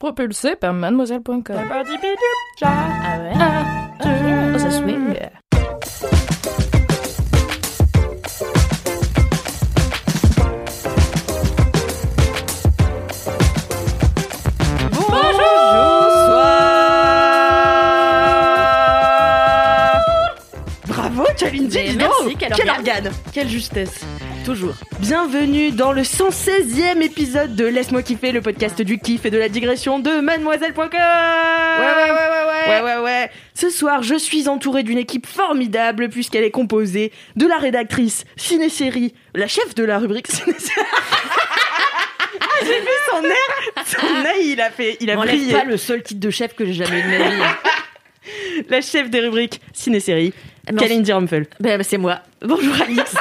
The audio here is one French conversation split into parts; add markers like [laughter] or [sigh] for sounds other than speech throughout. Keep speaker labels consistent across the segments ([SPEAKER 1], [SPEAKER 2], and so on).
[SPEAKER 1] Propulsé par mademoiselle.com. Ah ouais. Oh, ça swing.
[SPEAKER 2] Bravo, Challenge
[SPEAKER 1] Mais
[SPEAKER 2] dis donc.
[SPEAKER 1] merci, quel
[SPEAKER 2] Quel
[SPEAKER 1] organe.
[SPEAKER 2] organe Quelle justesse
[SPEAKER 1] Toujours.
[SPEAKER 2] Bienvenue dans le 116e épisode de Laisse-moi kiffer, le podcast du kiff et de la digression de mademoiselle.com
[SPEAKER 1] ouais, ouais,
[SPEAKER 2] Ouais, ouais, ouais. Ce soir, je suis entourée d'une équipe formidable puisqu'elle est composée de la rédactrice ciné-série, la chef de la rubrique ciné-série. [laughs] Ah, J'ai vu son air, son œil, il a fait, il a brillé.
[SPEAKER 3] le seul titre de chef que j'ai jamais eu de ma vie.
[SPEAKER 2] La chef des rubriques ciné-série, Kalindi Rumpel.
[SPEAKER 3] ben, c'est moi. Bonjour Alice.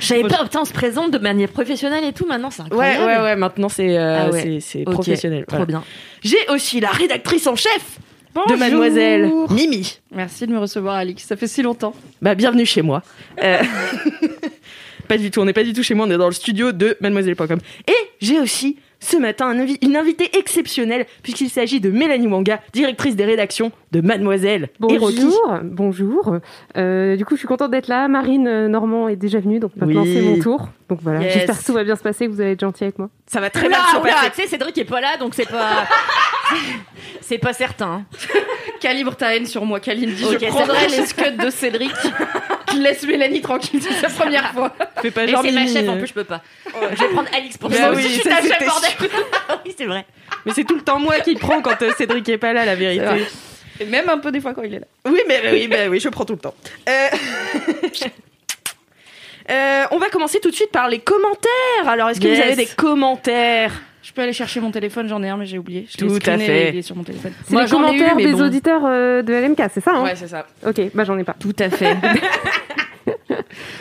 [SPEAKER 3] Je savais
[SPEAKER 2] Bonjour.
[SPEAKER 3] pas, putain, on se présente de manière professionnelle et tout maintenant, c'est
[SPEAKER 2] Ouais,
[SPEAKER 3] [laughs] incroyable.
[SPEAKER 2] ouais, ouais, maintenant c'est euh,
[SPEAKER 3] Ah ouais.
[SPEAKER 2] c'est- c'est
[SPEAKER 3] Ok,
[SPEAKER 2] professionnel.
[SPEAKER 3] Trop
[SPEAKER 2] voilà.
[SPEAKER 3] bien.
[SPEAKER 2] J'ai aussi la rédactrice en chef
[SPEAKER 1] Bonjour.
[SPEAKER 2] de Mademoiselle, Mimi.
[SPEAKER 4] Merci de me recevoir, Alix. Ça fait si longtemps.
[SPEAKER 2] Bah, bienvenue chez moi. Euh, [laughs] pas du tout, on n'est pas du tout chez moi, on est dans le studio de mademoiselle.com. Et j'ai aussi ce matin un invi- une invitée exceptionnelle, puisqu'il s'agit de Mélanie Wanga, directrice des rédactions de Mademoiselle. et Rocky.
[SPEAKER 5] Bonjour, bonjour. Euh, du coup, je suis contente d'être là. Marine euh, Normand est déjà venue, donc maintenant
[SPEAKER 2] Oui.
[SPEAKER 5] c'est mon tour. Donc voilà,
[SPEAKER 2] Yes.
[SPEAKER 5] j'espère que tout va bien se passer, que vous allez être gentil avec moi.
[SPEAKER 2] Ça va très
[SPEAKER 3] Oula,
[SPEAKER 2] bien se
[SPEAKER 3] oula,
[SPEAKER 2] passer.
[SPEAKER 3] tu sais, Cédric est pas là, donc c'est
[SPEAKER 4] [laughs]
[SPEAKER 3] pas. c'est pas certain. hein.
[SPEAKER 4] Calibre ta haine sur moi, Kalindi.
[SPEAKER 3] Ok,
[SPEAKER 4] je
[SPEAKER 3] c'est
[SPEAKER 4] prendrai
[SPEAKER 3] vrai.
[SPEAKER 4] les scuds de Cédric. Je laisse Mélanie tranquille, c'est sa première fois.
[SPEAKER 2] Fais pas
[SPEAKER 3] Et
[SPEAKER 2] genre
[SPEAKER 3] c'est ma
[SPEAKER 2] Mimi. euh.
[SPEAKER 3] chef, en plus, je peux pas. Je vais prendre Alix pour
[SPEAKER 2] Bah
[SPEAKER 3] ça.
[SPEAKER 2] oui,
[SPEAKER 3] Aussi, je suis
[SPEAKER 2] ça,
[SPEAKER 3] ta chef,
[SPEAKER 2] c'était
[SPEAKER 3] bordel. [laughs] oui, c'est vrai.
[SPEAKER 2] Mais c'est tout le temps moi qui prends quand euh, Cédric est pas là, la vérité.
[SPEAKER 4] C'est vrai. Et même un peu des fois quand il est là.
[SPEAKER 2] Oui, mais mais oui, mais oui, je prends tout le temps. Euh, [laughs] euh, on va commencer tout de suite par les commentaires. Alors, est-ce que
[SPEAKER 4] Yes.
[SPEAKER 2] vous avez des commentaires
[SPEAKER 4] Je peux aller chercher mon téléphone, j'en ai un, mais j'ai oublié. Je l'ai
[SPEAKER 2] Tout à
[SPEAKER 4] screené,
[SPEAKER 2] fait.
[SPEAKER 4] il est sur mon téléphone.
[SPEAKER 5] C'est les commentaires des auditeurs euh, de LMK, c'est ça hein
[SPEAKER 4] Ouais, c'est ça.
[SPEAKER 5] Ok, bah j'en ai pas.
[SPEAKER 3] Tout
[SPEAKER 2] [laughs]
[SPEAKER 3] à fait.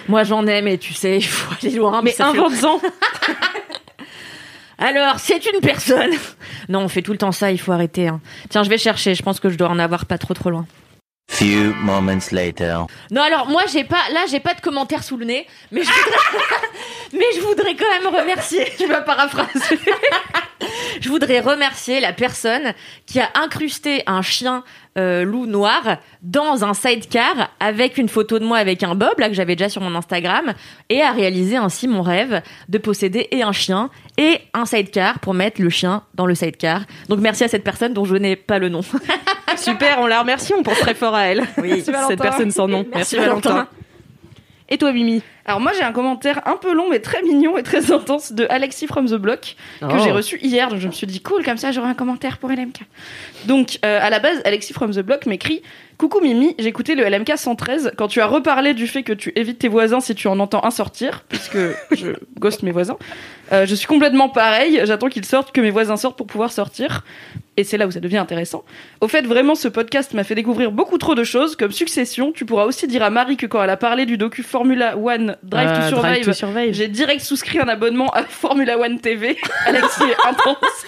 [SPEAKER 3] moi, j'en ai, mais tu sais, il faut aller loin.
[SPEAKER 2] Mais
[SPEAKER 3] ça fait
[SPEAKER 2] invente-en.
[SPEAKER 3] [laughs] Alors, c'est une personne. Non, on fait tout le temps ça, il faut arrêter. hein. Tiens, je vais chercher, je pense que je dois en avoir pas trop trop loin.
[SPEAKER 6] Few moments later.
[SPEAKER 3] Non, alors moi j'ai pas là, j'ai pas de commentaires sous le nez, mais je voudrais, [laughs] mais je voudrais quand même remercier, [laughs]
[SPEAKER 4] Tu vas paraphraser.
[SPEAKER 3] je voudrais remercier la personne qui a incrusté un chien euh, loup noir dans un sidecar avec une photo de moi avec un bob là que j'avais déjà sur mon Instagram et a réalisé ainsi mon rêve de posséder et un chien et un sidecar pour mettre le chien dans le sidecar. Donc merci à cette personne dont je n'ai pas le nom.
[SPEAKER 2] Super, on la remercie, on pense très fort à elle.
[SPEAKER 3] Oui.
[SPEAKER 2] Cette personne sans nom.
[SPEAKER 3] Merci, Valentin.
[SPEAKER 2] Et toi, Mimi
[SPEAKER 4] Alors moi j'ai un commentaire un peu long mais très mignon et très intense de Alexis from the Block que j'ai reçu hier. Donc je me suis dit cool comme ça j'aurai un commentaire pour LMK. Donc euh, à la base Alexis from the Block m'écrit coucou Mimi j'écoutais le LMK 113 quand tu as reparlé du fait que tu évites tes voisins si tu en entends un sortir puisque je ghost mes voisins. Euh, je suis complètement pareil j'attends qu'ils sortent que mes voisins sortent pour pouvoir sortir. Et c'est là où ça devient intéressant. Au fait, vraiment, ce podcast m'a fait découvrir beaucoup trop de choses, comme Succession. Tu pourras aussi dire à Marie que quand elle a parlé du docu Formula One Drive to Survive, j'ai direct souscrit un abonnement à Formula One [laughs] TV. Alexis est intense.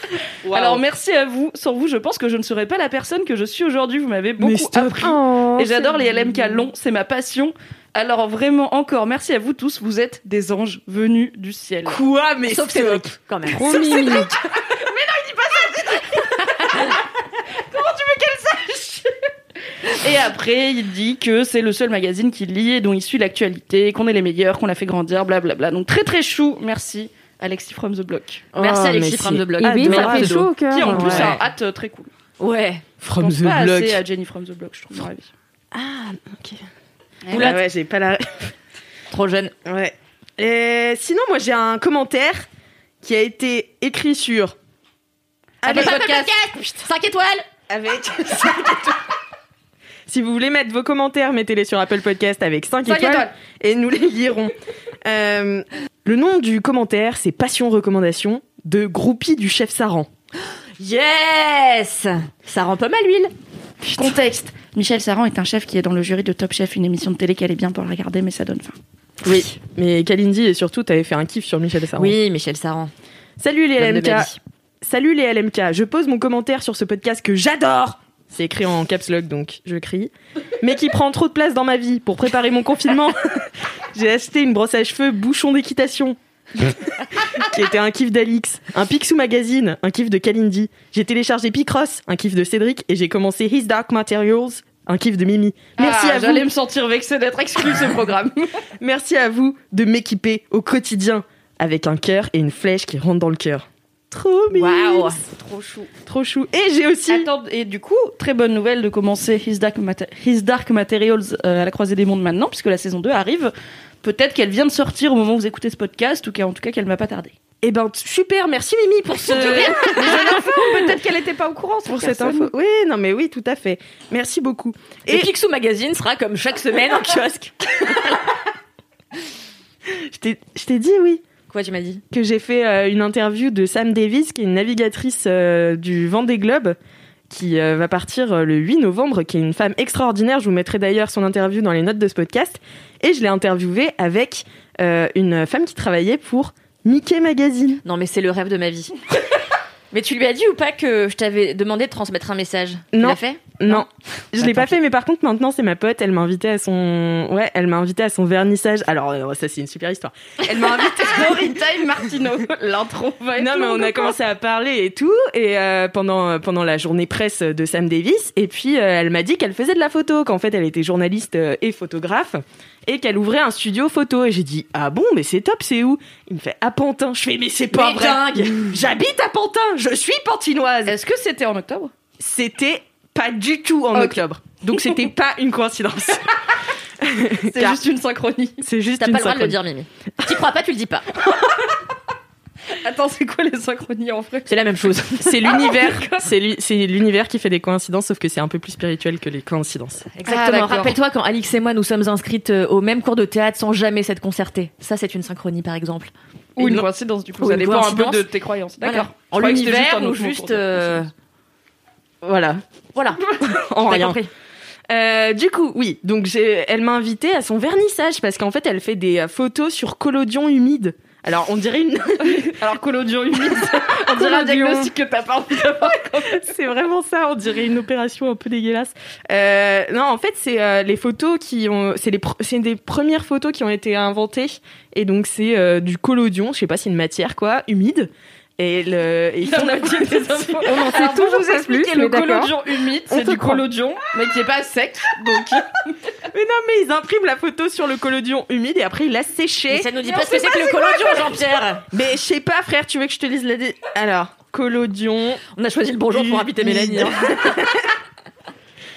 [SPEAKER 4] Alors merci à vous. Sans vous, je pense que je ne serais pas la personne que je suis aujourd'hui. Vous m'avez beaucoup appris.
[SPEAKER 5] Oh,
[SPEAKER 4] Et j'adore
[SPEAKER 5] c'est
[SPEAKER 4] les LMK
[SPEAKER 5] mignon.
[SPEAKER 4] longs, c'est ma passion. Alors vraiment encore, merci à vous tous. Vous êtes des anges venus du ciel.
[SPEAKER 2] Quoi, mais
[SPEAKER 3] [laughs] Sauf Cédric quand même.
[SPEAKER 5] Trop mimi.
[SPEAKER 4] Et après, il dit que c'est le seul magazine qu'il lit et dont il suit l'actualité, qu'on est les meilleurs, qu'on l'a fait grandir, blablabla. Donc très très chou, merci Alexis from the Block.
[SPEAKER 3] Merci
[SPEAKER 2] Oh, mais
[SPEAKER 3] Alexis from
[SPEAKER 2] c'est
[SPEAKER 3] the blog.
[SPEAKER 5] Et oui, Eh ça
[SPEAKER 2] adorable.
[SPEAKER 5] fait chaud au cœur.
[SPEAKER 4] Qui en plus
[SPEAKER 2] ouais.
[SPEAKER 4] a un hâte euh, très cool.
[SPEAKER 3] Ouais.
[SPEAKER 4] Je
[SPEAKER 2] From
[SPEAKER 4] pense
[SPEAKER 2] the
[SPEAKER 4] pas
[SPEAKER 2] Block.
[SPEAKER 4] assez à Jenny from the Block, je trouve, dans la vie. Ah,
[SPEAKER 2] Oula, ouais, j'ai pas la.
[SPEAKER 3] Trop jeune.
[SPEAKER 2] Ouais. Euh, sinon, moi, j'ai un commentaire qui a été écrit sur.
[SPEAKER 3] Avec
[SPEAKER 2] Avec
[SPEAKER 3] le podcast. 5 étoiles.
[SPEAKER 2] Avec. [laughs] si vous voulez mettre vos commentaires, mettez-les sur Apple Podcast avec 5,
[SPEAKER 4] Cinq
[SPEAKER 2] étoiles,
[SPEAKER 4] étoiles.
[SPEAKER 2] et nous les lirons. Euh, le nom du commentaire, c'est Passion Recommandation. de groupie du chef Saran.
[SPEAKER 3] Yes Ça rend pas mal l'huile.
[SPEAKER 4] Contexte. Michel Saran est un chef qui est dans le jury de Top Chef, une émission de télé qu'elle est bien pour la regarder, mais ça donne faim.
[SPEAKER 2] Oui. Mais Kalindi, et surtout, t'avais fait un kiff sur Michel Saran.
[SPEAKER 3] Oui, Michel Saran.
[SPEAKER 2] Salut les
[SPEAKER 3] L'homme de
[SPEAKER 2] LMK.
[SPEAKER 3] ma vie.
[SPEAKER 2] Salut les LMK. Je pose mon commentaire sur ce podcast que j'adore. C'est écrit en caps lock, donc je crie. Mais qui prend trop de place dans ma vie. Pour préparer mon confinement, [laughs] j'ai acheté une brosse à cheveux bouchon d'équitation. [laughs] qui était un kiff d'Alix, un Picsou Magazine, un kiff de Kalindi. J'ai téléchargé Picross, un kiff de Cédric, et j'ai commencé His Dark Materials, un kiff de Mimi. Merci à vous.
[SPEAKER 4] Ah, J'allais me sentir vexée d'être exclue de ce programme.
[SPEAKER 2] Merci à vous de m'équiper au quotidien avec un cœur et une flèche qui rentre dans le cœur. Trop mignon.
[SPEAKER 3] Waouh
[SPEAKER 4] [laughs] Trop chou.
[SPEAKER 2] Trop chou. Et j'ai aussi.
[SPEAKER 4] Attends, et du coup, très bonne nouvelle de commencer His Dark, Mater- His Dark Materials euh, à la croisée des mondes maintenant, puisque la saison 2 arrive. Peut-être qu'elle vient de sortir au moment où vous écoutez ce podcast, ou qu'en tout cas qu'elle m'a pas tardé.
[SPEAKER 2] Eh ben t- super, merci Mimi pour ce.
[SPEAKER 4] Peut-être qu'elle n'était pas au courant
[SPEAKER 2] pour cette info. Oui, non mais oui, tout à fait. Merci beaucoup.
[SPEAKER 3] Et
[SPEAKER 2] Et-
[SPEAKER 3] Picsou Magazine sera comme chaque semaine en kiosque.
[SPEAKER 2] Je t'ai- je t'ai dit oui
[SPEAKER 3] [laughs] Quoi, tu m'as dit
[SPEAKER 2] que j'ai fait euh, une interview de Sam Davis, qui est une navigatrice euh, du Vendée Globe, qui euh, va partir euh, le 8 novembre, qui est une femme extraordinaire. Je vous mettrai d'ailleurs son interview dans les notes de ce podcast. Et je l'ai interviewée avec euh, une femme qui travaillait pour Mickey Magazine.
[SPEAKER 3] Non, mais c'est le rêve de ma vie. [laughs] mais tu lui as dit ou pas que je t'avais demandé de transmettre un message Tu
[SPEAKER 2] Non.
[SPEAKER 3] l'as fait
[SPEAKER 2] Non, je l'ai pas fait, mais par contre maintenant c'est ma pote. Elle m'a invité à son, ouais, elle m'a invité à son vernissage. Alors euh, ça c'est une super histoire. Elle m'a invité.
[SPEAKER 4] Storytime Martino, l'intro va être
[SPEAKER 2] non mais on a
[SPEAKER 4] commencé.
[SPEAKER 2] commencé à parler et tout et euh, pendant euh, pendant la journée presse de Sam Davis et puis euh, elle m'a dit qu'elle faisait de la photo, qu'en fait elle était journaliste euh, et photographe et qu'elle ouvrait un studio photo et j'ai dit ah bon mais c'est top c'est où Il me fait à Pantin. Je fais mais c'est pas
[SPEAKER 3] Mais
[SPEAKER 2] vrai.
[SPEAKER 3] dingue
[SPEAKER 2] J'habite à Pantin, je suis pantinoise.
[SPEAKER 4] Est-ce que c'était en octobre
[SPEAKER 2] C'était pas du tout en
[SPEAKER 4] Ok.
[SPEAKER 2] octobre. Donc c'était pas une
[SPEAKER 3] [laughs]
[SPEAKER 2] coïncidence.
[SPEAKER 4] C'est
[SPEAKER 2] Car-
[SPEAKER 4] juste une synchronie.
[SPEAKER 2] C'est juste
[SPEAKER 3] T'as
[SPEAKER 2] une
[SPEAKER 3] pas le droit de le
[SPEAKER 2] synchronie.
[SPEAKER 3] dire, Mimi. T'y crois pas, tu le dis pas.
[SPEAKER 4] [laughs] Attends, c'est quoi les synchronies en vrai
[SPEAKER 2] C'est la même chose. C'est l'univers. c'est lui- c'est l'univers qui fait des coïncidences, sauf que c'est un peu plus spirituel que les coïncidences.
[SPEAKER 3] [laughs] Exactement.
[SPEAKER 4] d'accord.
[SPEAKER 3] Rappelle-toi quand Alix et moi nous sommes inscrites euh, au même cours de théâtre sans jamais s'être concertées. Ça, c'est une synchronie, par exemple.
[SPEAKER 4] Ou une
[SPEAKER 2] Non.
[SPEAKER 4] coïncidence, du coup.
[SPEAKER 3] Ou
[SPEAKER 4] Ça
[SPEAKER 3] une
[SPEAKER 4] dépend un peu
[SPEAKER 3] coïncidence.
[SPEAKER 4] de tes croyances. D'accord.
[SPEAKER 3] Voilà. En
[SPEAKER 4] Je croyais que c'était juste
[SPEAKER 3] l'univers
[SPEAKER 4] un
[SPEAKER 3] ou
[SPEAKER 4] autre mot
[SPEAKER 3] juste.
[SPEAKER 4] pour-
[SPEAKER 3] [laughs] euh,
[SPEAKER 2] Voilà.
[SPEAKER 3] Voilà.
[SPEAKER 2] En
[SPEAKER 3] T'as
[SPEAKER 2] rien.
[SPEAKER 3] compris.
[SPEAKER 2] Euh, du coup, oui. Donc, j'ai- elle m'a invitée à son vernissage parce qu'en fait, elle fait des euh, photos sur collodion humide. Alors, on dirait une.
[SPEAKER 4] Alors, collodion humide, [laughs] on dirait un
[SPEAKER 2] Collodion.
[SPEAKER 4] diagnostic que t'as pas envie d'avoir.
[SPEAKER 2] c'est vraiment ça. On dirait une opération un peu dégueulasse. Euh, non, en fait, c'est euh, les photos qui ont. C'est les. pr- C'est des premières photos qui ont été inventées. Et donc, c'est euh, du collodion. Je sais pas, c'est une matière quoi, humide. Et le. et ils font-
[SPEAKER 3] [laughs]
[SPEAKER 5] On
[SPEAKER 4] [laughs]
[SPEAKER 5] en sait
[SPEAKER 4] Alors, pour
[SPEAKER 5] toujours
[SPEAKER 4] vous
[SPEAKER 5] pas
[SPEAKER 4] expliquer,
[SPEAKER 5] plus,
[SPEAKER 4] le
[SPEAKER 5] mais d'accord.
[SPEAKER 4] collodion humide,
[SPEAKER 5] On
[SPEAKER 4] c'est
[SPEAKER 5] te
[SPEAKER 4] du
[SPEAKER 5] croit.
[SPEAKER 4] collodion, mais qui est pas sec. Donc,
[SPEAKER 2] Mais non, mais ils impriment la photo sur le collodion humide et après ils la séchent.
[SPEAKER 3] Mais ça nous dit pas ce que c'est que le collodion, Jean-Pierre.
[SPEAKER 2] Mais je sais pas, frère, tu veux que je te lise la. dé- Alors, collodion.
[SPEAKER 3] On a choisi le bonjour pour inviter Mélanie. hein.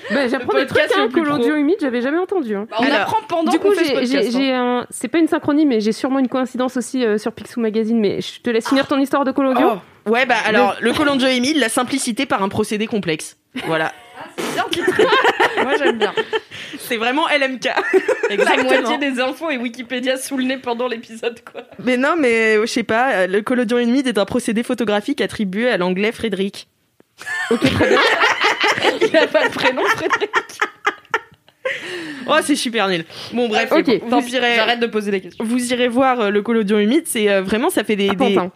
[SPEAKER 5] Bah, J'apprends des trucs
[SPEAKER 4] podcast
[SPEAKER 5] hein,
[SPEAKER 4] le plus Bah,
[SPEAKER 5] que l'audio humide, j'avais jamais entendu. hein.
[SPEAKER 4] on
[SPEAKER 2] Alors,
[SPEAKER 4] apprend pendant
[SPEAKER 5] Du
[SPEAKER 4] qu'on
[SPEAKER 5] coup,
[SPEAKER 4] fait ce
[SPEAKER 5] j'ai- j'ai
[SPEAKER 4] podcast. hein.
[SPEAKER 5] j'ai un. C'est pas une synchronie, mais j'ai sûrement une coïncidence aussi euh, sur Picsou Magazine. Mais je te laisse finir ton histoire de collodion.
[SPEAKER 4] Oh,
[SPEAKER 2] Ouais, bah alors, le collodion humide, la simplicité par un procédé complexe. Voilà.
[SPEAKER 4] Ah, [laughs] Moi, j'aime bien.
[SPEAKER 2] C'est vraiment LMK.
[SPEAKER 4] La moitié
[SPEAKER 3] Exactement.
[SPEAKER 4] des infos et Wikipédia sous le nez pendant l'épisode, quoi.
[SPEAKER 2] Mais non, mais je sais pas, euh, le collodion humide est un procédé photographique attribué à l'anglais
[SPEAKER 4] [laughs]
[SPEAKER 2] Frédéric.
[SPEAKER 4] Il a pas de prénom, Frédéric.
[SPEAKER 2] Oh, c'est super nul. Bon, bref,
[SPEAKER 5] Ok,
[SPEAKER 2] c'est bon.
[SPEAKER 4] Tant
[SPEAKER 2] vous,
[SPEAKER 4] pis,
[SPEAKER 2] irez,
[SPEAKER 4] j'arrête de poser des questions.
[SPEAKER 2] vous irez voir euh, le collodion humide, c'est euh, vraiment, ça fait des.
[SPEAKER 5] À
[SPEAKER 2] des-
[SPEAKER 4] hein.
[SPEAKER 5] Pantin.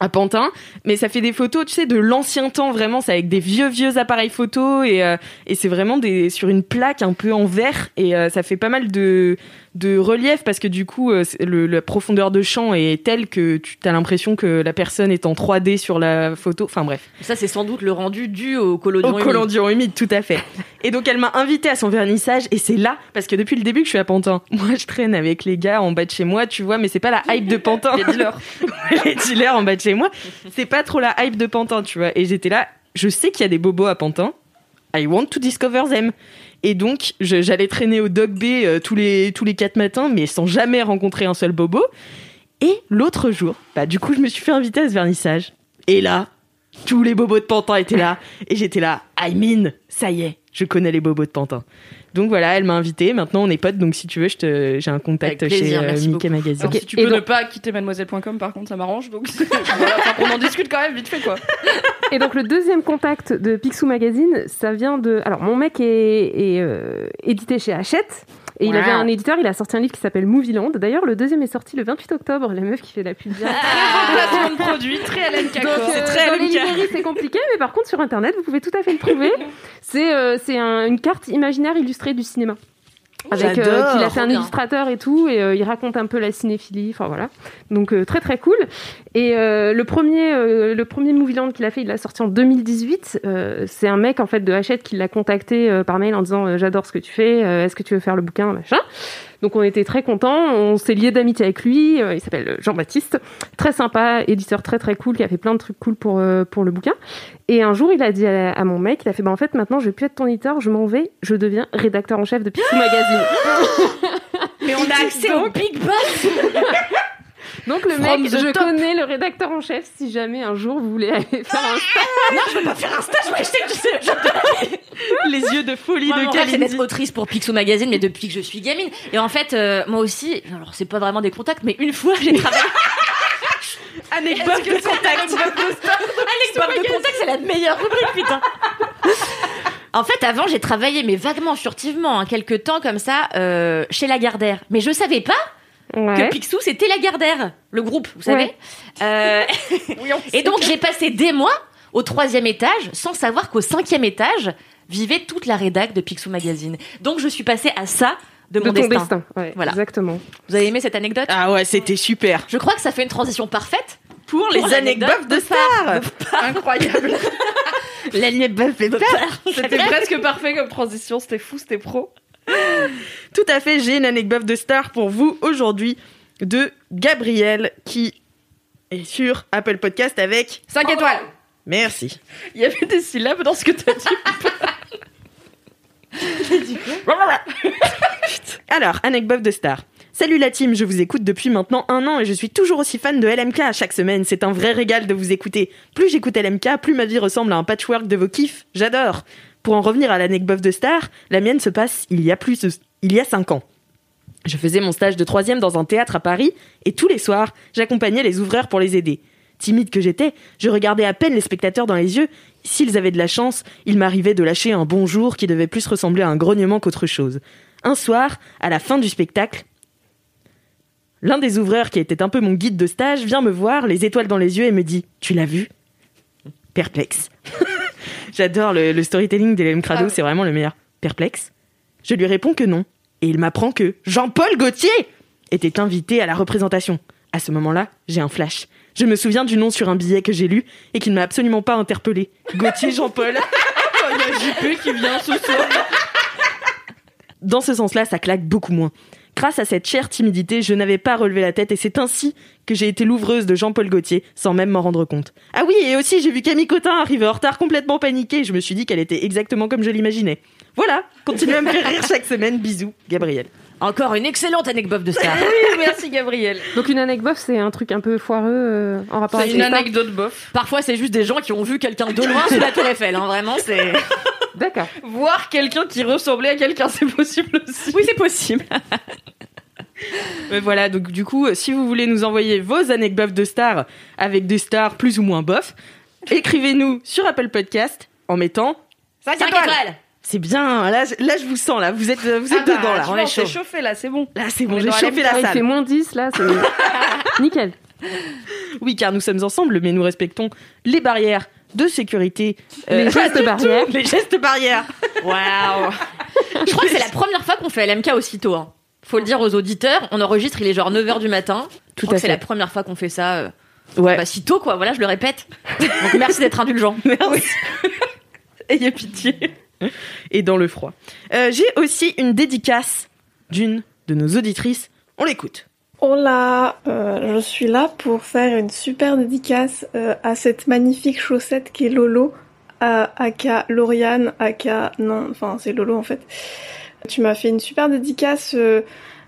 [SPEAKER 2] à Pantin, mais ça fait des photos, tu sais, de l'ancien temps vraiment, c'est avec des vieux vieux appareils photo et, euh, et c'est vraiment des sur une plaque un peu en verre et euh, ça fait pas mal de de relief parce que du coup euh, c'est- le, la profondeur de champ est telle que tu as l'impression que la personne est en 3D sur la photo. Enfin bref,
[SPEAKER 3] [laughs] Ça, c'est sans doute le rendu dû au collodion.
[SPEAKER 2] au
[SPEAKER 3] humide.
[SPEAKER 2] collodion humide, tout à fait. Et donc elle m'a invité à son vernissage et c'est là parce que depuis le début que je suis à Pantin. [laughs] Moi je traîne avec les gars en bas de chez moi, tu vois, mais c'est pas la hype de Pantin.
[SPEAKER 4] [laughs] Les dealers.
[SPEAKER 2] [laughs] les dealers en bas de chez moi, c'est pas trop la hype de Pantin, tu vois. Et j'étais là, je sais qu'il y a des bobos à Pantin. I want to discover them. Et donc, je- j'allais traîner au Dog Bay euh, tous les tous les quatre matins, mais sans jamais rencontrer un seul bobo. Et l'autre jour, bah du coup, je me suis fait inviter à ce vernissage. Et là, tous les bobos de Pantin étaient là. Et j'étais là, I mean, ça y est, je connais les bobos de Pantin. Donc voilà, elle m'a invité. Maintenant, on est potes. Donc si tu veux, je te, j'ai un contact
[SPEAKER 3] Avec plaisir,
[SPEAKER 2] chez euh,
[SPEAKER 3] merci
[SPEAKER 2] Mickey Magazine.
[SPEAKER 4] Alors,
[SPEAKER 5] Ok,
[SPEAKER 4] si tu
[SPEAKER 5] et
[SPEAKER 4] peux
[SPEAKER 5] donc-
[SPEAKER 4] ne pas quitter mademoiselle.com, par contre, ça m'arrange. Donc, [laughs] voilà, enfin, on en discute quand même vite fait, quoi.
[SPEAKER 5] Et donc le deuxième contact de Picsou Magazine, ça vient de... Alors mon mec est, est, euh, édité chez Hachette. Et il
[SPEAKER 3] Wow.
[SPEAKER 5] avait un éditeur, il a sorti un livre qui s'appelle Movieland. D'ailleurs, le deuxième est sorti le 28 octobre. La meuf qui fait la pub. bien.
[SPEAKER 4] Placement de produit, très Hélène
[SPEAKER 5] Donc,
[SPEAKER 4] Cacor.
[SPEAKER 5] euh,
[SPEAKER 2] très
[SPEAKER 5] dans les
[SPEAKER 2] LMK.
[SPEAKER 5] librairies, c'est compliqué, mais par contre, sur Internet, vous pouvez tout à fait le trouver. C'est euh, c'est un- une carte imaginaire illustrée du cinéma. Avec, euh,
[SPEAKER 2] j'adore.
[SPEAKER 5] qu'il a fait
[SPEAKER 3] Trop
[SPEAKER 5] un
[SPEAKER 3] bien.
[SPEAKER 5] illustrateur et tout, et euh, il raconte un peu la cinéphilie, enfin voilà. Donc euh, très très cool. Et euh, le premier, euh, le premier Movieland qu'il a fait, il l'a sorti en 2018. Euh, c'est un mec en fait de Hachette qui l'a contacté euh, par mail en disant euh, j'adore ce que tu fais, euh, est-ce que tu veux faire le bouquin, machin. Donc on était très contents, on s'est lié d'amitié avec lui. euh, il s'appelle Jean-Baptiste, très sympa, éditeur très très cool qui a fait plein de trucs cool pour euh, pour le bouquin. Et un jour il a dit à, à mon mec, il a fait bah en fait maintenant je vais plus être ton éditeur, je m'en vais, je deviens rédacteur en chef de Picsou Magazine.
[SPEAKER 3] Mais on a accès au Big Boss
[SPEAKER 5] Donc le
[SPEAKER 4] From
[SPEAKER 5] mec,
[SPEAKER 4] the
[SPEAKER 5] je
[SPEAKER 4] top.
[SPEAKER 5] connais le rédacteur en chef si jamais un jour vous voulez aller faire un
[SPEAKER 2] [laughs] Les yeux de folie
[SPEAKER 3] Moi, mon
[SPEAKER 2] de
[SPEAKER 3] rêve, c'est
[SPEAKER 2] Kalindi.
[SPEAKER 3] d'être autrice pour Picsou Magazine, mais depuis que je suis gamine. Et en fait, euh, moi aussi, alors c'est pas vraiment des contacts, mais une fois, j'ai [laughs] travaillé.
[SPEAKER 2] Anecdote de contact.
[SPEAKER 3] Anecdote de contact, c'est la meilleure rubrique, putain. En fait, avant, j'ai travaillé, mais vaguement, furtivement, hein, quelques temps comme ça, euh, chez Lagardère. Mais je savais pas que
[SPEAKER 5] Ouais.
[SPEAKER 3] Picsou, c'était Lagardère, le groupe, vous savez.
[SPEAKER 5] Ouais.
[SPEAKER 3] Euh,
[SPEAKER 4] Oui, on
[SPEAKER 3] et donc, j'ai passé des mois au troisième étage, sans savoir qu'au cinquième étage vivait toute la rédac de Picsou Magazine. Donc, je suis passée à ça de
[SPEAKER 5] de
[SPEAKER 3] mon
[SPEAKER 5] ton
[SPEAKER 3] destin.
[SPEAKER 5] destin. Ouais,
[SPEAKER 3] Voilà.
[SPEAKER 5] Exactement.
[SPEAKER 3] Vous avez aimé cette anecdote
[SPEAKER 2] Ah ouais, c'était super.
[SPEAKER 3] Je crois que ça fait une transition parfaite pour
[SPEAKER 2] Les anecdotes de stars.
[SPEAKER 4] Incroyable.
[SPEAKER 3] L'anecdote de Star.
[SPEAKER 4] C'était presque parfait comme transition. C'était fou, c'était pro.
[SPEAKER 2] Tout à fait, j'ai une anecdote de star pour vous aujourd'hui de Gabriel qui est sur Apple Podcast avec
[SPEAKER 4] 5 étoiles.
[SPEAKER 2] Merci.
[SPEAKER 4] Oh, Il y avait des syllabes dans ce que t'as dit.
[SPEAKER 2] [laughs] Alors, anecdote de star. Salut la team, je vous écoute depuis maintenant un an et je suis toujours aussi fan de LMK à chaque semaine. C'est un vrai régal de vous écouter. Plus j'écoute LMK, plus ma vie ressemble à un patchwork de vos kiffs. J'adore. Pour en revenir à l'anecdote de star, la mienne se passe il y a plus de- il y a cinq ans. Je faisais mon stage de troisième dans un théâtre à Paris et tous les soirs, j'accompagnais les ouvreurs pour les aider. Timide que j'étais, je regardais à peine les spectateurs dans les yeux. S'ils avaient de la chance, il m'arrivait de lâcher un bonjour qui devait plus ressembler à un grognement qu'autre chose. Un soir, à la fin du spectacle, l'un des ouvreurs qui était un peu mon guide de stage vient me voir, les étoiles dans les yeux, et me dit Tu l'as vu Perplexe. [laughs] J'adore le, le storytelling d'Hélène Crado, c'est vraiment le meilleur. Perplexe Je lui réponds que non. Et il m'apprend que Jean-Paul Gaultier était invité à la représentation. À ce moment-là, j'ai un flash. Je me souviens du nom sur un billet que j'ai lu et qui ne m'a absolument pas interpellé. Gauthier Jean-Paul. Il y a JP qui vient ce soir. Dans ce sens-là, ça claque beaucoup moins. Grâce à cette chère timidité, je n'avais pas relevé la tête et c'est ainsi que j'ai été l'ouvreuse de Jean-Paul Gaultier sans même m'en rendre compte. Ah oui, et aussi j'ai vu Camille Cotin arriver en retard complètement paniquée et je me suis dit qu'elle était exactement comme je l'imaginais. Voilà, continuez à me faire rire chaque semaine. Bisous, Gabriel.
[SPEAKER 3] Encore une excellente anecdote de Star.
[SPEAKER 4] Merci, Gabriel.
[SPEAKER 5] Donc une anecdote, c'est un truc un peu foireux euh, en rapport
[SPEAKER 4] C'est
[SPEAKER 5] avec
[SPEAKER 4] une
[SPEAKER 5] les stars.
[SPEAKER 4] anecdote bof.
[SPEAKER 3] Parfois, c'est juste des gens qui ont vu quelqu'un de loin sous la Tour Eiffel. Hein, vraiment, c'est.
[SPEAKER 5] D'accord.
[SPEAKER 4] Voir quelqu'un qui ressemblait à quelqu'un, c'est possible aussi.
[SPEAKER 2] Oui, c'est possible. Mais Euh, voilà, donc du coup, si vous voulez nous envoyer vos anecdotes de stars avec des stars plus ou moins bof, écrivez-nous sur Apple Podcast en mettant
[SPEAKER 4] 5
[SPEAKER 3] Cinq étoiles.
[SPEAKER 2] C'est bien, là, je- là je vous sens, là, vous êtes, euh, vous
[SPEAKER 4] Ah
[SPEAKER 2] êtes
[SPEAKER 4] bah,
[SPEAKER 2] dedans, là.
[SPEAKER 4] on s'est chauffé là, c'est bon.
[SPEAKER 2] Là, c'est
[SPEAKER 4] On
[SPEAKER 2] bon,
[SPEAKER 4] est
[SPEAKER 2] j'ai
[SPEAKER 4] dans la
[SPEAKER 2] chauffé
[SPEAKER 5] Ah,
[SPEAKER 2] la
[SPEAKER 5] il fait
[SPEAKER 2] salle.
[SPEAKER 5] moins 10 là, c'est nickel.
[SPEAKER 2] Oui, car nous sommes ensemble, mais nous respectons les barrières de sécurité.
[SPEAKER 5] Les
[SPEAKER 2] pas [laughs]
[SPEAKER 5] gestes
[SPEAKER 2] du
[SPEAKER 5] barrières.
[SPEAKER 2] tout, Les gestes barrières.
[SPEAKER 3] Waouh. Je crois que c'est la première fois qu'on fait LMK aussitôt. Hein. Faut le dire aux auditeurs. On enregistre, il est genre 9h du matin.
[SPEAKER 2] Tout
[SPEAKER 3] Je crois que C'est la première fois qu'on fait ça. euh,
[SPEAKER 2] Ouais.
[SPEAKER 3] bah, si tôt, quoi. Voilà, je le
[SPEAKER 4] [laughs]
[SPEAKER 3] répète. Donc, merci d'être indulgent.
[SPEAKER 2] [laughs] Ayez pitié. Et dans le froid. Euh, j'ai aussi une dédicace d'une de nos auditrices. On l'écoute.
[SPEAKER 7] Hola, euh, je suis là pour faire une super dédicace euh, à cette magnifique chaussette qui est Lolo, à aka Lauriane, aka non, enfin c'est Lolo en fait. Tu m'as fait une super dédicace euh,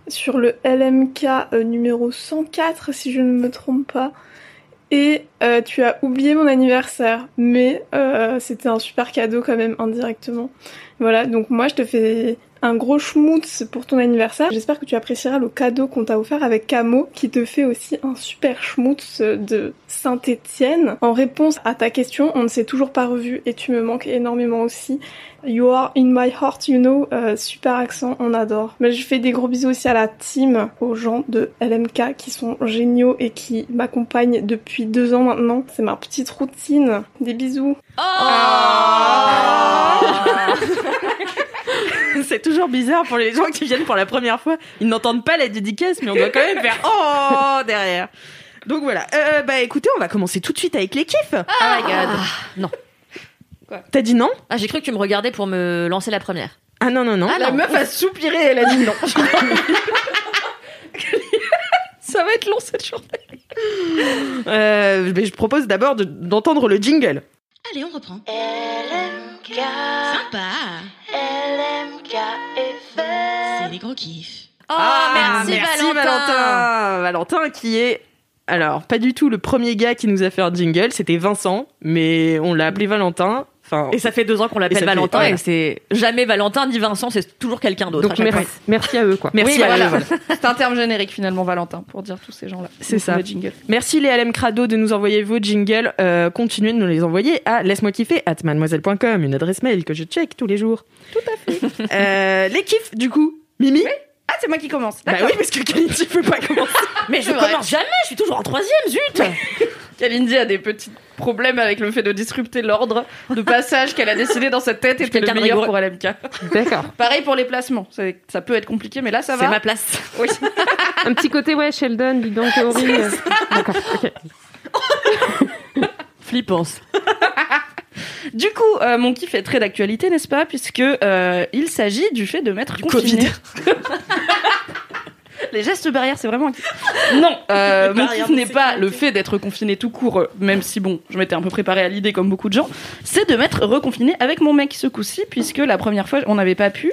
[SPEAKER 7] sur le LMK euh, numéro 104 si je ne me trompe pas. Et euh, tu as oublié mon anniversaire, mais euh, c'était un super cadeau quand même indirectement. Voilà, donc moi je te fais un gros schmoutz pour ton anniversaire. J'espère que tu apprécieras le cadeau qu'on t'a offert avec Camo, qui te fait aussi un super schmoutz de Saint-Étienne. En réponse à ta question, on ne s'est toujours pas revu et tu me manques énormément aussi. You are in my heart, you know. Euh, super accent, on adore. Mais je fais des gros bisous aussi à la team, aux gens de LMK qui sont géniaux et qui m'accompagnent depuis deux ans maintenant. C'est ma petite routine. Des bisous.
[SPEAKER 4] Oh
[SPEAKER 2] Oh.
[SPEAKER 3] Oh
[SPEAKER 2] C'est toujours bizarre pour les gens qui viennent pour la première fois. Ils n'entendent pas la dédicace, mais on doit quand même faire oh derrière. Donc voilà. Euh, bah écoutez, on va commencer tout de suite avec les kiffs.
[SPEAKER 3] Oh my god.
[SPEAKER 4] Ah.
[SPEAKER 3] Non.
[SPEAKER 2] T'as dit non
[SPEAKER 3] Ah, j'ai cru que tu me regardais pour me lancer la première.
[SPEAKER 2] Ah non non non.
[SPEAKER 3] Ah
[SPEAKER 2] la
[SPEAKER 3] non.
[SPEAKER 2] meuf a soupiré, elle a dit non.
[SPEAKER 4] Ça va être long cette journée.
[SPEAKER 2] [laughs] Euh, mais je propose d'abord de- d'entendre le jingle.
[SPEAKER 8] Allez, on reprend. Sympa. C'est des gros kiffs.
[SPEAKER 4] Ah,
[SPEAKER 3] Oh, merci, Valentin.
[SPEAKER 2] Ah, Valentin. Valentin qui est alors pas du tout le premier gars qui nous a fait un jingle, c'était Vincent, mais on l'a appelé Valentin. Enfin,
[SPEAKER 3] Et ça fait deux ans qu'on
[SPEAKER 2] Et
[SPEAKER 3] l'appelle
[SPEAKER 2] ça fait-
[SPEAKER 3] Valentin
[SPEAKER 2] voilà.
[SPEAKER 3] et c'est jamais Valentin ni Vincent, c'est toujours quelqu'un d'autre. à
[SPEAKER 5] Donc
[SPEAKER 3] chaque
[SPEAKER 5] merci, merci à eux quoi.
[SPEAKER 2] merci
[SPEAKER 4] Oui,
[SPEAKER 2] à
[SPEAKER 4] voilà.
[SPEAKER 2] eux, voilà.
[SPEAKER 4] [laughs] C'est un terme générique finalement, Valentin, pour dire tous ces gens-là.
[SPEAKER 2] C'est ça.
[SPEAKER 4] Le jingle.
[SPEAKER 2] Merci les LM Crado de nous envoyer vos jingles. Euh, continuez de nous les envoyer à laisse-moi kiffer at mademoiselle.com, une adresse mail que je check tous les jours. Tout à fait. les kiffs, du coup. Mimi
[SPEAKER 4] Ah, c'est moi qui commence.
[SPEAKER 2] Bah oui, parce que Kaline, tu peux pas commencer.
[SPEAKER 3] fois. Mais je
[SPEAKER 4] C'est vrai.
[SPEAKER 3] commence jamais, je suis toujours en troisième, zut
[SPEAKER 4] Kalindi a des petits problèmes avec le fait de disrupter l'ordre de passage qu'elle a décidé dans sa tête
[SPEAKER 3] Je suis
[SPEAKER 4] était le
[SPEAKER 3] quelqu'un de
[SPEAKER 4] meilleur pour
[SPEAKER 3] rigoureux.
[SPEAKER 4] LMK.
[SPEAKER 5] D'accord.
[SPEAKER 4] Pareil pour les placements. C'est- Ça peut être compliqué, mais là, ça
[SPEAKER 3] C'est
[SPEAKER 4] va.
[SPEAKER 3] ma place.
[SPEAKER 4] Oui.
[SPEAKER 5] Un petit côté ouais Sheldon, Big Bang Theory. euh, D'accord. ok.
[SPEAKER 3] Flippance.
[SPEAKER 4] Du coup, euh, mon kiff est très d'actualité, n'est-ce pas Puisque euh, il s'agit du fait de mettre confiné. [laughs] Les gestes barrières, c'est vraiment un kiff. Non, euh, mon kiff n'est pas le fait d'être confiné tout court, euh, même si bon, je m'étais un peu préparée à l'idée comme beaucoup de gens. C'est de m'être reconfiné avec mon mec ce coup-ci, puisque la première fois, on n'avait pas pu.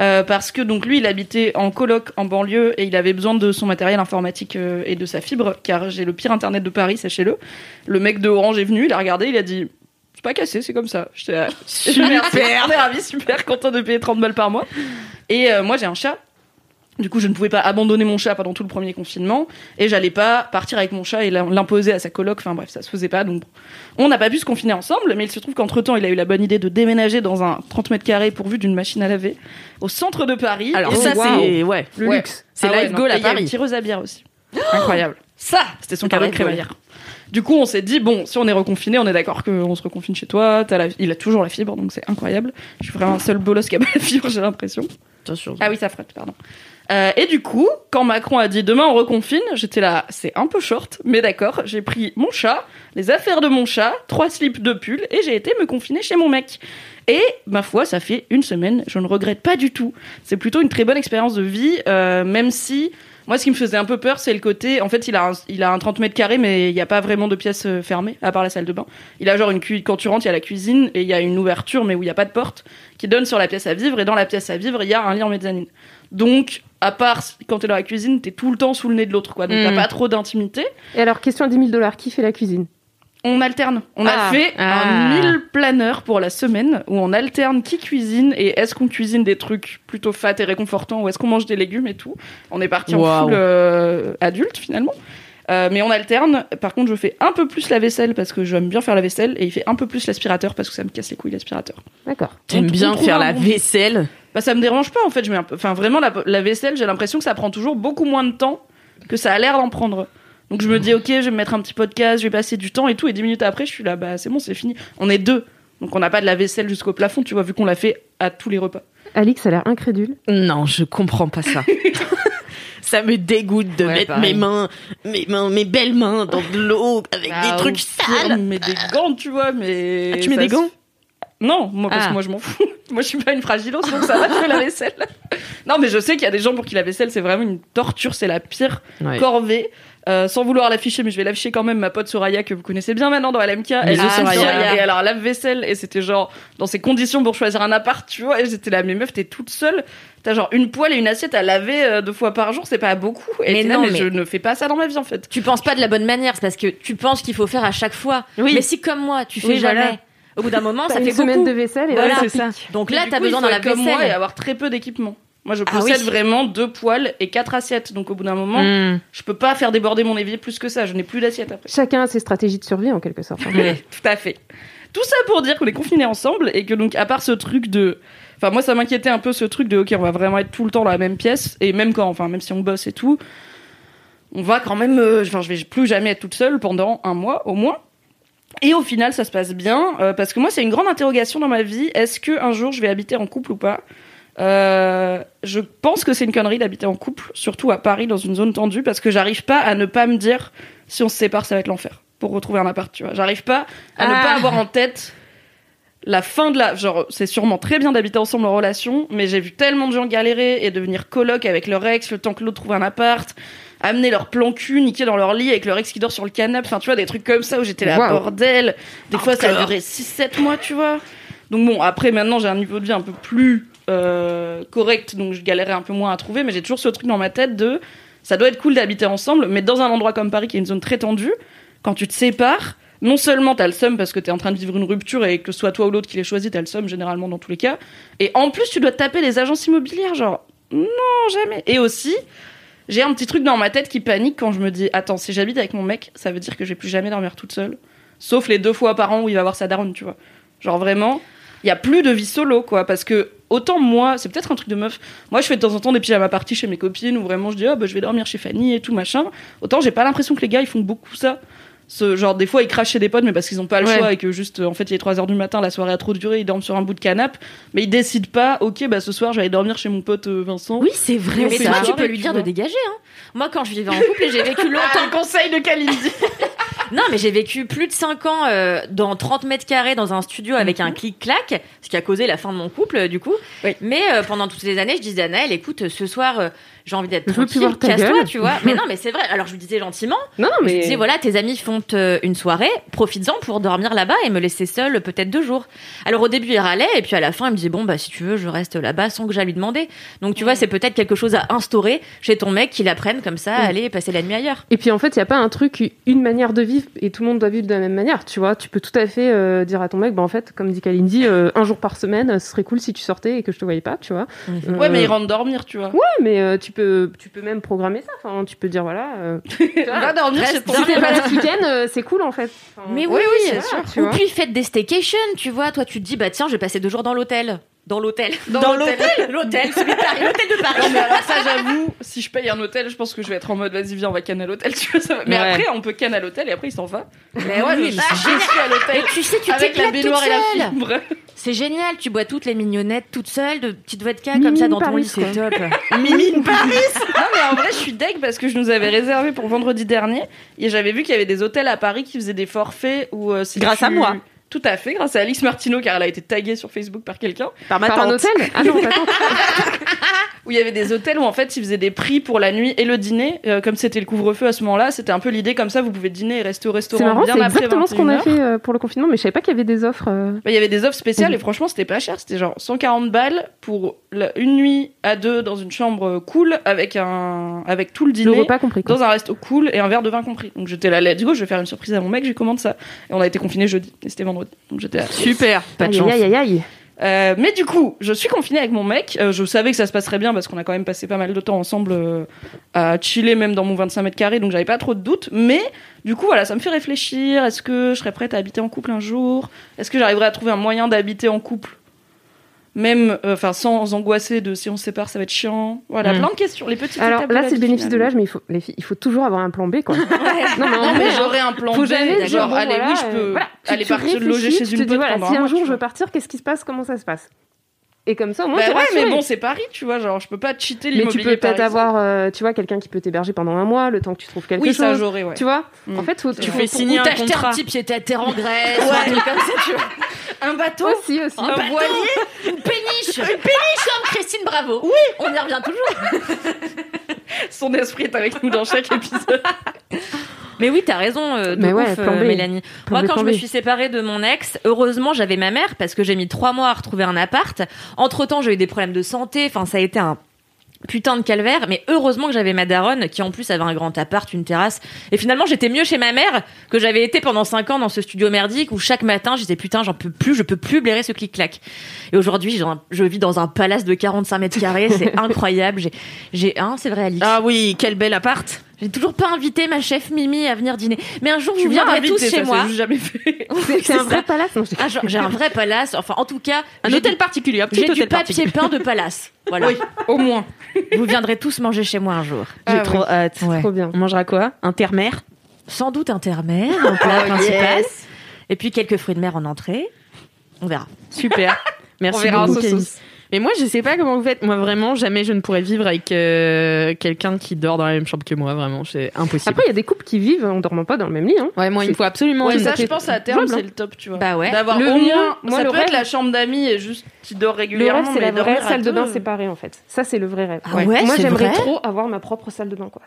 [SPEAKER 4] euh, parce que donc lui, il habitait en coloc en banlieue et il avait besoin de son matériel informatique euh, et de sa fibre, car j'ai le pire internet de Paris, sachez-le. Le mec de Orange est venu, il a regardé, il a dit c'est pas cassé, c'est comme ça. J'étais là, super, super ravi, super content de payer 30 balles par mois. Et euh, moi, j'ai un chat. Du coup, je ne pouvais pas abandonner mon chat pendant tout le premier confinement et j'allais pas partir avec mon chat et l'im- l'imposer à sa coloc. Enfin bref, ça se faisait pas. Donc, on n'a pas pu se confiner ensemble, mais il se trouve qu'entre temps, il a eu la bonne idée de déménager dans un 30 mètres carrés pourvu d'une machine à laver au centre de Paris.
[SPEAKER 2] Alors
[SPEAKER 4] Et
[SPEAKER 2] ça,
[SPEAKER 4] wow.
[SPEAKER 2] c'est... Ouais,
[SPEAKER 4] le luxe.
[SPEAKER 2] C'est
[SPEAKER 4] Ah ouais,
[SPEAKER 2] Life
[SPEAKER 4] non.
[SPEAKER 2] Goal
[SPEAKER 4] Et
[SPEAKER 2] à
[SPEAKER 4] il y a une
[SPEAKER 2] Paris.
[SPEAKER 4] tireuse à bière aussi. Incroyable.
[SPEAKER 3] Ça
[SPEAKER 4] C'était son
[SPEAKER 3] Ah
[SPEAKER 4] carré
[SPEAKER 3] ouais,
[SPEAKER 4] de crémaillère. Du coup, on s'est dit, bon, si on est reconfiné, on est d'accord qu'on se reconfine chez toi. t'as la- Il a toujours la fibre, donc c'est incroyable. Je suis vraiment un seul bolos qui a [laughs] pas la fibre, j'ai l'impression.
[SPEAKER 2] Attention.
[SPEAKER 4] Ah oui, ça frotte, pardon. Euh, et du coup, quand Macron a dit demain on reconfine, j'étais là, c'est un peu short, mais d'accord, j'ai pris mon chat, les affaires de mon chat, trois slips, deux pulls, et j'ai été me confiner chez mon mec. Et ma foi, ça fait une semaine, je ne regrette pas du tout. C'est plutôt une très bonne expérience de vie, euh, même si moi, ce qui me faisait un peu peur, c'est le côté. En fait, il a un, il a un 30 mètres carrés, mais il n'y a pas vraiment de pièces euh, fermées, à part la salle de bain. Il a genre une cuisine. Quand tu rentres, il y a la cuisine et il y a une ouverture, mais où il n'y a pas de porte, qui donne sur la pièce à vivre. Et dans la pièce à vivre, il y a un lit en mezzanine. Donc, à part si- quand tu es dans la cuisine, tu es tout le temps sous le nez de l'autre, quoi. Donc,
[SPEAKER 2] Mm.
[SPEAKER 4] t'as pas trop d'intimité.
[SPEAKER 5] Et alors question à 10 000 dollars, qui fait la cuisine
[SPEAKER 4] On alterne. On
[SPEAKER 2] Ah.
[SPEAKER 4] a fait
[SPEAKER 2] Ah.
[SPEAKER 4] un mille planeur pour la semaine où on alterne qui cuisine et est-ce qu'on cuisine des trucs plutôt fat et réconfortants ou est-ce qu'on mange des légumes et tout. On est parti en
[SPEAKER 2] Waouh.
[SPEAKER 4] full euh, adulte finalement. Euh, mais on alterne. Par contre, je fais un peu plus la vaisselle parce que j'aime bien faire la vaisselle et il fait un peu plus l'aspirateur parce que ça me casse les couilles l'aspirateur.
[SPEAKER 5] D'accord.
[SPEAKER 4] On-
[SPEAKER 2] T'aimes
[SPEAKER 4] on
[SPEAKER 2] bien
[SPEAKER 4] trouve
[SPEAKER 2] faire
[SPEAKER 4] un
[SPEAKER 2] la
[SPEAKER 4] bon-
[SPEAKER 2] vaisselle
[SPEAKER 4] Bah ça me dérange pas en fait. Je mets un peu... Enfin vraiment la, la vaisselle, j'ai l'impression que ça prend toujours beaucoup moins de temps que ça a l'air d'en prendre. Donc je me dis ok, je vais me mettre un petit podcast, je vais passer du temps et tout. Et dix minutes après, je suis là, bah c'est bon, c'est fini. On est deux, donc on n'a pas de la vaisselle jusqu'au plafond, tu vois, vu qu'on l'a fait à tous les repas.
[SPEAKER 5] Alix a l'air incrédule.
[SPEAKER 2] Non, je comprends pas
[SPEAKER 4] [laughs]
[SPEAKER 2] ça. ça me dégoûte de
[SPEAKER 3] Ouais,
[SPEAKER 2] mettre mes
[SPEAKER 3] pareil.
[SPEAKER 2] mains, mes mains, mes belles mains dans de l'eau avec
[SPEAKER 4] Bah,
[SPEAKER 3] Ah,
[SPEAKER 2] des trucs sales.
[SPEAKER 4] Je mets des gants, tu vois, mais
[SPEAKER 2] Ah, tu mets
[SPEAKER 4] ça
[SPEAKER 2] des
[SPEAKER 4] se-
[SPEAKER 2] gants
[SPEAKER 4] Non, moi parce
[SPEAKER 3] Ah.
[SPEAKER 4] que moi je m'en fous. [laughs] Moi, je suis pas une fragilos, donc ça va, je fais la vaisselle. [laughs] non, mais je sais qu'il y a des gens pour qui la vaisselle, c'est vraiment une torture, c'est la pire
[SPEAKER 9] Ouais.
[SPEAKER 4] corvée. Euh, sans vouloir l'afficher, mais je vais l'afficher quand même, ma pote Soraya, que vous connaissez bien maintenant dans LMK. Elle
[SPEAKER 3] Ah,
[SPEAKER 4] est Soraya.
[SPEAKER 3] Soraya.
[SPEAKER 4] Et alors, lave-vaisselle, et c'était genre, dans ces conditions pour choisir un appart, tu vois, et j'étais là, mais meuf, t'es toute seule. T'as genre une poêle et une assiette à laver euh, deux fois par jour, c'est pas beaucoup. Et
[SPEAKER 3] Mais
[SPEAKER 4] t'es là,
[SPEAKER 3] non,
[SPEAKER 4] mais
[SPEAKER 3] mais-
[SPEAKER 4] je ne fais pas ça dans ma vie, en fait.
[SPEAKER 3] Tu penses pas de la bonne manière, c'est parce que tu penses qu'il faut faire à chaque fois.
[SPEAKER 4] Oui.
[SPEAKER 3] Mais si comme moi, tu fais
[SPEAKER 4] Oui,
[SPEAKER 3] jamais,
[SPEAKER 4] voilà.
[SPEAKER 3] au bout d'un moment,
[SPEAKER 5] T'as
[SPEAKER 3] ça fait
[SPEAKER 5] une semaine
[SPEAKER 3] beaucoup.
[SPEAKER 5] de vaisselle et
[SPEAKER 3] Voilà.
[SPEAKER 5] ouais,
[SPEAKER 4] c'est ça.
[SPEAKER 3] Donc
[SPEAKER 4] Mais
[SPEAKER 3] là,
[SPEAKER 4] du
[SPEAKER 3] t'as
[SPEAKER 4] coup,
[SPEAKER 3] besoin
[SPEAKER 4] il
[SPEAKER 3] dans
[SPEAKER 4] faut
[SPEAKER 3] la
[SPEAKER 4] être comme moi et
[SPEAKER 3] vaisselle.
[SPEAKER 4] avoir très peu d'équipement. Moi, je
[SPEAKER 3] Ah
[SPEAKER 4] possède
[SPEAKER 3] oui. Mm.
[SPEAKER 4] vraiment deux poêles et quatre assiettes. Donc, au bout d'un moment, je peux pas faire déborder mon évier plus que ça. Je n'ai plus d'assiette après.
[SPEAKER 5] Chacun a ses stratégies de survie en quelque sorte. hein.
[SPEAKER 4] [laughs] Tout à fait. Tout ça pour dire qu'on est confinés ensemble et que donc, à part ce truc de. Enfin, moi, ça m'inquiétait un peu ce truc de, ok, on va vraiment être tout le temps dans la même pièce. Et même quand, enfin, même si on bosse et tout, on va quand même. euh, Enfin, je vais plus jamais être toute seule pendant un mois au moins. Et au final, ça se passe bien. euh, parce que moi, c'est une grande interrogation dans ma vie. Est-ce que un jour, je vais habiter en couple ou pas Euh, je pense que c'est une connerie d'habiter en couple, surtout à Paris, dans une zone tendue, parce que j'arrive pas à ne pas me dire si on se sépare, ça va être l'enfer pour retrouver un appart, tu vois. J'arrive pas à ne
[SPEAKER 3] Ah.
[SPEAKER 4] pas avoir en tête la fin de la. Genre, c'est sûrement très bien d'habiter ensemble en relation, mais j'ai vu tellement de gens galérer et devenir coloc avec leur ex le temps que l'autre trouve un appart, amener leur plan cul, niquer dans leur lit avec leur ex qui dort sur le canapé, enfin, tu vois, des trucs comme ça où j'étais là,
[SPEAKER 5] Wow.
[SPEAKER 4] bordel. Des fois, ça a duré 6-7 mois, tu vois. Donc bon, après maintenant j'ai un niveau de vie un peu plus euh, correct, donc je galérais un peu moins à trouver, mais j'ai toujours ce truc dans ma tête de ça doit être cool d'habiter ensemble, mais dans un endroit comme Paris qui est une zone très tendue, quand tu te sépares, non seulement t'as le seum parce que t'es en train de vivre une rupture et que ce soit toi ou l'autre qui l'ait choisi, t'as le seum généralement dans tous les cas, et en plus tu dois taper les agences immobilières, genre non jamais. Et aussi j'ai un petit truc dans ma tête qui panique quand je me dis attends si j'habite avec mon mec, ça veut dire que je vais plus jamais dormir toute seule, sauf les deux fois par an où il va voir sa daronne, tu vois. Genre vraiment, il y a plus de vie solo quoi parce que autant moi, c'est peut-être un truc de meuf. Moi je fais de temps en temps des pyjama parties chez mes copines où vraiment je dis oh bah, je vais dormir chez Fanny et tout machin. Autant j'ai pas l'impression que les gars ils font beaucoup ça. Ce genre des fois ils crachent chez des potes mais parce qu'ils ont pas le
[SPEAKER 9] Ouais.
[SPEAKER 4] choix et que juste euh, en fait il est 3 heures du matin, la soirée a trop duré, ils dorment sur un bout de canapé mais ils décident pas OK bah ce soir je vais aller dormir chez mon pote euh, Vincent.
[SPEAKER 3] Oui, c'est vrai.
[SPEAKER 4] Mais
[SPEAKER 3] Mais
[SPEAKER 4] c'est
[SPEAKER 3] toi,
[SPEAKER 4] vrai,
[SPEAKER 3] tu peux
[SPEAKER 4] tu
[SPEAKER 3] lui dire
[SPEAKER 4] vois.
[SPEAKER 3] de dégager. Hein. Moi, quand je vivais en couple et j'ai vécu longtemps.
[SPEAKER 4] conseil de Kalindi.
[SPEAKER 3] [laughs] Non, mais j'ai vécu plus de 5 ans euh, dans 30 mètres carrés dans un studio avec un clic-clac, ce qui a causé la fin de mon couple, euh, du coup.
[SPEAKER 4] Oui.
[SPEAKER 3] Mais euh, pendant toutes ces années, je disais à Naël, écoute, ce soir, euh, j'ai envie d'être
[SPEAKER 5] Je veux
[SPEAKER 3] tranquille,
[SPEAKER 5] plus voir ta
[SPEAKER 3] casse-toi,
[SPEAKER 5] gueule.
[SPEAKER 3] tu vois. mais non, mais c'est vrai. Alors, je lui disais gentiment,
[SPEAKER 5] Non, non,
[SPEAKER 3] je lui
[SPEAKER 5] mais.
[SPEAKER 3] disais, voilà, tes amis font euh, une soirée, profites-en pour dormir là-bas et me laisser seule euh, peut-être deux jours. Alors, au début, il râlait, et puis à la fin, il me disait, bon, bah, si tu veux, je reste là-bas sans que j'aille lui demander. Donc,
[SPEAKER 4] Mm.
[SPEAKER 3] tu vois, c'est peut-être quelque chose à instaurer chez ton mec, qu'il apprenne comme ça à
[SPEAKER 4] Mm.
[SPEAKER 5] Oui.
[SPEAKER 3] aller passer la nuit ailleurs.
[SPEAKER 5] Et puis en fait, il n'y a pas un truc, une manière de vivre et tout le monde doit vivre de la même manière, tu vois. Tu peux tout à fait euh, dire à ton mec, bah en fait, comme dit Kalindi, euh, un jour par semaine, ce serait cool si tu sortais et que je te voyais pas, tu vois. Euh,
[SPEAKER 4] Ouais mais ils rentrent dormir, tu vois.
[SPEAKER 5] Ouais, mais euh, tu, peux, tu peux même programmer ça, enfin, tu peux dire, voilà,
[SPEAKER 3] [laughs]
[SPEAKER 5] euh,
[SPEAKER 4] Va dormir
[SPEAKER 3] Reste
[SPEAKER 4] chez ton
[SPEAKER 5] si t'es
[SPEAKER 4] pote.
[SPEAKER 5] pas ce week-end, euh, c'est cool en fait. Enfin,
[SPEAKER 3] [laughs] Mais oui,
[SPEAKER 5] ouais,
[SPEAKER 3] oui,
[SPEAKER 5] c'est
[SPEAKER 3] sûr.
[SPEAKER 5] sûr, tu
[SPEAKER 3] Ou
[SPEAKER 5] vois.
[SPEAKER 3] puis faites des staycations, tu vois. Toi, tu te dis, bah tiens, je vais passer deux jours dans l'hôtel. Dans l'hôtel.
[SPEAKER 4] Dans l'hôtel
[SPEAKER 3] L'hôtel, celui de Paris. L'hôtel de Paris.
[SPEAKER 4] Non, mais alors ça, j'avoue, si je paye un hôtel, je pense que je vais être en mode vas-y, viens, on va canne à l'hôtel. [laughs] Tu vois, ça va. Mais
[SPEAKER 9] Ouais.
[SPEAKER 4] après, on peut canne à l'hôtel et après, il s'en va.
[SPEAKER 3] Mais
[SPEAKER 4] moi,
[SPEAKER 3] oui,
[SPEAKER 4] je,
[SPEAKER 3] mais c'est
[SPEAKER 4] je suis à l'hôtel
[SPEAKER 3] Et tu sais, tu
[SPEAKER 4] avec la
[SPEAKER 3] t'éclates toute
[SPEAKER 4] baignoire et la
[SPEAKER 3] seule.
[SPEAKER 4] fibre.
[SPEAKER 3] C'est génial, tu bois toutes les mignonnettes toute seule, de petites vodka comme
[SPEAKER 5] Mimi
[SPEAKER 3] ça dans ton
[SPEAKER 5] Paris,
[SPEAKER 3] lit, c'est top.
[SPEAKER 4] Mimine Paris [laughs] Non, mais en vrai, je suis deg parce que je nous avais réservé pour vendredi dernier et j'avais vu qu'il y avait des hôtels à Paris qui faisaient des forfaits ou
[SPEAKER 9] Grâce à moi.
[SPEAKER 4] Tout à fait, grâce à Alix Martineau, car elle a été taguée sur Facebook par quelqu'un.
[SPEAKER 9] Par ma
[SPEAKER 5] Par un
[SPEAKER 9] tante.
[SPEAKER 5] hôtel Ah non,
[SPEAKER 4] [laughs]
[SPEAKER 5] pas tant.
[SPEAKER 4] où il y avait des hôtels où en fait ils faisaient des prix pour la nuit et le dîner. Euh, comme c'était le couvre-feu à ce moment-là, c'était un peu l'idée comme ça, vous pouvez dîner et rester au
[SPEAKER 5] C'est
[SPEAKER 4] restaurant
[SPEAKER 5] marrant,
[SPEAKER 4] bien
[SPEAKER 5] c'est
[SPEAKER 4] après
[SPEAKER 5] exactement ce qu'on a
[SPEAKER 4] 21h.
[SPEAKER 5] fait euh, pour le confinement, mais je savais pas qu'il y avait des offres. euh.
[SPEAKER 4] Bah, Il y avait des offres spéciales et franchement, c'était pas cher. C'était genre 140 balles pour la- une nuit à deux dans une chambre euh, cool avec, un, avec tout le
[SPEAKER 5] Le
[SPEAKER 4] dîner.
[SPEAKER 5] repas compris. quoi.
[SPEAKER 4] dans un resto cool et un verre de vin compris. Donc j'étais là, let's go, je vais faire une surprise à mon mec, j'ai commandé ça. Et on a été confinés jeudi, et c'était vendredi. Donc j'étais là.
[SPEAKER 9] Super. Pas de
[SPEAKER 5] Aïe,
[SPEAKER 9] chance.
[SPEAKER 5] aïe, aïe, aïe.
[SPEAKER 4] Euh, mais du coup, je suis confinée avec mon mec. Euh, je savais que ça se passerait bien parce qu'on a quand même passé pas mal de temps ensemble euh, à chiller, même dans mon 25 mètres carrés, donc j'avais pas trop de doutes. Mais du coup, voilà, ça me fait réfléchir. Est-ce que je serais prête à habiter en couple un jour Est-ce que j'arriverai à trouver un moyen d'habiter en couple même, euh, enfin, sans angoisser de si on se sépare, ça va être chiant. Voilà,
[SPEAKER 5] Hmm.
[SPEAKER 9] Mm.
[SPEAKER 4] plein de questions. Les petites
[SPEAKER 5] Alors
[SPEAKER 4] étapes de
[SPEAKER 5] là,
[SPEAKER 4] la
[SPEAKER 5] c'est le
[SPEAKER 4] vie,
[SPEAKER 5] bénéfice de
[SPEAKER 4] finalement.
[SPEAKER 5] l'âge, mais il faut, les filles, il faut toujours avoir un plan B, quoi. Non, Ah, mais en
[SPEAKER 4] Non,
[SPEAKER 5] vrai,
[SPEAKER 4] mais j'aurais un plan
[SPEAKER 5] Faut
[SPEAKER 4] B,
[SPEAKER 5] jamais
[SPEAKER 4] genre,
[SPEAKER 5] dire, bon,
[SPEAKER 4] allez,
[SPEAKER 5] voilà,
[SPEAKER 4] oui, je peux
[SPEAKER 5] euh, voilà, tu-
[SPEAKER 4] aller
[SPEAKER 5] tu
[SPEAKER 4] partir loger
[SPEAKER 5] réfléchis,
[SPEAKER 4] chez
[SPEAKER 5] tu
[SPEAKER 4] une
[SPEAKER 5] te dis,
[SPEAKER 4] pote
[SPEAKER 5] voilà,
[SPEAKER 4] pendant
[SPEAKER 5] si
[SPEAKER 4] un
[SPEAKER 5] un
[SPEAKER 4] mois,
[SPEAKER 5] jour
[SPEAKER 4] tu
[SPEAKER 5] je veux
[SPEAKER 4] vois.
[SPEAKER 5] partir, qu'est-ce qui se passe Comment ça se passe Et comme ça, au moins,
[SPEAKER 4] Bah
[SPEAKER 5] t'es
[SPEAKER 4] ouais, mais
[SPEAKER 5] rassuré.
[SPEAKER 4] bon, c'est Paris, tu vois. Genre, je peux pas
[SPEAKER 5] Mais
[SPEAKER 4] cheater
[SPEAKER 5] tu
[SPEAKER 4] l'immobilier
[SPEAKER 5] peux peut-être
[SPEAKER 4] parisien.
[SPEAKER 5] avoir, euh, tu vois, quelqu'un qui peut t'héberger pendant un mois, le temps que tu trouves quelque
[SPEAKER 4] Oui, ça,
[SPEAKER 5] chose.
[SPEAKER 4] j'aurais, ouais.
[SPEAKER 5] Tu vois
[SPEAKER 4] Mm.
[SPEAKER 5] En fait, faut,
[SPEAKER 4] Tu
[SPEAKER 5] faut-
[SPEAKER 4] fais
[SPEAKER 5] faut-
[SPEAKER 4] signer
[SPEAKER 3] Ou
[SPEAKER 4] un
[SPEAKER 3] t'acheter un
[SPEAKER 4] contrat.
[SPEAKER 3] petit pied à terre en Grèce, ou un truc comme ça, tu vois.
[SPEAKER 4] un bateau,
[SPEAKER 5] Aussi, aussi.
[SPEAKER 4] un voilier. [laughs] hein,
[SPEAKER 3] Une péniche Une péniche comme Christine Bravo Oui On y revient toujours
[SPEAKER 4] [laughs] Son esprit est avec nous dans chaque épisode.
[SPEAKER 3] Mais oui, t'as raison, euh, de
[SPEAKER 5] Mais ouais,
[SPEAKER 3] ouf,
[SPEAKER 5] plan
[SPEAKER 3] euh,
[SPEAKER 5] B.
[SPEAKER 3] Mélanie.
[SPEAKER 5] Plan
[SPEAKER 3] Moi,
[SPEAKER 5] B,
[SPEAKER 3] quand
[SPEAKER 5] plan
[SPEAKER 3] je me
[SPEAKER 5] B.
[SPEAKER 3] suis séparée de mon ex, heureusement, j'avais ma mère, parce que j'ai mis trois mois à retrouver un appart. Entre-temps, j'ai eu des problèmes de santé, enfin, ça a été un putain de calvaire, mais heureusement que j'avais ma daronne, qui en plus avait un grand appart, une terrasse. Et finalement, j'étais mieux chez ma mère que j'avais été pendant cinq ans dans ce studio merdique où chaque matin, j'étais putain, j'en peux plus, je peux plus blairer ce clic-clac. Et aujourd'hui, j'ai un- je vis dans un palace de 45 mètres carrés,
[SPEAKER 5] [laughs]
[SPEAKER 3] c'est incroyable. J'ai, j'ai, hein, c'est vrai, Alice.
[SPEAKER 2] Ah oui, quel bel appart.
[SPEAKER 3] J'ai toujours pas invité ma chef Mimi à venir dîner. Mais un jour, vous
[SPEAKER 4] Tu viens
[SPEAKER 3] viendrez
[SPEAKER 4] inviter,
[SPEAKER 3] tous
[SPEAKER 4] ça,
[SPEAKER 3] chez
[SPEAKER 4] c'est
[SPEAKER 3] moi. [laughs]
[SPEAKER 4] juste jamais fait.
[SPEAKER 5] C'est- C'est un vrai palace. Non, je-
[SPEAKER 3] Ah, genre, j'ai un vrai palace. Enfin, en tout cas,
[SPEAKER 2] Un
[SPEAKER 3] j'ai
[SPEAKER 2] hôtel
[SPEAKER 3] du-
[SPEAKER 2] particulier, un petit
[SPEAKER 3] J'ai
[SPEAKER 2] hôtel
[SPEAKER 3] du papier
[SPEAKER 2] particulier.
[SPEAKER 3] peint de palace. Voilà.
[SPEAKER 4] Oui, au moins.
[SPEAKER 3] Vous viendrez tous manger chez moi un jour.
[SPEAKER 4] Ah ouais.
[SPEAKER 3] hâte. Ouais.
[SPEAKER 5] Trop bien.
[SPEAKER 2] On mangera quoi Un terre-mer
[SPEAKER 3] Sans doute un terre-mer, un plat principal. Et puis quelques fruits de mer en entrée. On verra.
[SPEAKER 2] Super.
[SPEAKER 4] On
[SPEAKER 2] Merci
[SPEAKER 4] verra en
[SPEAKER 2] beaucoup,
[SPEAKER 4] sauce.
[SPEAKER 2] Camille. Mais moi, je sais pas comment vous faites. Moi, vraiment, jamais je ne pourrais vivre avec euh, quelqu'un qui dort dans la même chambre que moi. Vraiment, c'est impossible.
[SPEAKER 5] Après, il y a des couples qui vivent en dormant pas dans le même lit. Hein.
[SPEAKER 2] ouais, moi, il me faut absolument
[SPEAKER 4] Ouais,
[SPEAKER 2] une-
[SPEAKER 4] ça, je pense à terme,
[SPEAKER 5] Jouable, hein.
[SPEAKER 4] c'est le top, tu vois.
[SPEAKER 3] Bah ouais.
[SPEAKER 4] D'avoir
[SPEAKER 5] Le
[SPEAKER 4] au
[SPEAKER 5] mien,
[SPEAKER 4] moins,
[SPEAKER 5] moi,
[SPEAKER 4] ça
[SPEAKER 5] le
[SPEAKER 4] peut être
[SPEAKER 5] rêve-
[SPEAKER 4] la chambre d'amis et juste tu dors
[SPEAKER 5] Le rêve,
[SPEAKER 4] régulièrement.
[SPEAKER 5] c'est la
[SPEAKER 4] mais
[SPEAKER 5] vraie
[SPEAKER 4] dormir à
[SPEAKER 5] salle de
[SPEAKER 4] deux,
[SPEAKER 5] bain séparée, en fait. Ça, c'est le vrai rêve.
[SPEAKER 3] Ah ouais,
[SPEAKER 5] Moi,
[SPEAKER 3] c'est
[SPEAKER 5] j'aimerais
[SPEAKER 3] vrai
[SPEAKER 5] trop avoir ma propre salle de bain. quoi.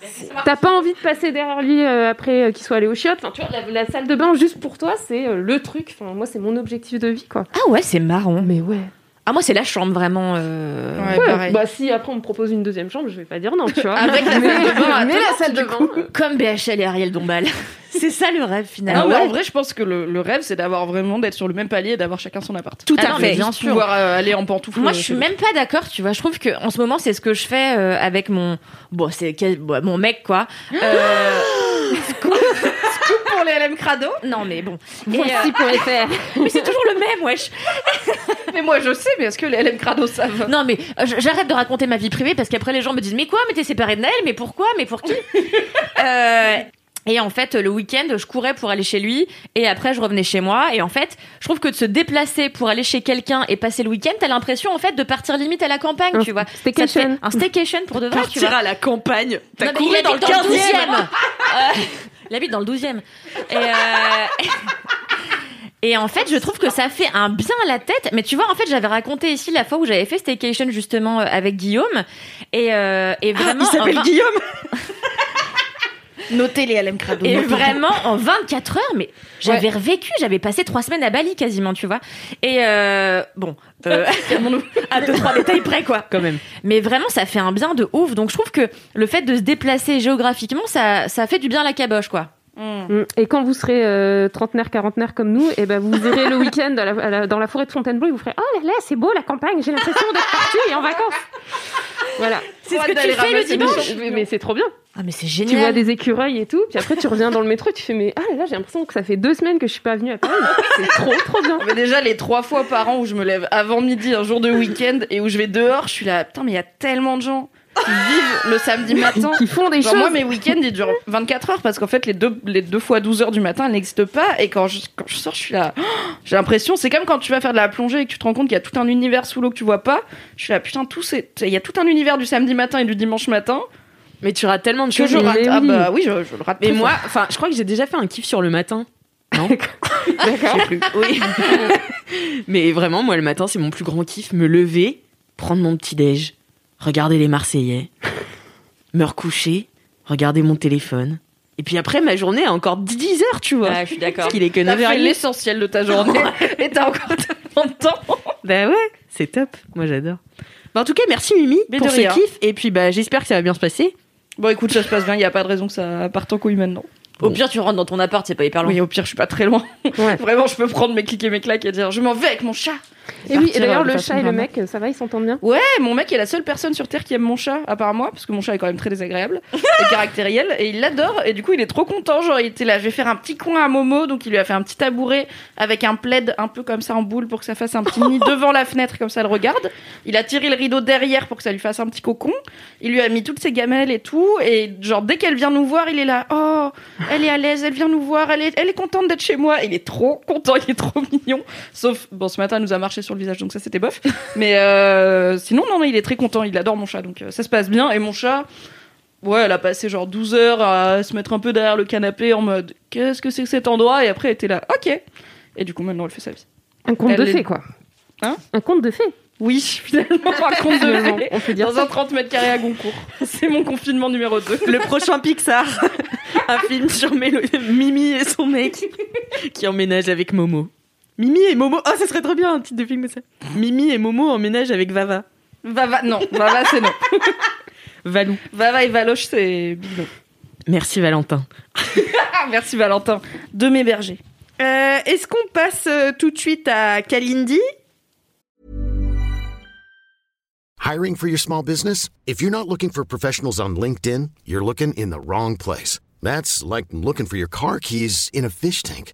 [SPEAKER 5] T'as pas envie de passer derrière lui euh, après euh, qu'il soit allé au chiottes. Enfin, tu vois, la, la salle de bain, juste pour toi, c'est euh, le truc. Enfin, moi, c'est mon objectif de vie, quoi.
[SPEAKER 3] Ah ouais, c'est marrant.
[SPEAKER 5] Mais ouais.
[SPEAKER 3] Ah, moi, c'est la chambre vraiment. euh,
[SPEAKER 4] Ouais,
[SPEAKER 5] Ouais,
[SPEAKER 4] pareil.
[SPEAKER 5] bah, si après on me propose une deuxième chambre, je vais pas dire non, tu vois.
[SPEAKER 3] Ah,
[SPEAKER 4] Avec
[SPEAKER 3] [laughs]
[SPEAKER 4] la salle de bain à
[SPEAKER 5] Mais
[SPEAKER 4] toi,
[SPEAKER 5] la salle de
[SPEAKER 4] du
[SPEAKER 5] bain.
[SPEAKER 4] coup.
[SPEAKER 5] euh,
[SPEAKER 3] Comme BHL et Ariel Dombal. [laughs] c'est ça le rêve
[SPEAKER 4] Non,
[SPEAKER 3] finalement.
[SPEAKER 4] mais en vrai, je pense que le, le rêve, c'est d'avoir vraiment d'être sur le même palier et d'avoir chacun son appart.
[SPEAKER 3] Tout
[SPEAKER 4] Ah
[SPEAKER 3] à
[SPEAKER 4] non,
[SPEAKER 3] fait,
[SPEAKER 4] mais
[SPEAKER 3] bien
[SPEAKER 4] juste
[SPEAKER 3] sûr.
[SPEAKER 4] Pouvoir euh, aller en pantoufle.
[SPEAKER 3] Moi, je suis même pas d'accord, tu vois. Je trouve que en ce moment, c'est ce que je fais euh, avec mon bon, c'est quel- bon, mon mec
[SPEAKER 4] [gasps]
[SPEAKER 3] quoi. Euh,
[SPEAKER 4] pour les LM Crado.
[SPEAKER 3] non, mais bon. Et, euh,
[SPEAKER 5] Voici pour les faire.
[SPEAKER 3] [laughs] mais c'est toujours le même, wesh.
[SPEAKER 4] Mais moi, je sais, mais est-ce que les LM Crado savent
[SPEAKER 3] Non, mais euh, j- j'arrête de raconter ma vie privée parce qu'après les gens me disent mais quoi, mais t'es séparé de Naël, mais pourquoi, mais pour
[SPEAKER 4] [laughs]
[SPEAKER 3] qui Euh, Et en fait, le week-end, je courais pour aller chez lui et après, je revenais chez moi. Et en fait, je trouve que de se déplacer pour aller chez quelqu'un et passer le week-end, t'as l'impression en fait de partir limite à la campagne, tu vois.
[SPEAKER 5] [laughs] C'était
[SPEAKER 3] Ça te fait
[SPEAKER 5] question.
[SPEAKER 3] un staycation pour de vrai, tu vois.
[SPEAKER 2] à la campagne.
[SPEAKER 3] Non, mais il habite dans le [laughs] 12e. Euh, Il habite dans le 12e. Et, euh, [laughs] et en fait, je trouve que ça fait un bien à la tête. Mais tu vois, en fait, j'avais raconté ici la fois où j'avais fait Staycation justement euh, avec Guillaume. Et, euh, et vraiment. en vingt-
[SPEAKER 2] [laughs] Guillaume.
[SPEAKER 4] Notez les LM Crado.
[SPEAKER 3] et vraiment, en 24 heures, mais j'avais revécu, j'avais passé trois semaines à Bali quasiment, tu vois. Et euh, bon, euh, à deux, trois détails près, quoi.
[SPEAKER 2] Quand même.
[SPEAKER 3] Mais vraiment, ça fait un bien de ouf. Donc, je trouve que le fait de se déplacer géographiquement, ça, ça fait du bien à la caboche, quoi.
[SPEAKER 4] Hmm.
[SPEAKER 5] Mm. Et quand vous serez euh, trentenaire, quarantenaire comme nous, et ben vous irez le week-end à la- à la- dans la forêt de Fontainebleau et vous ferez Oh là là, c'est beau la campagne, j'ai l'impression d'être partie et en vacances. Voilà.
[SPEAKER 3] C'est ce que tu fais le dimanche.
[SPEAKER 5] Mais, mais c'est trop bien.
[SPEAKER 3] Ah, mais c'est
[SPEAKER 5] Tu vois
[SPEAKER 3] génial.
[SPEAKER 5] des écureuils et tout, puis après tu reviens dans le métro et tu fais Mais ah là là, j'ai l'impression que ça fait deux semaines que je suis pas venue à Paris. C'est trop trop bien.
[SPEAKER 4] Mais déjà, les trois fois par an où je me lève avant midi, un jour de week-end, et où je vais dehors, je suis là, putain, mais il y a tellement de gens qui vivent le samedi matin.
[SPEAKER 5] Qui font des
[SPEAKER 4] Genre
[SPEAKER 5] choses.
[SPEAKER 4] moi mes week-ends ils durent 24 heures parce qu'en fait les deux, les deux fois 12 heures du matin elles n'existent pas et quand je, quand je sors je suis là oh, j'ai l'impression c'est comme quand tu vas faire de la plongée et que tu te rends compte qu'il y a tout un univers sous l'eau que tu vois pas je suis là putain tout c'est il y a tout un univers du samedi matin et du dimanche matin
[SPEAKER 2] Mais tu rates tellement de
[SPEAKER 4] que
[SPEAKER 2] choses.
[SPEAKER 4] je
[SPEAKER 5] Mais
[SPEAKER 4] rate
[SPEAKER 5] oui.
[SPEAKER 4] ah bah oui je, je le rate
[SPEAKER 2] Mais
[SPEAKER 4] très
[SPEAKER 2] moi, enfin, je crois que j'ai déjà fait un kiff sur le matin. Non
[SPEAKER 5] D'accord.
[SPEAKER 2] Oui. Mais vraiment, moi, le matin, c'est mon plus grand kiff. Me lever, prendre mon petit-déj, regarder les Marseillais, me recoucher, regarder mon téléphone. Et puis après, ma journée a encore 10 heures, tu vois.
[SPEAKER 3] Ah, je suis d'accord.
[SPEAKER 2] Parce qu'il est que
[SPEAKER 4] fort.
[SPEAKER 2] 9
[SPEAKER 4] t'as fait
[SPEAKER 2] h
[SPEAKER 4] l'essentiel de ta journée [laughs] et t'as encore tellement de temps
[SPEAKER 2] Bah ouais, c'est top. Moi, j'adore. Bah, en tout cas, merci Mimi
[SPEAKER 4] Mais
[SPEAKER 2] pour
[SPEAKER 4] de
[SPEAKER 2] ce
[SPEAKER 4] rien.
[SPEAKER 2] kiff. Et puis, bah, j'espère que ça va bien se passer.
[SPEAKER 4] bon écoute ça se passe bien il y a pas de raison que ça parte en couille maintenant
[SPEAKER 3] Au pire, tu rentres dans ton appart, c'est pas hyper long.
[SPEAKER 4] oui au pire je suis pas très loin [laughs] vraiment je peux prendre mes clics et mes claques et dire je m'en vais avec mon chat
[SPEAKER 5] Et oui, et
[SPEAKER 4] Partir,
[SPEAKER 5] d'ailleurs
[SPEAKER 4] euh, de
[SPEAKER 5] le
[SPEAKER 4] façon
[SPEAKER 5] chat et le
[SPEAKER 4] vraiment.
[SPEAKER 5] mec, ça va, ils s'entendent bien.
[SPEAKER 4] Ouais, mon mec est la seule personne sur Terre qui aime mon chat, à part moi, parce que mon chat est quand même très désagréable [laughs] et caractériel, et il l'adore, et du coup il est trop content, genre il était là, je vais faire un petit coin à Momo, donc il lui a fait un petit tabouret avec un plaid un peu comme ça en boule pour que ça fasse un petit nid devant la fenêtre, comme ça le regarde. Il a tiré le rideau derrière pour que ça lui fasse un petit cocon, il lui a mis toutes ses gamelles et tout, et genre dès qu'elle vient nous voir, il est là, oh, elle est à l'aise, elle vient nous voir, elle est, elle est contente d'être chez moi, il est trop content, il est trop mignon, sauf, bon ce matin il nous a marché sur le visage, donc ça c'était bof. Mais euh, sinon, non, non, il est très content, il adore mon chat, donc euh, ça se passe bien. Et mon chat, ouais, elle a passé genre 12 heures à se mettre un peu derrière le canapé en mode qu'est-ce que c'est que cet endroit Et après, elle était là, ok. Et du coup, maintenant, elle fait sa vie.
[SPEAKER 5] Un conte
[SPEAKER 4] Elle
[SPEAKER 5] de
[SPEAKER 4] est-
[SPEAKER 5] fées, quoi.
[SPEAKER 4] Hein
[SPEAKER 5] Un conte de fées.
[SPEAKER 4] Oui, [laughs] finalement, par contre,
[SPEAKER 5] Finalement,
[SPEAKER 4] de
[SPEAKER 5] on peut dire
[SPEAKER 4] dans un
[SPEAKER 5] ça.
[SPEAKER 4] 30 mètres carrés à Goncourt. [laughs] C'est mon confinement numéro 2.
[SPEAKER 2] Le prochain Pixar, un film sur Mélo- Mimi et son mec qui emménage avec Momo. Mimi et Momo, oh ça serait trop bien un titre de film comme ça. Mimi et Momo emménagent avec Vava.
[SPEAKER 4] Vava, non, Vava, c'est non.
[SPEAKER 2] Valou.
[SPEAKER 4] Vava et Valoche, c'est big no.
[SPEAKER 2] Merci Valentin.
[SPEAKER 4] Ah, merci Valentin de m'héberger.
[SPEAKER 2] Euh, Est-ce qu'on passe euh, tout de suite à Kalindi
[SPEAKER 10] Hiring for your small business? If you're not looking for professionals on LinkedIn, you're looking in the wrong place. That's like looking for your car keys in a fish tank.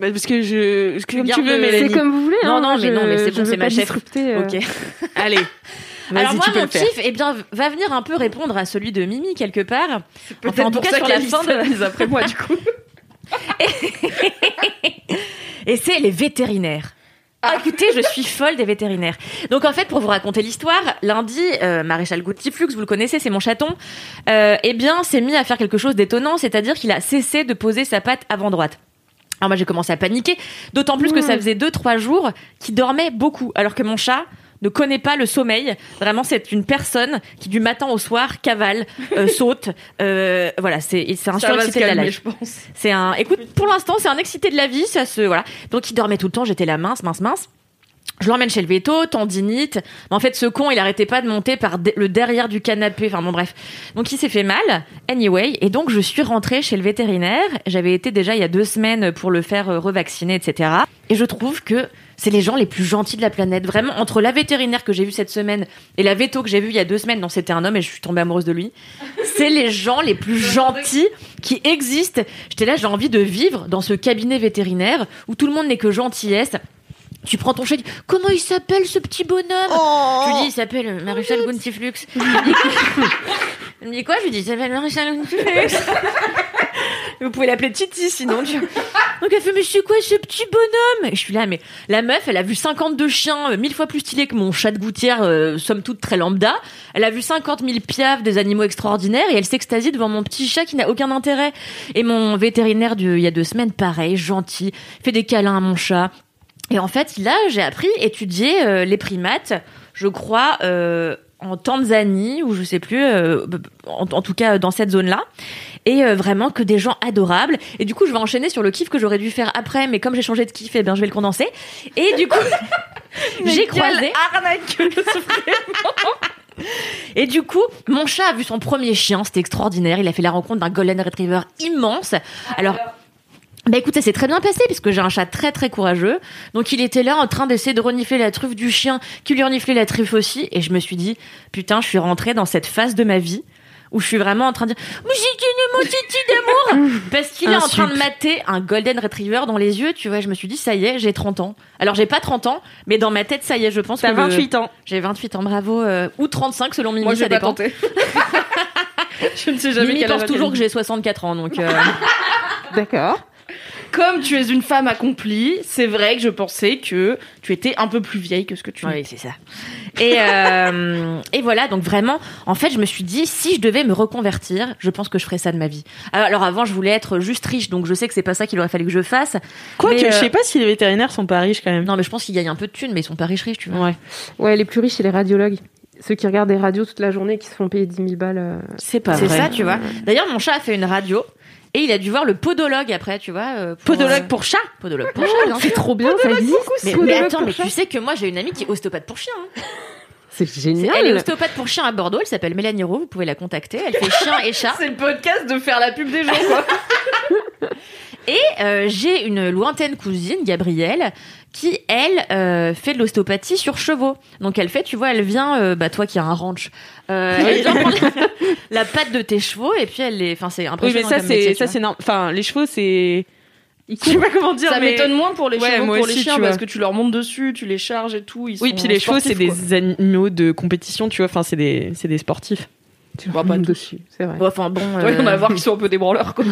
[SPEAKER 2] Bah, Parce que je. ce que- Comme tu
[SPEAKER 3] Garde
[SPEAKER 2] veux,
[SPEAKER 3] le-
[SPEAKER 2] Mélanie.
[SPEAKER 5] C'est comme vous voulez.
[SPEAKER 3] Non,
[SPEAKER 5] hein,
[SPEAKER 3] non,
[SPEAKER 5] moi,
[SPEAKER 3] mais
[SPEAKER 5] je-
[SPEAKER 3] non, mais c'est
[SPEAKER 5] je
[SPEAKER 3] bon,
[SPEAKER 5] veux
[SPEAKER 3] c'est
[SPEAKER 5] pas
[SPEAKER 3] ma chef.
[SPEAKER 5] disrupter, euh,
[SPEAKER 3] Ok.
[SPEAKER 4] [laughs]
[SPEAKER 2] Allez.
[SPEAKER 3] Alors
[SPEAKER 2] Vas-y,
[SPEAKER 3] moi,
[SPEAKER 2] tu peux
[SPEAKER 3] mon
[SPEAKER 2] le faire.
[SPEAKER 3] kiff, eh bien, va venir un peu répondre à celui de Mimi quelque part. Enfin, en tout
[SPEAKER 4] pour
[SPEAKER 3] cas,
[SPEAKER 4] ça
[SPEAKER 3] sur
[SPEAKER 4] que
[SPEAKER 3] la
[SPEAKER 4] liste
[SPEAKER 2] [laughs]
[SPEAKER 3] fin de...
[SPEAKER 4] analyse après moi, du coup.
[SPEAKER 3] Et c'est les vétérinaires. Ah, écoutez, je suis folle des vétérinaires. Donc en fait, pour vous raconter l'histoire, lundi, euh, Maréchal Goutiflux, vous le connaissez, c'est mon chaton, euh, eh bien, s'est mis à faire quelque chose d'étonnant, c'est-à-dire qu'il a cessé de poser sa patte avant droite. Alors moi, j'ai commencé à paniquer, d'autant
[SPEAKER 4] Hmm.
[SPEAKER 3] plus que ça faisait deux, trois jours qu'il dormait beaucoup, alors que mon chat ne connaît pas le sommeil. Vraiment, c'est une personne qui du matin au soir cavale,
[SPEAKER 4] [laughs]
[SPEAKER 3] euh, saute. euh, voilà, c'est c'est un
[SPEAKER 4] Ça va se
[SPEAKER 3] surexcité de la
[SPEAKER 4] calmer,
[SPEAKER 3] life.
[SPEAKER 4] je pense.
[SPEAKER 3] C'est un. Écoute, pour l'instant, c'est un excité de la vie, ça se. Voilà. Donc, il dormait tout le temps, j'étais la mince, mince, mince. Je l'emmène chez le veto, tendinite. Mais en fait, ce con, il arrêtait pas de monter par de- le derrière du canapé. Enfin, bon, bref. Donc, il s'est fait mal. Anyway. Et donc, je suis rentrée chez le vétérinaire. J'avais été déjà il y a deux semaines pour le faire euh, revacciner, etc. Et je trouve que c'est les gens les plus gentils de la planète. Vraiment, entre la vétérinaire que j'ai vue cette semaine et la veto que j'ai vue il y a deux semaines, non, c'était un homme et je suis tombée amoureuse de lui. C'est les gens les plus gentils qui existent. J'étais là, j'ai envie de vivre dans ce cabinet vétérinaire où tout le monde n'est que gentillesse. Tu prends ton chat, tu dis, comment il s'appelle ce petit bonhomme Je lui dis, il s'appelle euh, Maréchal Guntiflux. Il me dit, [laughs] Il me dit quoi Je lui dis, il s'appelle Maréchal Guntiflux. [laughs] Vous pouvez l'appeler Titi sinon. tu vois. Donc elle fait, mais c'est quoi ce petit bonhomme Et Je suis là, mais la meuf, elle a vu 52 chiens, euh, mille fois plus stylés que mon chat de gouttière, euh, somme toute très lambda. Elle a vu 50 000 piafs des animaux extraordinaires et elle s'extasie devant mon petit chat qui n'a aucun intérêt. Et mon vétérinaire du- il y a deux semaines, pareil, gentil, fait des câlins à mon chat. Et en fait, là, j'ai appris étudier euh, les primates, je crois, euh, en Tanzanie, ou je sais plus, euh, en, en tout cas dans cette zone-là. Et euh, vraiment que des gens adorables. Et du coup, je vais enchaîner sur le kiff que j'aurais dû faire après, mais comme j'ai changé de kiff, eh bien, je vais le condenser. Et du coup, j'ai croisé. [laughs] Et du coup, mon chat a vu son premier chien, c'était extraordinaire. Il a fait la rencontre d'un golden retriever immense. Alors. Bah écoute, ça s'est très bien passé puisque j'ai un chat très très courageux. Donc il était là en train d'essayer de renifler la truffe du chien qui lui reniflait la truffe aussi. Et je me suis dit, putain, je suis rentrée dans cette phase de ma vie où je suis vraiment en train de dire, mais j'ai une multitude d'amour Parce qu'il est en train de mater un golden retriever dans les yeux, tu vois. Je me suis dit, ça y est, j'ai 30 ans. Alors j'ai pas 30 ans, mais dans ma tête, ça y est, je pense que
[SPEAKER 2] T'as
[SPEAKER 3] le-
[SPEAKER 2] 28 ans.
[SPEAKER 3] j'ai 28 ans, bravo. euh, ou 35 selon Mimi,
[SPEAKER 4] Moi, je
[SPEAKER 3] ça
[SPEAKER 4] vais pas
[SPEAKER 3] dépend.
[SPEAKER 4] [laughs] tenter. je ne sais jamais
[SPEAKER 3] Mimi
[SPEAKER 4] quelle
[SPEAKER 3] pense
[SPEAKER 4] âge
[SPEAKER 3] toujours
[SPEAKER 4] elle
[SPEAKER 3] que j'ai 64
[SPEAKER 2] [laughs]
[SPEAKER 3] ans, donc... euh,
[SPEAKER 5] D'accord.
[SPEAKER 4] a. Comme tu es une femme accomplie, c'est vrai que je pensais que tu étais un peu plus vieille que ce que tu es.
[SPEAKER 3] Oui, c'est ça. Et, euh, et voilà, donc vraiment, en fait, je me suis dit, si je devais me reconvertir, je pense que je ferais ça de ma vie. Euh, Alors avant, je voulais être juste riche, donc je sais que c'est pas ça qu'il aurait fallu que je fasse.
[SPEAKER 2] Quoique,
[SPEAKER 3] Mais, euh,
[SPEAKER 2] je sais pas si les vétérinaires sont pas riches quand même.
[SPEAKER 3] Non, mais je pense qu'ils gagnent un peu de thunes, mais ils sont pas riches riches, tu vois.
[SPEAKER 2] Ouais.
[SPEAKER 5] Ouais, les plus riches, c'est les radiologues. Ceux qui regardent des radios toute la journée et qui se font payer 10 000 balles. euh.
[SPEAKER 2] C'est pas
[SPEAKER 3] C'est
[SPEAKER 2] vrai.
[SPEAKER 3] ça, tu vois. D'ailleurs, mon chat a fait une radio. Et il a dû voir le podologue après, tu vois. euh, pour,
[SPEAKER 2] Podologue
[SPEAKER 3] euh,
[SPEAKER 2] pour chat
[SPEAKER 3] Podologue
[SPEAKER 2] [laughs]
[SPEAKER 3] pour chat, Ah, bien
[SPEAKER 5] C'est
[SPEAKER 3] sûr.
[SPEAKER 5] trop bien, ça existe.
[SPEAKER 3] Mais, mais
[SPEAKER 5] Podologue
[SPEAKER 3] attends,
[SPEAKER 5] pour
[SPEAKER 3] mais
[SPEAKER 5] chat.
[SPEAKER 3] tu sais que moi j'ai une amie qui est ostéopathe pour chien. hein.
[SPEAKER 5] C'est génial.
[SPEAKER 3] Elle est ostéopathe pour chien à Bordeaux, elle s'appelle Mélanie
[SPEAKER 2] [laughs]
[SPEAKER 3] Roux, vous pouvez la contacter, elle fait chien et chat.
[SPEAKER 4] C'est le podcast de faire la pub des gens, quoi.
[SPEAKER 3] Et euh, j'ai une lointaine cousine, Gabrielle, qui, elle, euh, fait de l'ostéopathie sur chevaux. Donc elle fait, tu vois, elle vient, euh, bah toi qui as un ranch, euh, elle
[SPEAKER 2] [laughs]
[SPEAKER 3] vient prendre la, la patte de tes chevaux et puis elle les... Enfin, c'est
[SPEAKER 2] Oui, mais
[SPEAKER 3] impressionnant
[SPEAKER 2] ça,
[SPEAKER 3] comme métier,
[SPEAKER 2] c'est
[SPEAKER 3] tu
[SPEAKER 2] ça
[SPEAKER 3] vois.
[SPEAKER 2] c'est normal. Enfin, les chevaux, c'est. [laughs] Je sais pas comment dire,
[SPEAKER 4] ça
[SPEAKER 2] mais-
[SPEAKER 4] m'étonne moins pour les
[SPEAKER 2] Ouais,
[SPEAKER 4] chevaux,
[SPEAKER 2] moi
[SPEAKER 4] pour les
[SPEAKER 2] aussi,
[SPEAKER 4] chiens,
[SPEAKER 2] tu
[SPEAKER 4] parce
[SPEAKER 2] vois.
[SPEAKER 4] que tu leur montes dessus, tu les charges et tout. Ils
[SPEAKER 2] Oui,
[SPEAKER 4] sont
[SPEAKER 2] puis les chevaux, c'est
[SPEAKER 4] sportifs, quoi.
[SPEAKER 2] des animaux de compétition, tu vois. Enfin, c'est des, c'est des sportifs. [laughs]
[SPEAKER 5] Tu
[SPEAKER 4] vois pas
[SPEAKER 2] Mmh.
[SPEAKER 5] remontes
[SPEAKER 4] tout.
[SPEAKER 5] dessus, c'est vrai.
[SPEAKER 3] Bon, Enfin bon...
[SPEAKER 4] Ouais,
[SPEAKER 3] euh,
[SPEAKER 4] on va voir qu'ils sont un peu des
[SPEAKER 2] [laughs]
[SPEAKER 4] branleurs, quoi.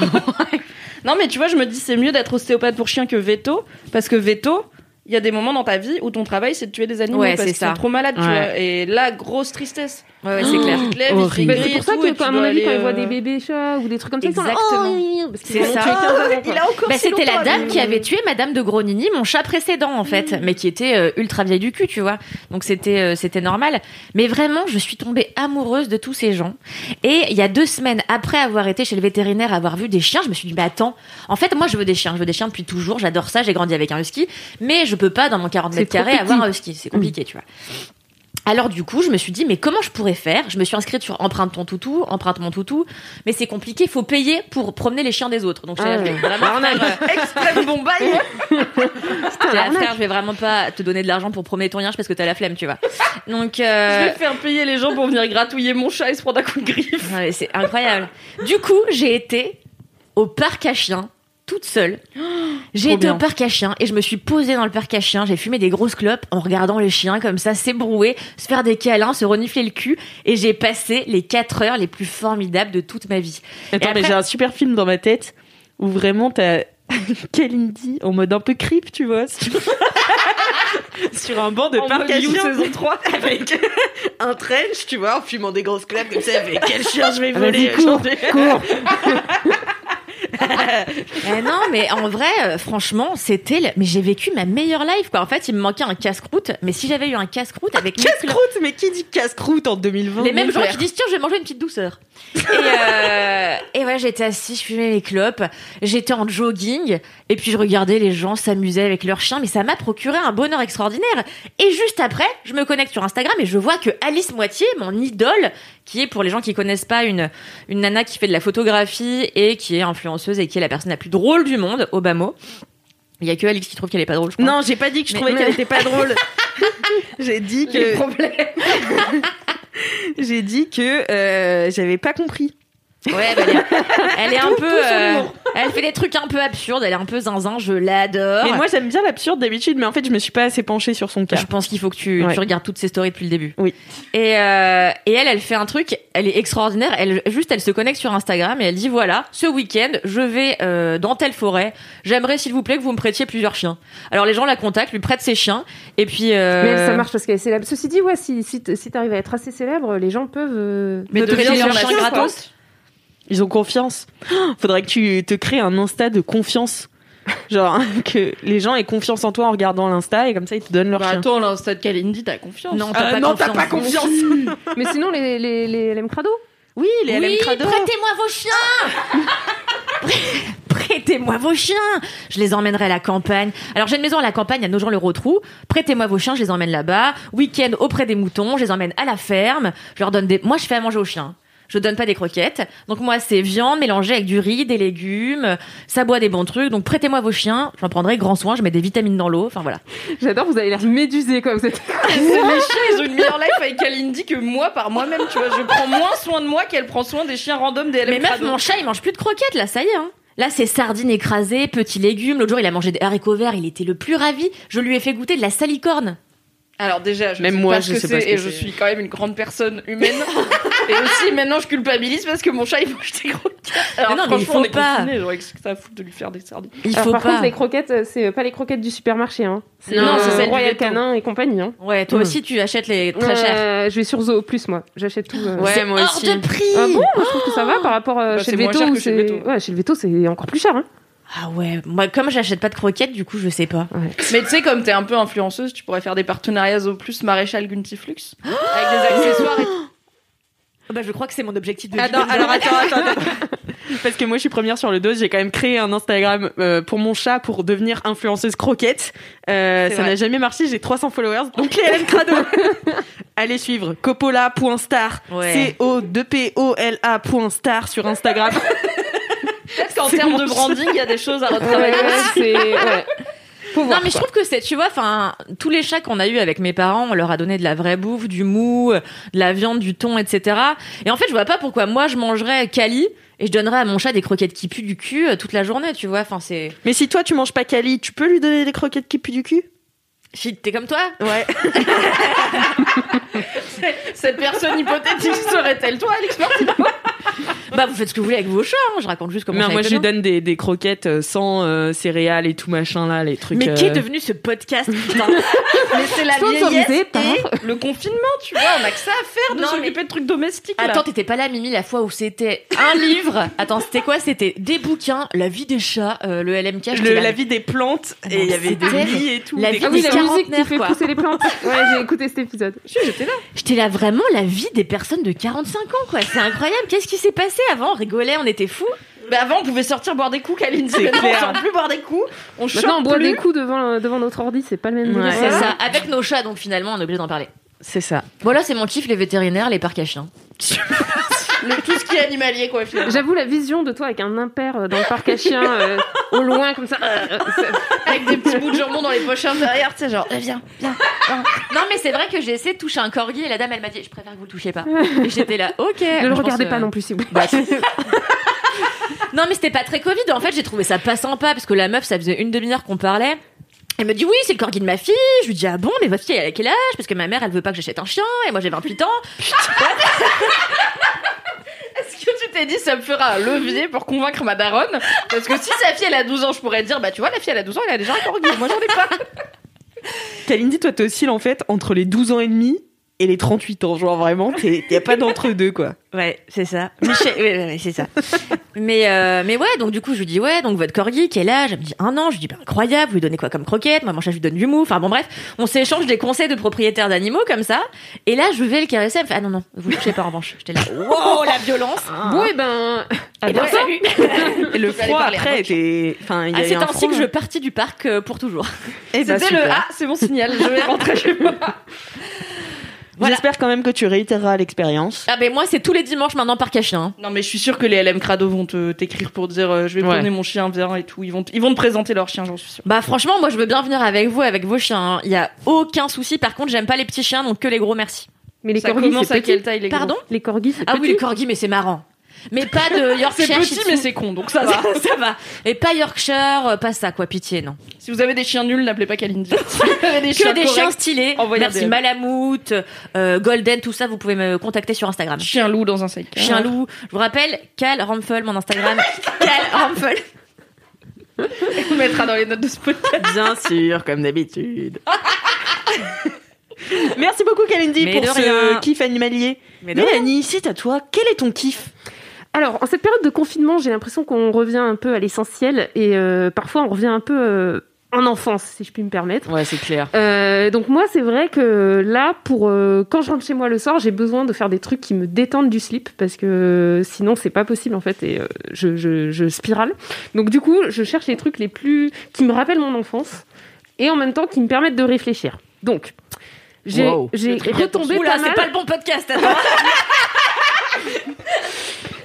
[SPEAKER 4] non, mais tu vois, je me dis, c'est mieux d'être ostéopathe pour chien que veto, parce que veto, il y a des moments dans ta vie où ton travail, c'est de tuer des animaux
[SPEAKER 3] Ouais,
[SPEAKER 4] parce
[SPEAKER 3] c'est
[SPEAKER 4] qu'ils sont
[SPEAKER 3] ça.
[SPEAKER 4] trop malades, tu
[SPEAKER 2] Ouais.
[SPEAKER 4] vois. Et là, grosse tristesse.
[SPEAKER 3] Ouais, ouais, c'est
[SPEAKER 2] Oh,
[SPEAKER 3] clair.
[SPEAKER 4] Tu te lèves, ils te
[SPEAKER 2] Horrible.
[SPEAKER 5] Mais
[SPEAKER 4] grillent
[SPEAKER 5] c'est
[SPEAKER 4] et
[SPEAKER 5] pour ça
[SPEAKER 4] tout, et
[SPEAKER 5] que,
[SPEAKER 4] tu
[SPEAKER 5] quand- à
[SPEAKER 4] dois
[SPEAKER 5] mon avis,
[SPEAKER 4] aller,
[SPEAKER 5] quand ils voient
[SPEAKER 4] euh, [laughs]
[SPEAKER 5] des bébés chats ou des trucs comme ça,
[SPEAKER 3] Exactement.
[SPEAKER 5] ils sont là, oh, parce qu'ils
[SPEAKER 3] C'est
[SPEAKER 5] ont
[SPEAKER 3] ça.
[SPEAKER 5] tué quinze ans avant, quoi.
[SPEAKER 4] Il a encore
[SPEAKER 3] Bah,
[SPEAKER 4] si
[SPEAKER 3] c'était la
[SPEAKER 4] longtemps à
[SPEAKER 3] dame qui
[SPEAKER 4] vivre.
[SPEAKER 3] avait tué Madame de Gronini, mon chat précédent en fait, mais qui était euh, ultra vieille du cul, tu vois. Donc c'était euh, c'était normal. Mais vraiment, je suis tombée amoureuse de tous ces gens. Et il y a deux semaines après avoir été chez le vétérinaire, avoir vu des chiens, je me suis dit mais attends, en fait moi je veux des chiens, je veux des chiens depuis toujours, j'adore ça, j'ai grandi avec un husky, mais je peux pas dans mon 40
[SPEAKER 5] C'est
[SPEAKER 3] mètres
[SPEAKER 5] trop
[SPEAKER 3] carrés
[SPEAKER 5] petit.
[SPEAKER 3] avoir un husky, c'est compliqué, tu vois. Alors du coup, je me suis dit mais comment je pourrais faire Je me suis inscrite sur emprunte ton toutou, emprunte mon toutou, mais c'est compliqué, faut payer pour promener les chiens des autres. Donc j'étais là,
[SPEAKER 5] Ah
[SPEAKER 3] je vais
[SPEAKER 5] ouais.
[SPEAKER 3] vraiment faire, euh,
[SPEAKER 4] Extrême Bombay.
[SPEAKER 5] [laughs]
[SPEAKER 3] T'es là,
[SPEAKER 5] l'arnaque.
[SPEAKER 3] frère, je vais vraiment pas te donner de l'argent pour promener ton linge parce que t'as la flemme, tu vois. Donc,
[SPEAKER 4] Je
[SPEAKER 3] euh,
[SPEAKER 4] vais faire payer les gens pour venir gratouiller mon chat et se prendre un coup de griffe.
[SPEAKER 3] ouais, c'est incroyable. Du coup, j'ai été au parc à chiens, toute seule. J'ai
[SPEAKER 2] Trop
[SPEAKER 3] été
[SPEAKER 2] bien.
[SPEAKER 3] au parc à chiens et je me suis posée dans le parc à chiens. J'ai fumé des grosses clopes en regardant les chiens comme ça s'ébrouer, se faire des câlins, se renifler le cul. Et j'ai passé les 4 heures les plus formidables de toute ma vie.
[SPEAKER 2] Attends,
[SPEAKER 3] après-
[SPEAKER 2] mais j'ai un super film dans ma tête où vraiment t'as [laughs] Kalindi en mode un peu creep, tu vois. Sur, [laughs] sur un banc de
[SPEAKER 4] En
[SPEAKER 2] parc
[SPEAKER 4] mode
[SPEAKER 2] à
[SPEAKER 4] You
[SPEAKER 2] chiens.
[SPEAKER 4] saison 3.
[SPEAKER 2] Avec [laughs] un trench, tu vois, en fumant des grosses clopes comme ça. Mais quel chien je vais
[SPEAKER 5] Ah, vas-y,
[SPEAKER 2] voler
[SPEAKER 5] cours,
[SPEAKER 2] aujourd'hui
[SPEAKER 5] cours.
[SPEAKER 3] Eh non, mais en vrai, euh, franchement, c'était. le- Mais j'ai vécu ma meilleure life, quoi. En fait, il me manquait un casse-croûte. Mais si j'avais eu un casse-croûte avec mes clopes-
[SPEAKER 2] Casse-croûte, mais qui dit casse-croûte en 2020
[SPEAKER 3] Les mêmes gens qui disent tiens je vais manger une petite douceur. et, euh, et ouais j'étais assise, je fumais mes clopes, j'étais en jogging et puis je regardais les gens s'amuser avec leurs chiens mais ça m'a procuré un bonheur extraordinaire. Et juste après je me connecte sur Instagram et je vois que Alice Moitié, mon idole, qui est pour les gens qui connaissent pas une une nana qui fait de la photographie et qui est influenceuse et qui est la personne la plus drôle du monde, Obama. Il y a que Alice qui trouve qu'elle est pas drôle. Je crois.
[SPEAKER 2] Non, j'ai pas dit que je
[SPEAKER 3] Mais-
[SPEAKER 2] trouvais
[SPEAKER 3] mais-
[SPEAKER 2] qu'elle était pas
[SPEAKER 3] [laughs]
[SPEAKER 2] drôle. j'ai dit que [laughs] j'ai dit que euh, j'avais pas compris.
[SPEAKER 3] Ouais, bah, elle est,
[SPEAKER 2] [laughs]
[SPEAKER 3] elle est un
[SPEAKER 2] Tout-
[SPEAKER 3] peu.
[SPEAKER 2] tout son
[SPEAKER 3] euh,
[SPEAKER 2] humour.
[SPEAKER 3] elle fait des trucs un peu absurdes, elle est un peu zinzin, je l'adore.
[SPEAKER 2] Mais moi j'aime bien l'absurde d'habitude, mais en fait je me suis pas assez penchée sur son cas.
[SPEAKER 3] Je pense qu'il faut que tu,
[SPEAKER 2] Ouais.
[SPEAKER 3] tu regardes toutes ses stories depuis le début.
[SPEAKER 2] Oui.
[SPEAKER 3] Et, euh, et elle, elle fait un truc, elle est extraordinaire. Elle juste, elle se connecte sur Instagram et elle dit voilà, ce week-end, je vais euh, dans telle forêt. J'aimerais, s'il vous plaît, que vous me prêtiez plusieurs chiens. Alors les gens la contactent, lui prêtent ses chiens, et puis. euh,
[SPEAKER 5] Mais elle, ça marche parce qu'elle est célèbre. Ceci dit, ouais, si, si, t- si t'arrives à être assez célèbre, les gens peuvent. euh,
[SPEAKER 3] Mais
[SPEAKER 4] Mais
[SPEAKER 3] de
[SPEAKER 4] deviens
[SPEAKER 3] prêter
[SPEAKER 4] sur
[SPEAKER 3] leurs
[SPEAKER 4] la
[SPEAKER 3] chiens
[SPEAKER 4] chaise,
[SPEAKER 3] gratos.
[SPEAKER 2] Ils ont confiance. [gasps] Oh, Faudrait que tu te crées un Insta de confiance. Genre [laughs] que les gens aient confiance en toi en regardant l'Insta et comme ça ils te donnent leur
[SPEAKER 4] Bah,
[SPEAKER 2] chien.
[SPEAKER 4] attends, là, stade Kalindi, t'as confiance.
[SPEAKER 3] Ah, Non, t'as pas confiance.
[SPEAKER 5] Mais sinon, les, les, les LM Crado
[SPEAKER 2] Oui, les LM
[SPEAKER 3] oui,
[SPEAKER 2] Crado.
[SPEAKER 3] prêtez-moi vos chiens [laughs] Prêtez-moi vos chiens Je les emmènerai à la campagne. Alors j'ai une maison à la campagne à Nogent-le-Rotrou. Prêtez-moi vos chiens, je les emmène là-bas. Week-end auprès des moutons, je les emmène à la ferme. Je leur donne des... Moi je fais à manger aux chiens. Je donne pas des croquettes. Donc moi c'est viande mélangée avec du riz, des légumes. Ça boit des bons trucs. Donc prêtez-moi vos chiens. J'en prendrai grand soin. Je mets des vitamines dans l'eau. Enfin voilà.
[SPEAKER 5] J'adore, vous avez l'air médusé quand vous êtes.
[SPEAKER 4] les chiens, ils ont une meilleure life avec Kalindi que moi par moi-même, tu vois. Je prends moins soin de moi qu'elle prend soin des chiens random des LM
[SPEAKER 3] Mais meuf,
[SPEAKER 4] Crado.
[SPEAKER 3] mon chat, il mange plus de croquettes, là, ça y est. Hein. Là, c'est sardines écrasées, petits légumes. L'autre jour, il a mangé des haricots verts, il était le plus ravi. Je lui ai fait goûter de la salicorne.
[SPEAKER 4] Alors déjà, je
[SPEAKER 2] Même
[SPEAKER 4] sais
[SPEAKER 2] moi,
[SPEAKER 4] pas
[SPEAKER 2] je
[SPEAKER 4] ce
[SPEAKER 2] sais
[SPEAKER 4] que
[SPEAKER 2] pas ce
[SPEAKER 4] c'est
[SPEAKER 2] que
[SPEAKER 4] et je
[SPEAKER 2] c'est.
[SPEAKER 4] suis quand même une grande personne humaine. et aussi, maintenant, je culpabilise parce que mon chat, il mange des gros Alors
[SPEAKER 3] Mais non, mais il
[SPEAKER 4] franchement,
[SPEAKER 3] faut
[SPEAKER 4] on est
[SPEAKER 3] pas.
[SPEAKER 4] confinés, genre, qu'est-ce que ça fout de lui faire des sardines
[SPEAKER 3] Il
[SPEAKER 5] Alors,
[SPEAKER 3] faut
[SPEAKER 5] par
[SPEAKER 3] pas.
[SPEAKER 5] contre, les croquettes, euh, c'est pas les croquettes du supermarché. Hein. C'est
[SPEAKER 3] Non,
[SPEAKER 5] euh,
[SPEAKER 3] c'est celle
[SPEAKER 4] du
[SPEAKER 5] Royal
[SPEAKER 4] veto.
[SPEAKER 5] Canin et compagnie. Hein.
[SPEAKER 3] Ouais, toi
[SPEAKER 2] Mm.
[SPEAKER 3] aussi, tu achètes les très chers.
[SPEAKER 5] Euh, je vais sur Zoo Plus, moi. J'achète tout. euh.
[SPEAKER 2] Ouais, moi
[SPEAKER 3] Hors
[SPEAKER 2] aussi.
[SPEAKER 3] de prix
[SPEAKER 5] Ah bon Moi, je trouve que ça va par rapport euh,
[SPEAKER 4] Bah,
[SPEAKER 5] chez
[SPEAKER 4] c'est
[SPEAKER 5] le
[SPEAKER 4] moins
[SPEAKER 5] veto.
[SPEAKER 4] cher
[SPEAKER 5] où
[SPEAKER 4] que chez le
[SPEAKER 5] c'est-
[SPEAKER 4] veto.
[SPEAKER 5] Ouais, chez le veto, c'est encore plus cher. Hein.
[SPEAKER 3] Ah ouais, moi, comme j'achète pas de croquettes, du coup, je sais pas.
[SPEAKER 4] Mais tu sais, comme t'es un peu influenceuse, tu pourrais faire des partenariats au plus maréchal Guntiflux avec des accessoires
[SPEAKER 3] [gasps]
[SPEAKER 4] et tout.
[SPEAKER 3] Bah, je crois que c'est mon objectif de
[SPEAKER 2] Ah non, alors attends, attends, attends. Parce que moi je suis première sur le dos, j'ai quand même créé un Instagram euh, pour mon chat pour devenir influenceuse croquette. Euh,
[SPEAKER 4] C'est
[SPEAKER 2] ça
[SPEAKER 4] vrai.
[SPEAKER 2] n'a jamais marché, j'ai 300 followers. Donc les LM [laughs] Crado, allez suivre copola.star,
[SPEAKER 3] Ouais.
[SPEAKER 2] [laughs] C-O-2-P-O-L-A.star sur Instagram.
[SPEAKER 4] Peut-être qu'en qu'en
[SPEAKER 2] C'est
[SPEAKER 4] termes
[SPEAKER 2] mon
[SPEAKER 4] de branding, il y a
[SPEAKER 3] [laughs]
[SPEAKER 4] des choses à
[SPEAKER 3] Ah
[SPEAKER 4] retravailler.
[SPEAKER 5] Ouais, c'est. Ouais. Faut
[SPEAKER 3] Non
[SPEAKER 5] voir,
[SPEAKER 3] mais je
[SPEAKER 5] quoi.
[SPEAKER 3] trouve que c'est, tu vois, enfin, tous les chats qu'on a eu avec mes parents, on leur a donné de la vraie bouffe, du mou, euh, de la viande, du thon, etc. Et en fait, je vois pas pourquoi moi je mangerais Cali et je donnerais à mon chat des croquettes qui puent du cul euh, toute la journée, tu vois. Enfin, c'est,
[SPEAKER 2] Mais si toi tu manges pas Cali, tu peux lui donner des croquettes qui puent du cul
[SPEAKER 3] Shit, t'es comme toi
[SPEAKER 2] Ouais.
[SPEAKER 4] Cette personne hypothétique serait-elle toi, Alex Martin
[SPEAKER 3] Bah, vous faites ce que vous voulez avec vos chats. hein. Je raconte juste comment
[SPEAKER 2] Non,
[SPEAKER 3] ça a
[SPEAKER 2] moi je
[SPEAKER 3] été
[SPEAKER 2] lui
[SPEAKER 3] nous.
[SPEAKER 2] donne des, des croquettes euh, sans euh, céréales et tout machin là, les trucs.
[SPEAKER 3] Mais qui est
[SPEAKER 2] euh,
[SPEAKER 3] devenu ce [laughs] podcast putain
[SPEAKER 4] Mais c'est la
[SPEAKER 5] Sponsorisé
[SPEAKER 4] vieillesse
[SPEAKER 5] par-
[SPEAKER 4] et le confinement, tu vois. On a que ça à faire de
[SPEAKER 3] Non,
[SPEAKER 4] s'occuper de trucs domestiques.
[SPEAKER 3] [laughs]
[SPEAKER 4] là.
[SPEAKER 3] Attends, t'étais pas là, Mimi, la fois où c'était un livre. Attends, c'était quoi C'était des bouquins, La vie des chats, euh, le LMK.
[SPEAKER 2] le-
[SPEAKER 3] j'étais là,
[SPEAKER 2] la vie des plantes
[SPEAKER 3] Comment
[SPEAKER 2] et il y avait des
[SPEAKER 3] c'était
[SPEAKER 2] lits et tout.
[SPEAKER 3] La
[SPEAKER 2] des
[SPEAKER 3] vie
[SPEAKER 5] Ah
[SPEAKER 2] trucs.
[SPEAKER 5] oui,
[SPEAKER 3] des
[SPEAKER 5] la musique qui
[SPEAKER 3] quarantenaires,
[SPEAKER 5] fait
[SPEAKER 3] quoi.
[SPEAKER 5] pousser les plantes. Ouais, j'ai écouté cet épisode.
[SPEAKER 3] J'étais là vraiment la vie des personnes de 45 ans, quoi. C'est incroyable. Qu'est-ce qui s'est passé avant On rigolait, on était fous.
[SPEAKER 4] Mais Bah, avant, on pouvait sortir boire des coups, Kaline.
[SPEAKER 2] C'est
[SPEAKER 4] Maintenant,
[SPEAKER 2] clair.
[SPEAKER 4] On sort plus boire des coups. On chope
[SPEAKER 5] Maintenant, on boit
[SPEAKER 4] plus.
[SPEAKER 5] des coups devant, devant notre ordi, c'est pas le même
[SPEAKER 2] Ouais.
[SPEAKER 3] C'est
[SPEAKER 5] délire.
[SPEAKER 3] ça, avec nos chats, donc finalement, on est obligé d'en parler.
[SPEAKER 2] C'est ça.
[SPEAKER 3] Voilà, c'est mon kiff, les vétérinaires, les parcs à chiens.
[SPEAKER 4] [laughs] Le- tout ce qui est animalier, quoi, finalement.
[SPEAKER 5] J'avoue, la vision de toi avec un impair euh, dans le parc à chiens, euh, au loin, comme ça. euh, euh, c'est-
[SPEAKER 4] Avec des petits bouts de jambon dans les poches derrière, tu sais,
[SPEAKER 5] euh,
[SPEAKER 4] genre, eh, viens.
[SPEAKER 3] Non, mais c'est vrai que j'ai essayé de toucher un corgi et la dame, elle m'a dit Je préfère que vous le touchiez pas. Et j'étais là, ok.
[SPEAKER 5] ne le
[SPEAKER 3] Je
[SPEAKER 5] regardez
[SPEAKER 3] pense,
[SPEAKER 5] pas
[SPEAKER 3] euh,
[SPEAKER 5] non plus, s'il vous plaît.
[SPEAKER 3] bah, c'est- non, mais c'était pas très Covid. En fait, j'ai trouvé ça pas sympa parce que la meuf, ça faisait une demi-heure qu'on parlait. Elle me dit oui, c'est le corgi de ma fille. Je lui dis ah bon, mais votre fille elle a quel âge Parce que ma mère elle veut pas que j'achète un chien et moi j'ai 28 ans.
[SPEAKER 5] [laughs]
[SPEAKER 4] Est-ce que tu t'es dit, ça me fera un levier pour convaincre ma daronne Parce que si sa fille, elle a 12 ans, je pourrais dire, bah, tu vois, la fille, elle a 12 ans, elle a déjà un corgi. Moi, j'en ai pas.
[SPEAKER 2] Kalindi, toi t'oscilles en fait entre les 12 ans et demi et les 38 ans. Genre vraiment, t'es- y a pas d'entre-deux quoi.
[SPEAKER 3] Ouais, c'est ça. c'est ça. mais, euh, mais ouais, donc du coup, je lui dis, ouais, donc votre corgi, quel âge Elle me dit un an. Je lui dis, bah, incroyable, vous lui donnez quoi comme croquette Moi, mon chat, je lui donne du mou. Enfin bon, bref, on s'échange des conseils de propriétaires d'animaux comme ça. Et là, je vais le caresser. Elle me fait, ah non, non, vous le touchez pas en revanche. J'étais là, wow, la violence
[SPEAKER 2] Ah,
[SPEAKER 5] Bon, et ben. à bientôt.
[SPEAKER 2] Et le
[SPEAKER 4] Vous allez
[SPEAKER 2] froid
[SPEAKER 4] parler à
[SPEAKER 2] après était. Enfin, il y
[SPEAKER 3] Ah,
[SPEAKER 2] a eu
[SPEAKER 3] c'est
[SPEAKER 2] un
[SPEAKER 3] ainsi
[SPEAKER 2] froid.
[SPEAKER 3] que je partis du parc euh, pour toujours.
[SPEAKER 2] Eh bah,
[SPEAKER 4] C'était le
[SPEAKER 2] super.
[SPEAKER 4] Ah, c'est mon signal, je vais rentrer chez moi.
[SPEAKER 3] Voilà.
[SPEAKER 2] J'espère quand même que tu réitéreras l'expérience.
[SPEAKER 3] Ah ben moi c'est tous les dimanches maintenant parc à chiens.
[SPEAKER 4] Non, mais je suis sûre que les LM Crado vont te- t'écrire pour te dire euh, je vais
[SPEAKER 2] Ouais.
[SPEAKER 4] promener mon chien, viens et tout. Ils vont, te- ils vont te présenter leur chien, j'en suis sûre.
[SPEAKER 3] Bah franchement moi je veux bien venir avec vous avec vos chiens. hein. Il y a aucun souci. Par contre j'aime pas les petits chiens donc que les gros merci.
[SPEAKER 5] Mais les
[SPEAKER 4] ça
[SPEAKER 5] corgis,
[SPEAKER 4] commence à
[SPEAKER 5] c'est
[SPEAKER 4] quelle
[SPEAKER 5] petit.
[SPEAKER 4] taille les gros
[SPEAKER 3] Pardon
[SPEAKER 5] Les corgis, c'est
[SPEAKER 3] Ah oui
[SPEAKER 5] petit.
[SPEAKER 3] les corgis mais c'est marrant. Mais pas [laughs] de
[SPEAKER 4] C'est
[SPEAKER 3] Yorkshire.
[SPEAKER 4] petit,
[SPEAKER 3] Shih Tzu.
[SPEAKER 4] mais c'est con, donc ça va.
[SPEAKER 3] [laughs] ça va. Et pas Yorkshire, euh, pas ça quoi, pitié non.
[SPEAKER 4] Si vous avez des chiens nuls, n'appelez pas Kalindi. Si vous avez des
[SPEAKER 3] Que
[SPEAKER 4] chiens
[SPEAKER 3] des
[SPEAKER 4] corrects,
[SPEAKER 3] chiens stylés.
[SPEAKER 4] envoyez un
[SPEAKER 3] Merci
[SPEAKER 4] DM.
[SPEAKER 3] Malamute, euh, Golden, tout ça vous pouvez me contacter sur Instagram.
[SPEAKER 4] chien loup dans un sidecar.
[SPEAKER 3] Chien loup. Je vous rappelle Cal Ramphel mon Instagram. Cal Ramphel.
[SPEAKER 4] On mettra dans les notes de ce podcast.
[SPEAKER 2] [laughs] Bien sûr, comme d'habitude. [laughs] Merci beaucoup, Kalindi,
[SPEAKER 3] Mais
[SPEAKER 2] pour
[SPEAKER 3] de
[SPEAKER 2] ce
[SPEAKER 3] rien.
[SPEAKER 2] kiff animalier.
[SPEAKER 3] Mais de rien.
[SPEAKER 2] Mélanie, c'est à toi. Quel est ton kiff
[SPEAKER 5] Alors, en cette période de confinement, j'ai l'impression qu'on revient un peu à l'essentiel et euh, parfois on revient un peu euh, en enfance, si je puis me permettre.
[SPEAKER 2] Ouais, c'est clair.
[SPEAKER 5] Euh, donc moi, c'est vrai que là, pour euh, quand je rentre chez moi le soir, j'ai besoin de faire des trucs qui me détendent du slip parce que euh, sinon c'est pas possible en fait et euh, je, je, je spirale. Donc du coup, je cherche les trucs les plus qui me rappellent mon enfance et en même temps qui me permettent de réfléchir. Donc j'ai
[SPEAKER 2] Wow.
[SPEAKER 5] j'ai retombé
[SPEAKER 3] Oula
[SPEAKER 5] pas
[SPEAKER 3] c'est
[SPEAKER 5] mal.
[SPEAKER 3] pas le bon podcast. attends.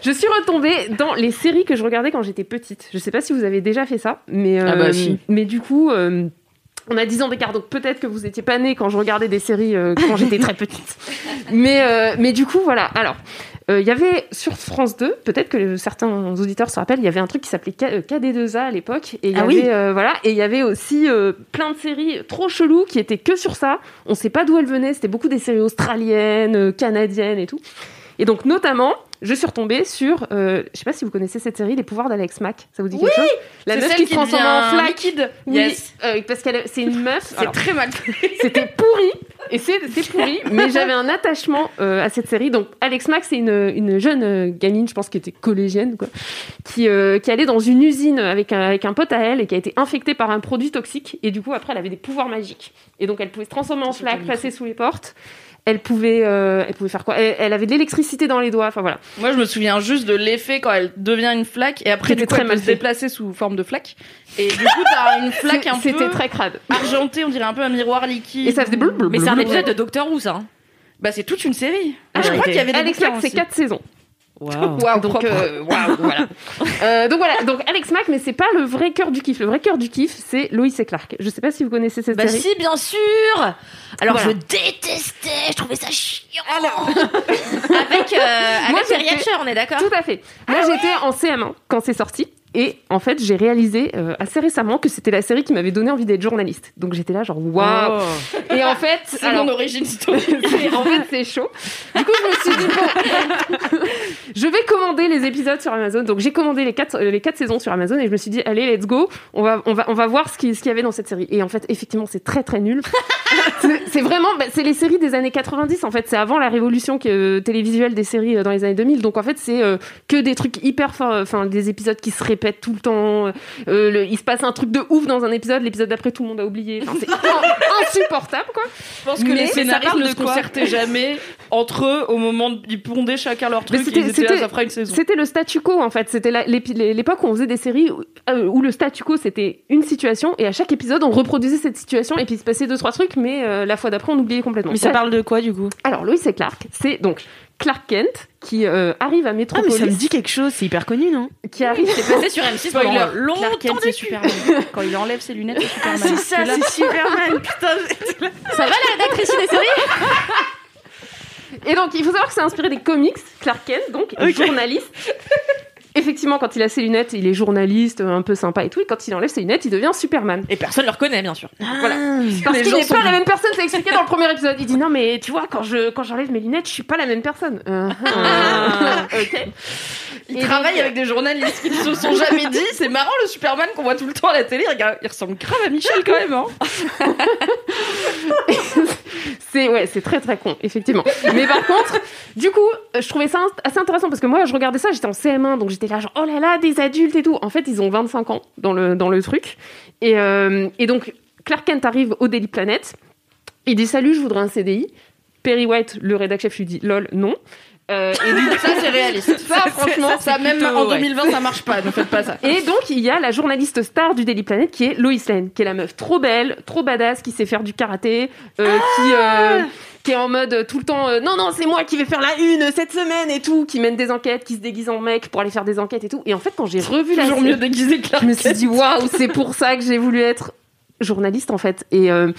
[SPEAKER 5] Je suis retombée dans les séries que je regardais quand j'étais petite. Je sais pas si vous avez déjà fait ça, mais
[SPEAKER 2] Ah
[SPEAKER 5] euh,
[SPEAKER 2] bah si.
[SPEAKER 5] mais du coup. euh, on a 10 ans d'écart, donc peut-être que vous étiez pas nés quand je regardais des séries euh,
[SPEAKER 2] [laughs]
[SPEAKER 5] quand j'étais très petite. Mais, euh, mais du coup, voilà. Alors, euh, il y avait sur France 2, peut-être que certains auditeurs se rappellent, il y avait un truc qui s'appelait K- euh, KD2A à l'époque. Et il y
[SPEAKER 3] Ah
[SPEAKER 5] avait,
[SPEAKER 3] oui.
[SPEAKER 5] euh, voilà, et il y avait aussi euh, plein de séries trop cheloues qui étaient que sur ça. On sait pas d'où elles venaient, c'était beaucoup des séries australiennes, euh, canadiennes et tout. Et donc, notamment, je suis retombée sur, euh, je sais pas si vous connaissez cette série, Les pouvoirs d'Alex Mack. Ça vous dit quelque chose La
[SPEAKER 4] C'est
[SPEAKER 5] meuf
[SPEAKER 4] celle
[SPEAKER 5] qui se transforme
[SPEAKER 4] devient
[SPEAKER 5] en flaque.
[SPEAKER 4] liquide.
[SPEAKER 5] Oui,
[SPEAKER 4] Yes.
[SPEAKER 5] euh, parce qu'elle, c'est une meuf.
[SPEAKER 4] C'est
[SPEAKER 5] Alors,
[SPEAKER 4] très mal fait.
[SPEAKER 5] C'était pourri, et c'est c'est pourri, mais j'avais un attachement euh, à cette série. Donc, Alex Max, c'est une, une jeune euh, gamine, je pense, qui était collégienne, quoi, qui, euh, qui allait dans une usine avec un, avec un pote à elle et qui a été infectée par un produit toxique. Et du coup, après, elle avait des pouvoirs magiques. Et donc, elle pouvait se transformer en flaque, passer sous les portes. Elle pouvait, euh, elle pouvait faire quoi elle, elle avait de l'électricité dans les doigts. Enfin voilà.
[SPEAKER 4] Moi, je me souviens juste de l'effet quand elle devient une flaque et après,
[SPEAKER 5] C'était
[SPEAKER 4] du coup,
[SPEAKER 5] très
[SPEAKER 4] elle peut
[SPEAKER 5] mal
[SPEAKER 4] se
[SPEAKER 5] fait.
[SPEAKER 4] déplacer sous forme de flaque. Et du coup, t'as une flaque un
[SPEAKER 5] C'était
[SPEAKER 4] peu
[SPEAKER 5] très crade.
[SPEAKER 4] argentée, on dirait un peu un miroir liquide.
[SPEAKER 5] Et ça faisait blablabla.
[SPEAKER 3] Mais c'est un épisode de Doctor Who ça. hein.
[SPEAKER 4] Bah, c'est toute une série.
[SPEAKER 5] Ah,
[SPEAKER 4] je crois
[SPEAKER 5] ouais.
[SPEAKER 4] qu'il y avait des
[SPEAKER 5] Alex
[SPEAKER 4] bouquins
[SPEAKER 5] Max, c'est
[SPEAKER 4] aussi.
[SPEAKER 5] quatre saisons.
[SPEAKER 3] Waouh.
[SPEAKER 4] Waouh,
[SPEAKER 5] Donc,
[SPEAKER 4] propre.
[SPEAKER 5] euh, waouh, voilà. Euh, donc voilà, donc Alex Mack, mais c'est pas le vrai cœur du kiff. Le vrai cœur du kiff, c'est Loïs et Clark. Je sais pas si vous connaissez cette
[SPEAKER 3] Bah
[SPEAKER 5] série.
[SPEAKER 3] si, bien sûr Alors
[SPEAKER 5] Voilà.
[SPEAKER 3] je détestais, je trouvais ça chiant [laughs] Avec, euh,
[SPEAKER 5] Moi,
[SPEAKER 3] avec Terry
[SPEAKER 5] j'étais-
[SPEAKER 3] Hatcher, on est d'accord
[SPEAKER 5] Tout à fait.
[SPEAKER 3] Ah
[SPEAKER 5] Moi, j'étais en CM1 quand c'est sorti. Et en fait, j'ai réalisé euh, assez récemment que c'était la série qui m'avait donné envie d'être journaliste. Donc j'étais là, genre, waouh! Et en fait,
[SPEAKER 4] C'est
[SPEAKER 5] alors-
[SPEAKER 4] mon
[SPEAKER 5] [laughs]
[SPEAKER 4] origin story.
[SPEAKER 5] C'est- en fait, c'est chaud. Du coup, je me suis dit, bon, [laughs] je vais commander les épisodes sur Amazon. Donc, j'ai commandé les quatre, euh, les quatre saisons sur Amazon et je me suis dit, allez, let's go. On va, on va, on va voir ce qui- ce qu'il y avait dans cette série. Et en fait, effectivement, c'est très, très
[SPEAKER 4] [laughs]
[SPEAKER 5] nul. C'est- c'est vraiment, bah, c'est les séries des années 90, en fait. C'est avant la révolution que, télévisuelle des séries euh, dans les années 2000. Donc, en fait, c'est euh, que des trucs hyper forts, enfin, des épisodes qui se répètent tout le temps. Euh, le- il se passe un truc de ouf dans un épisode, l'épisode d'après, tout le monde a oublié. Enfin,
[SPEAKER 2] [laughs]
[SPEAKER 5] c'est in- insupportable, quoi.
[SPEAKER 4] [laughs] Je pense que
[SPEAKER 5] Mais-
[SPEAKER 4] les
[SPEAKER 5] mais ça
[SPEAKER 4] scénaristes
[SPEAKER 5] parle
[SPEAKER 4] ne
[SPEAKER 5] de
[SPEAKER 4] se
[SPEAKER 5] quoi
[SPEAKER 4] concertaient jamais entre eux au moment de- ils pondaient chacun leur truc.
[SPEAKER 5] c'était-
[SPEAKER 4] Ils étaient là,
[SPEAKER 5] c'était-
[SPEAKER 4] ça fera une saison.
[SPEAKER 5] C'était le statu quo en fait. C'était la- l'épi- l'é- l'époque où on faisait des séries où, euh, où le statu quo c'était une situation et à chaque épisode on reproduisait cette situation et puis il se passait deux trois trucs mais euh, la fois d'après on oubliait complètement.
[SPEAKER 2] Mais ça
[SPEAKER 5] Ouais.
[SPEAKER 2] parle de quoi du coup
[SPEAKER 5] Alors Lois et Clark, c'est donc Clark Kent qui euh, arrive à
[SPEAKER 2] Ah, mais
[SPEAKER 5] Metropolis,
[SPEAKER 2] ça me dit quelque chose, c'est hyper connu, non
[SPEAKER 5] qui arrive.
[SPEAKER 3] C'est passé sur M6 pendant
[SPEAKER 4] Spoiler,
[SPEAKER 3] longtemps
[SPEAKER 4] Clark Kent, c'est
[SPEAKER 3] dessus.
[SPEAKER 4] Superman. Quand il enlève ses lunettes, c'est Superman.
[SPEAKER 2] c'est [laughs] Superman, putain
[SPEAKER 3] Ça va la rédactrice des séries
[SPEAKER 5] Et donc il faut savoir que c'est inspiré des comics. Clark Kent donc est
[SPEAKER 2] Ok.
[SPEAKER 5] journaliste. Effectivement, quand il a ses lunettes, il est journaliste, un peu sympa et tout. Et quand il enlève ses lunettes, il devient Superman.
[SPEAKER 3] Et personne ne le reconnaît, bien sûr.
[SPEAKER 5] Voilà. Parce qu'il n'est pas la même personne, c'est expliqué dans le premier épisode. Il dit non, mais tu vois, quand je quand j'enlève mes lunettes, je suis pas la même personne. Euh, [laughs] euh, ok.
[SPEAKER 4] Il
[SPEAKER 5] Et
[SPEAKER 4] travaille
[SPEAKER 5] donc,
[SPEAKER 4] avec des journalistes qui ne se [laughs] sont jamais dit. C'est marrant le Superman qu'on voit tout le temps à la télé. Regarde, il ressemble grave à Michel quand même. Hein.
[SPEAKER 5] C'est ouais, c'est très très con, effectivement. Mais par contre, du coup, euh, je trouvais ça int- assez intéressant parce que moi, je regardais ça, j'étais en CM1, donc j'étais là genre oh là là, des adultes et tout. En fait, ils ont 25 ans dans le dans le truc. Et euh, et donc Clark Kent arrive au Daily Planet. Il dit salut, je voudrais un CDI. Perry White, le rédac chef, lui dit lol, non. Euh, et du
[SPEAKER 4] Ça [laughs] c'est réaliste. Ça franchement, ça, même
[SPEAKER 2] plutôt,
[SPEAKER 4] en
[SPEAKER 2] ouais.
[SPEAKER 4] 2020 ça marche pas. Ne faites pas ça.
[SPEAKER 5] Et donc, il y a la journaliste star du Daily Planet qui est Lois Lane, qui est la meuf trop belle, trop badass, qui sait faire du karaté,
[SPEAKER 4] Ah
[SPEAKER 5] euh, qui, euh, qui est en mode euh, tout le temps euh, Non, non, c'est moi qui vais faire la une cette semaine et tout, qui mène des enquêtes, qui se déguise en mec pour aller faire des enquêtes et tout. Et en fait, quand j'ai revu la
[SPEAKER 4] [laughs] Toujours
[SPEAKER 5] série,
[SPEAKER 4] mieux déguisé que la
[SPEAKER 5] je me suis dit Waouh, c'est pour ça que j'ai voulu être journaliste en fait. Et, euh,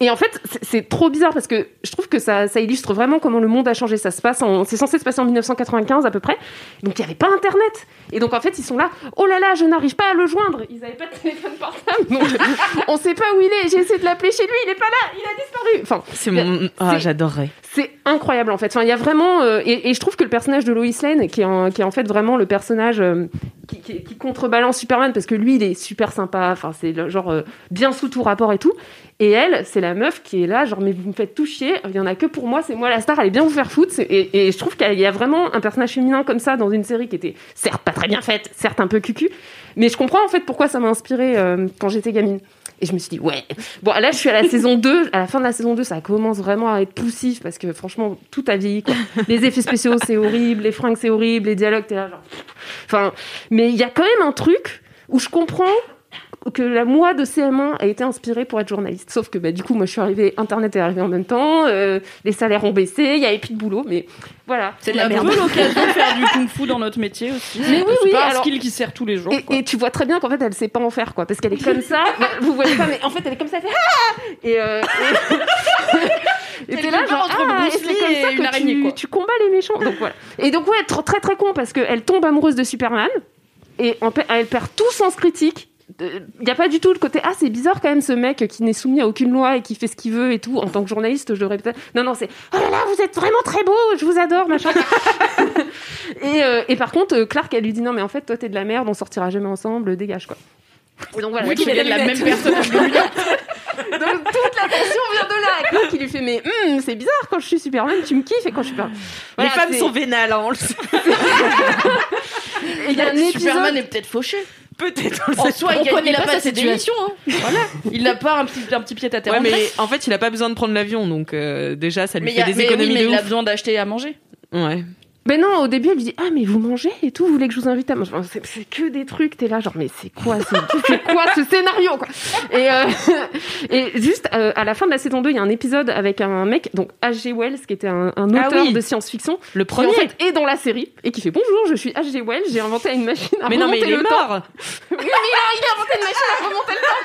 [SPEAKER 5] et en fait, c'est- c'est trop bizarre parce que je trouve que ça, ça illustre vraiment comment le monde a changé. Ça se passe, en- c'est censé se passer en 1995 à peu près. Donc il n'y avait pas Internet. Et donc en fait, ils sont là, oh là là, je n'arrive pas à le joindre. Ils n'avaient pas de téléphone portable. Donc on ne sait pas où il est. J'ai essayé de l'appeler chez lui, il n'est pas là, il a disparu. Enfin,
[SPEAKER 2] C'est mon. Ah,
[SPEAKER 5] C'est-
[SPEAKER 2] j'adorerais.
[SPEAKER 5] c'est incroyable en fait. Enfin, il y a vraiment euh, et, et je trouve que le personnage de Lois Lane, qui est en, qui est en fait vraiment le personnage euh, qui, qui- qui contrebalance Superman, parce que lui, il est super sympa. Enfin, c'est le genre euh, bien sous tout rapport et tout. Et elle, c'est la meuf qui est là, genre mais vous me faites tout chier. Il y en a que pour moi. C'est moi la star. Allez bien vous faire foutre. C'est- Et, et je trouve qu'il y a vraiment un personnage féminin comme ça dans une série qui était certes pas très bien faite, certes un peu cucu, mais je comprends en fait pourquoi ça m'a inspirée euh, quand j'étais gamine. Et je me suis dit, ouais. Bon, là, je suis à la saison 2. À la fin de la saison 2, ça commence vraiment à être poussif parce que franchement, tout a vieilli. Quoi. Les effets spéciaux, c'est horrible. Les fringues, c'est horrible. Les dialogues, t'es là, genre. pff. Enfin, mais il y a quand même un truc où je comprends que la moi de CM1 a été inspirée pour être journaliste. Sauf que bah, du coup, moi, je suis arrivée, Internet est arrivé en même temps, euh, les salaires ont baissé, il y avait plus de boulot, mais voilà.
[SPEAKER 4] C'est de la merde. l'occasion de faire [laughs] du kung fu dans notre métier aussi.
[SPEAKER 5] Mais oui,
[SPEAKER 4] c'est
[SPEAKER 5] oui,
[SPEAKER 4] pas un
[SPEAKER 5] alors-
[SPEAKER 4] skill qui sert tous les jours. quoi.
[SPEAKER 5] Et, et tu vois très bien qu'en fait elle sait pas en faire quoi, parce qu'elle est comme
[SPEAKER 4] [laughs]
[SPEAKER 5] ça. bah, vous voyez pas, mais en fait elle est comme ça. Elle fait Ah et euh, et- [laughs] et t'es là genre
[SPEAKER 4] entre
[SPEAKER 5] ah, et
[SPEAKER 4] Bruce
[SPEAKER 5] c'est
[SPEAKER 4] Lee
[SPEAKER 5] comme ça
[SPEAKER 4] et
[SPEAKER 5] que
[SPEAKER 4] une araignée,
[SPEAKER 5] tu-
[SPEAKER 4] quoi.
[SPEAKER 5] tu, combats les méchants. Donc voilà. Et donc ouais, tr- très très con parce qu'elle tombe amoureuse de Superman et en pa- elle perd tout sens critique. Il n'y a pas du tout le côté ah c'est bizarre quand même ce mec qui n'est soumis à aucune loi et qui fait ce qu'il veut et tout en tant que journaliste je le répète non non c'est oh là là vous êtes vraiment très beau je vous adore machin [laughs] et, euh, et par contre, euh, Clark, elle lui dit non, mais en fait, toi, t'es de la merde, on sortira jamais ensemble, euh, dégage quoi. Et Donc voilà,
[SPEAKER 4] Oui,
[SPEAKER 5] donc,
[SPEAKER 4] qui est la même personne.
[SPEAKER 5] donc, toute la tension vient de là. Et Clark, il lui fait mais hum, c'est bizarre quand je suis Superman, tu me kiffes et quand je suis pas. Voilà,
[SPEAKER 2] les femmes
[SPEAKER 5] c'est-
[SPEAKER 2] sont vénales, hein, on le
[SPEAKER 4] [laughs]
[SPEAKER 2] sait.
[SPEAKER 5] et Il y a un épisode.
[SPEAKER 4] Superman est peut-être [laughs] fauché.
[SPEAKER 2] Peut-être, on le
[SPEAKER 4] En
[SPEAKER 2] sait.
[SPEAKER 4] soi, il,
[SPEAKER 3] On
[SPEAKER 4] a- il
[SPEAKER 3] connaît
[SPEAKER 4] a
[SPEAKER 3] pas
[SPEAKER 4] pas
[SPEAKER 3] sa
[SPEAKER 4] ses
[SPEAKER 3] situation. Hein.
[SPEAKER 4] Il a pas un petit, un petit pied à terre.
[SPEAKER 2] Ouais,
[SPEAKER 4] en
[SPEAKER 2] mais
[SPEAKER 4] Grèce.
[SPEAKER 2] en fait, il a pas besoin de prendre l'avion, donc euh, déjà, ça lui
[SPEAKER 4] Mais il y
[SPEAKER 2] fait
[SPEAKER 4] a-
[SPEAKER 2] des
[SPEAKER 4] mais oui,
[SPEAKER 2] économies
[SPEAKER 4] mais
[SPEAKER 2] de
[SPEAKER 4] il a
[SPEAKER 2] ouf.
[SPEAKER 4] besoin d'acheter à manger.
[SPEAKER 2] Ouais.
[SPEAKER 5] Mais Ben non, au début, elle lui dit Ah, mais vous mangez et tout, vous voulez que je vous invite à manger Enfin, c'est, c'est que des trucs, t'es là, genre, mais c'est quoi, ce- [laughs] c'est quoi ce scénario quoi et, euh, [laughs] et juste euh, à la fin de la saison 2, il y a un épisode avec un mec, donc H.G. Wells, qui était un, un
[SPEAKER 2] Ah
[SPEAKER 5] auteur
[SPEAKER 2] oui.
[SPEAKER 5] de science-fiction,
[SPEAKER 2] Le
[SPEAKER 5] qui
[SPEAKER 2] premier.
[SPEAKER 5] en fait est dans la série et qui fait Bonjour, je suis H.G. Wells, j'ai inventé une machine à
[SPEAKER 2] mais non, mais il
[SPEAKER 5] remonter
[SPEAKER 2] est
[SPEAKER 5] le temps.
[SPEAKER 2] mort.
[SPEAKER 5] Oui, mais il a, il a inventé une machine à remonter le temps.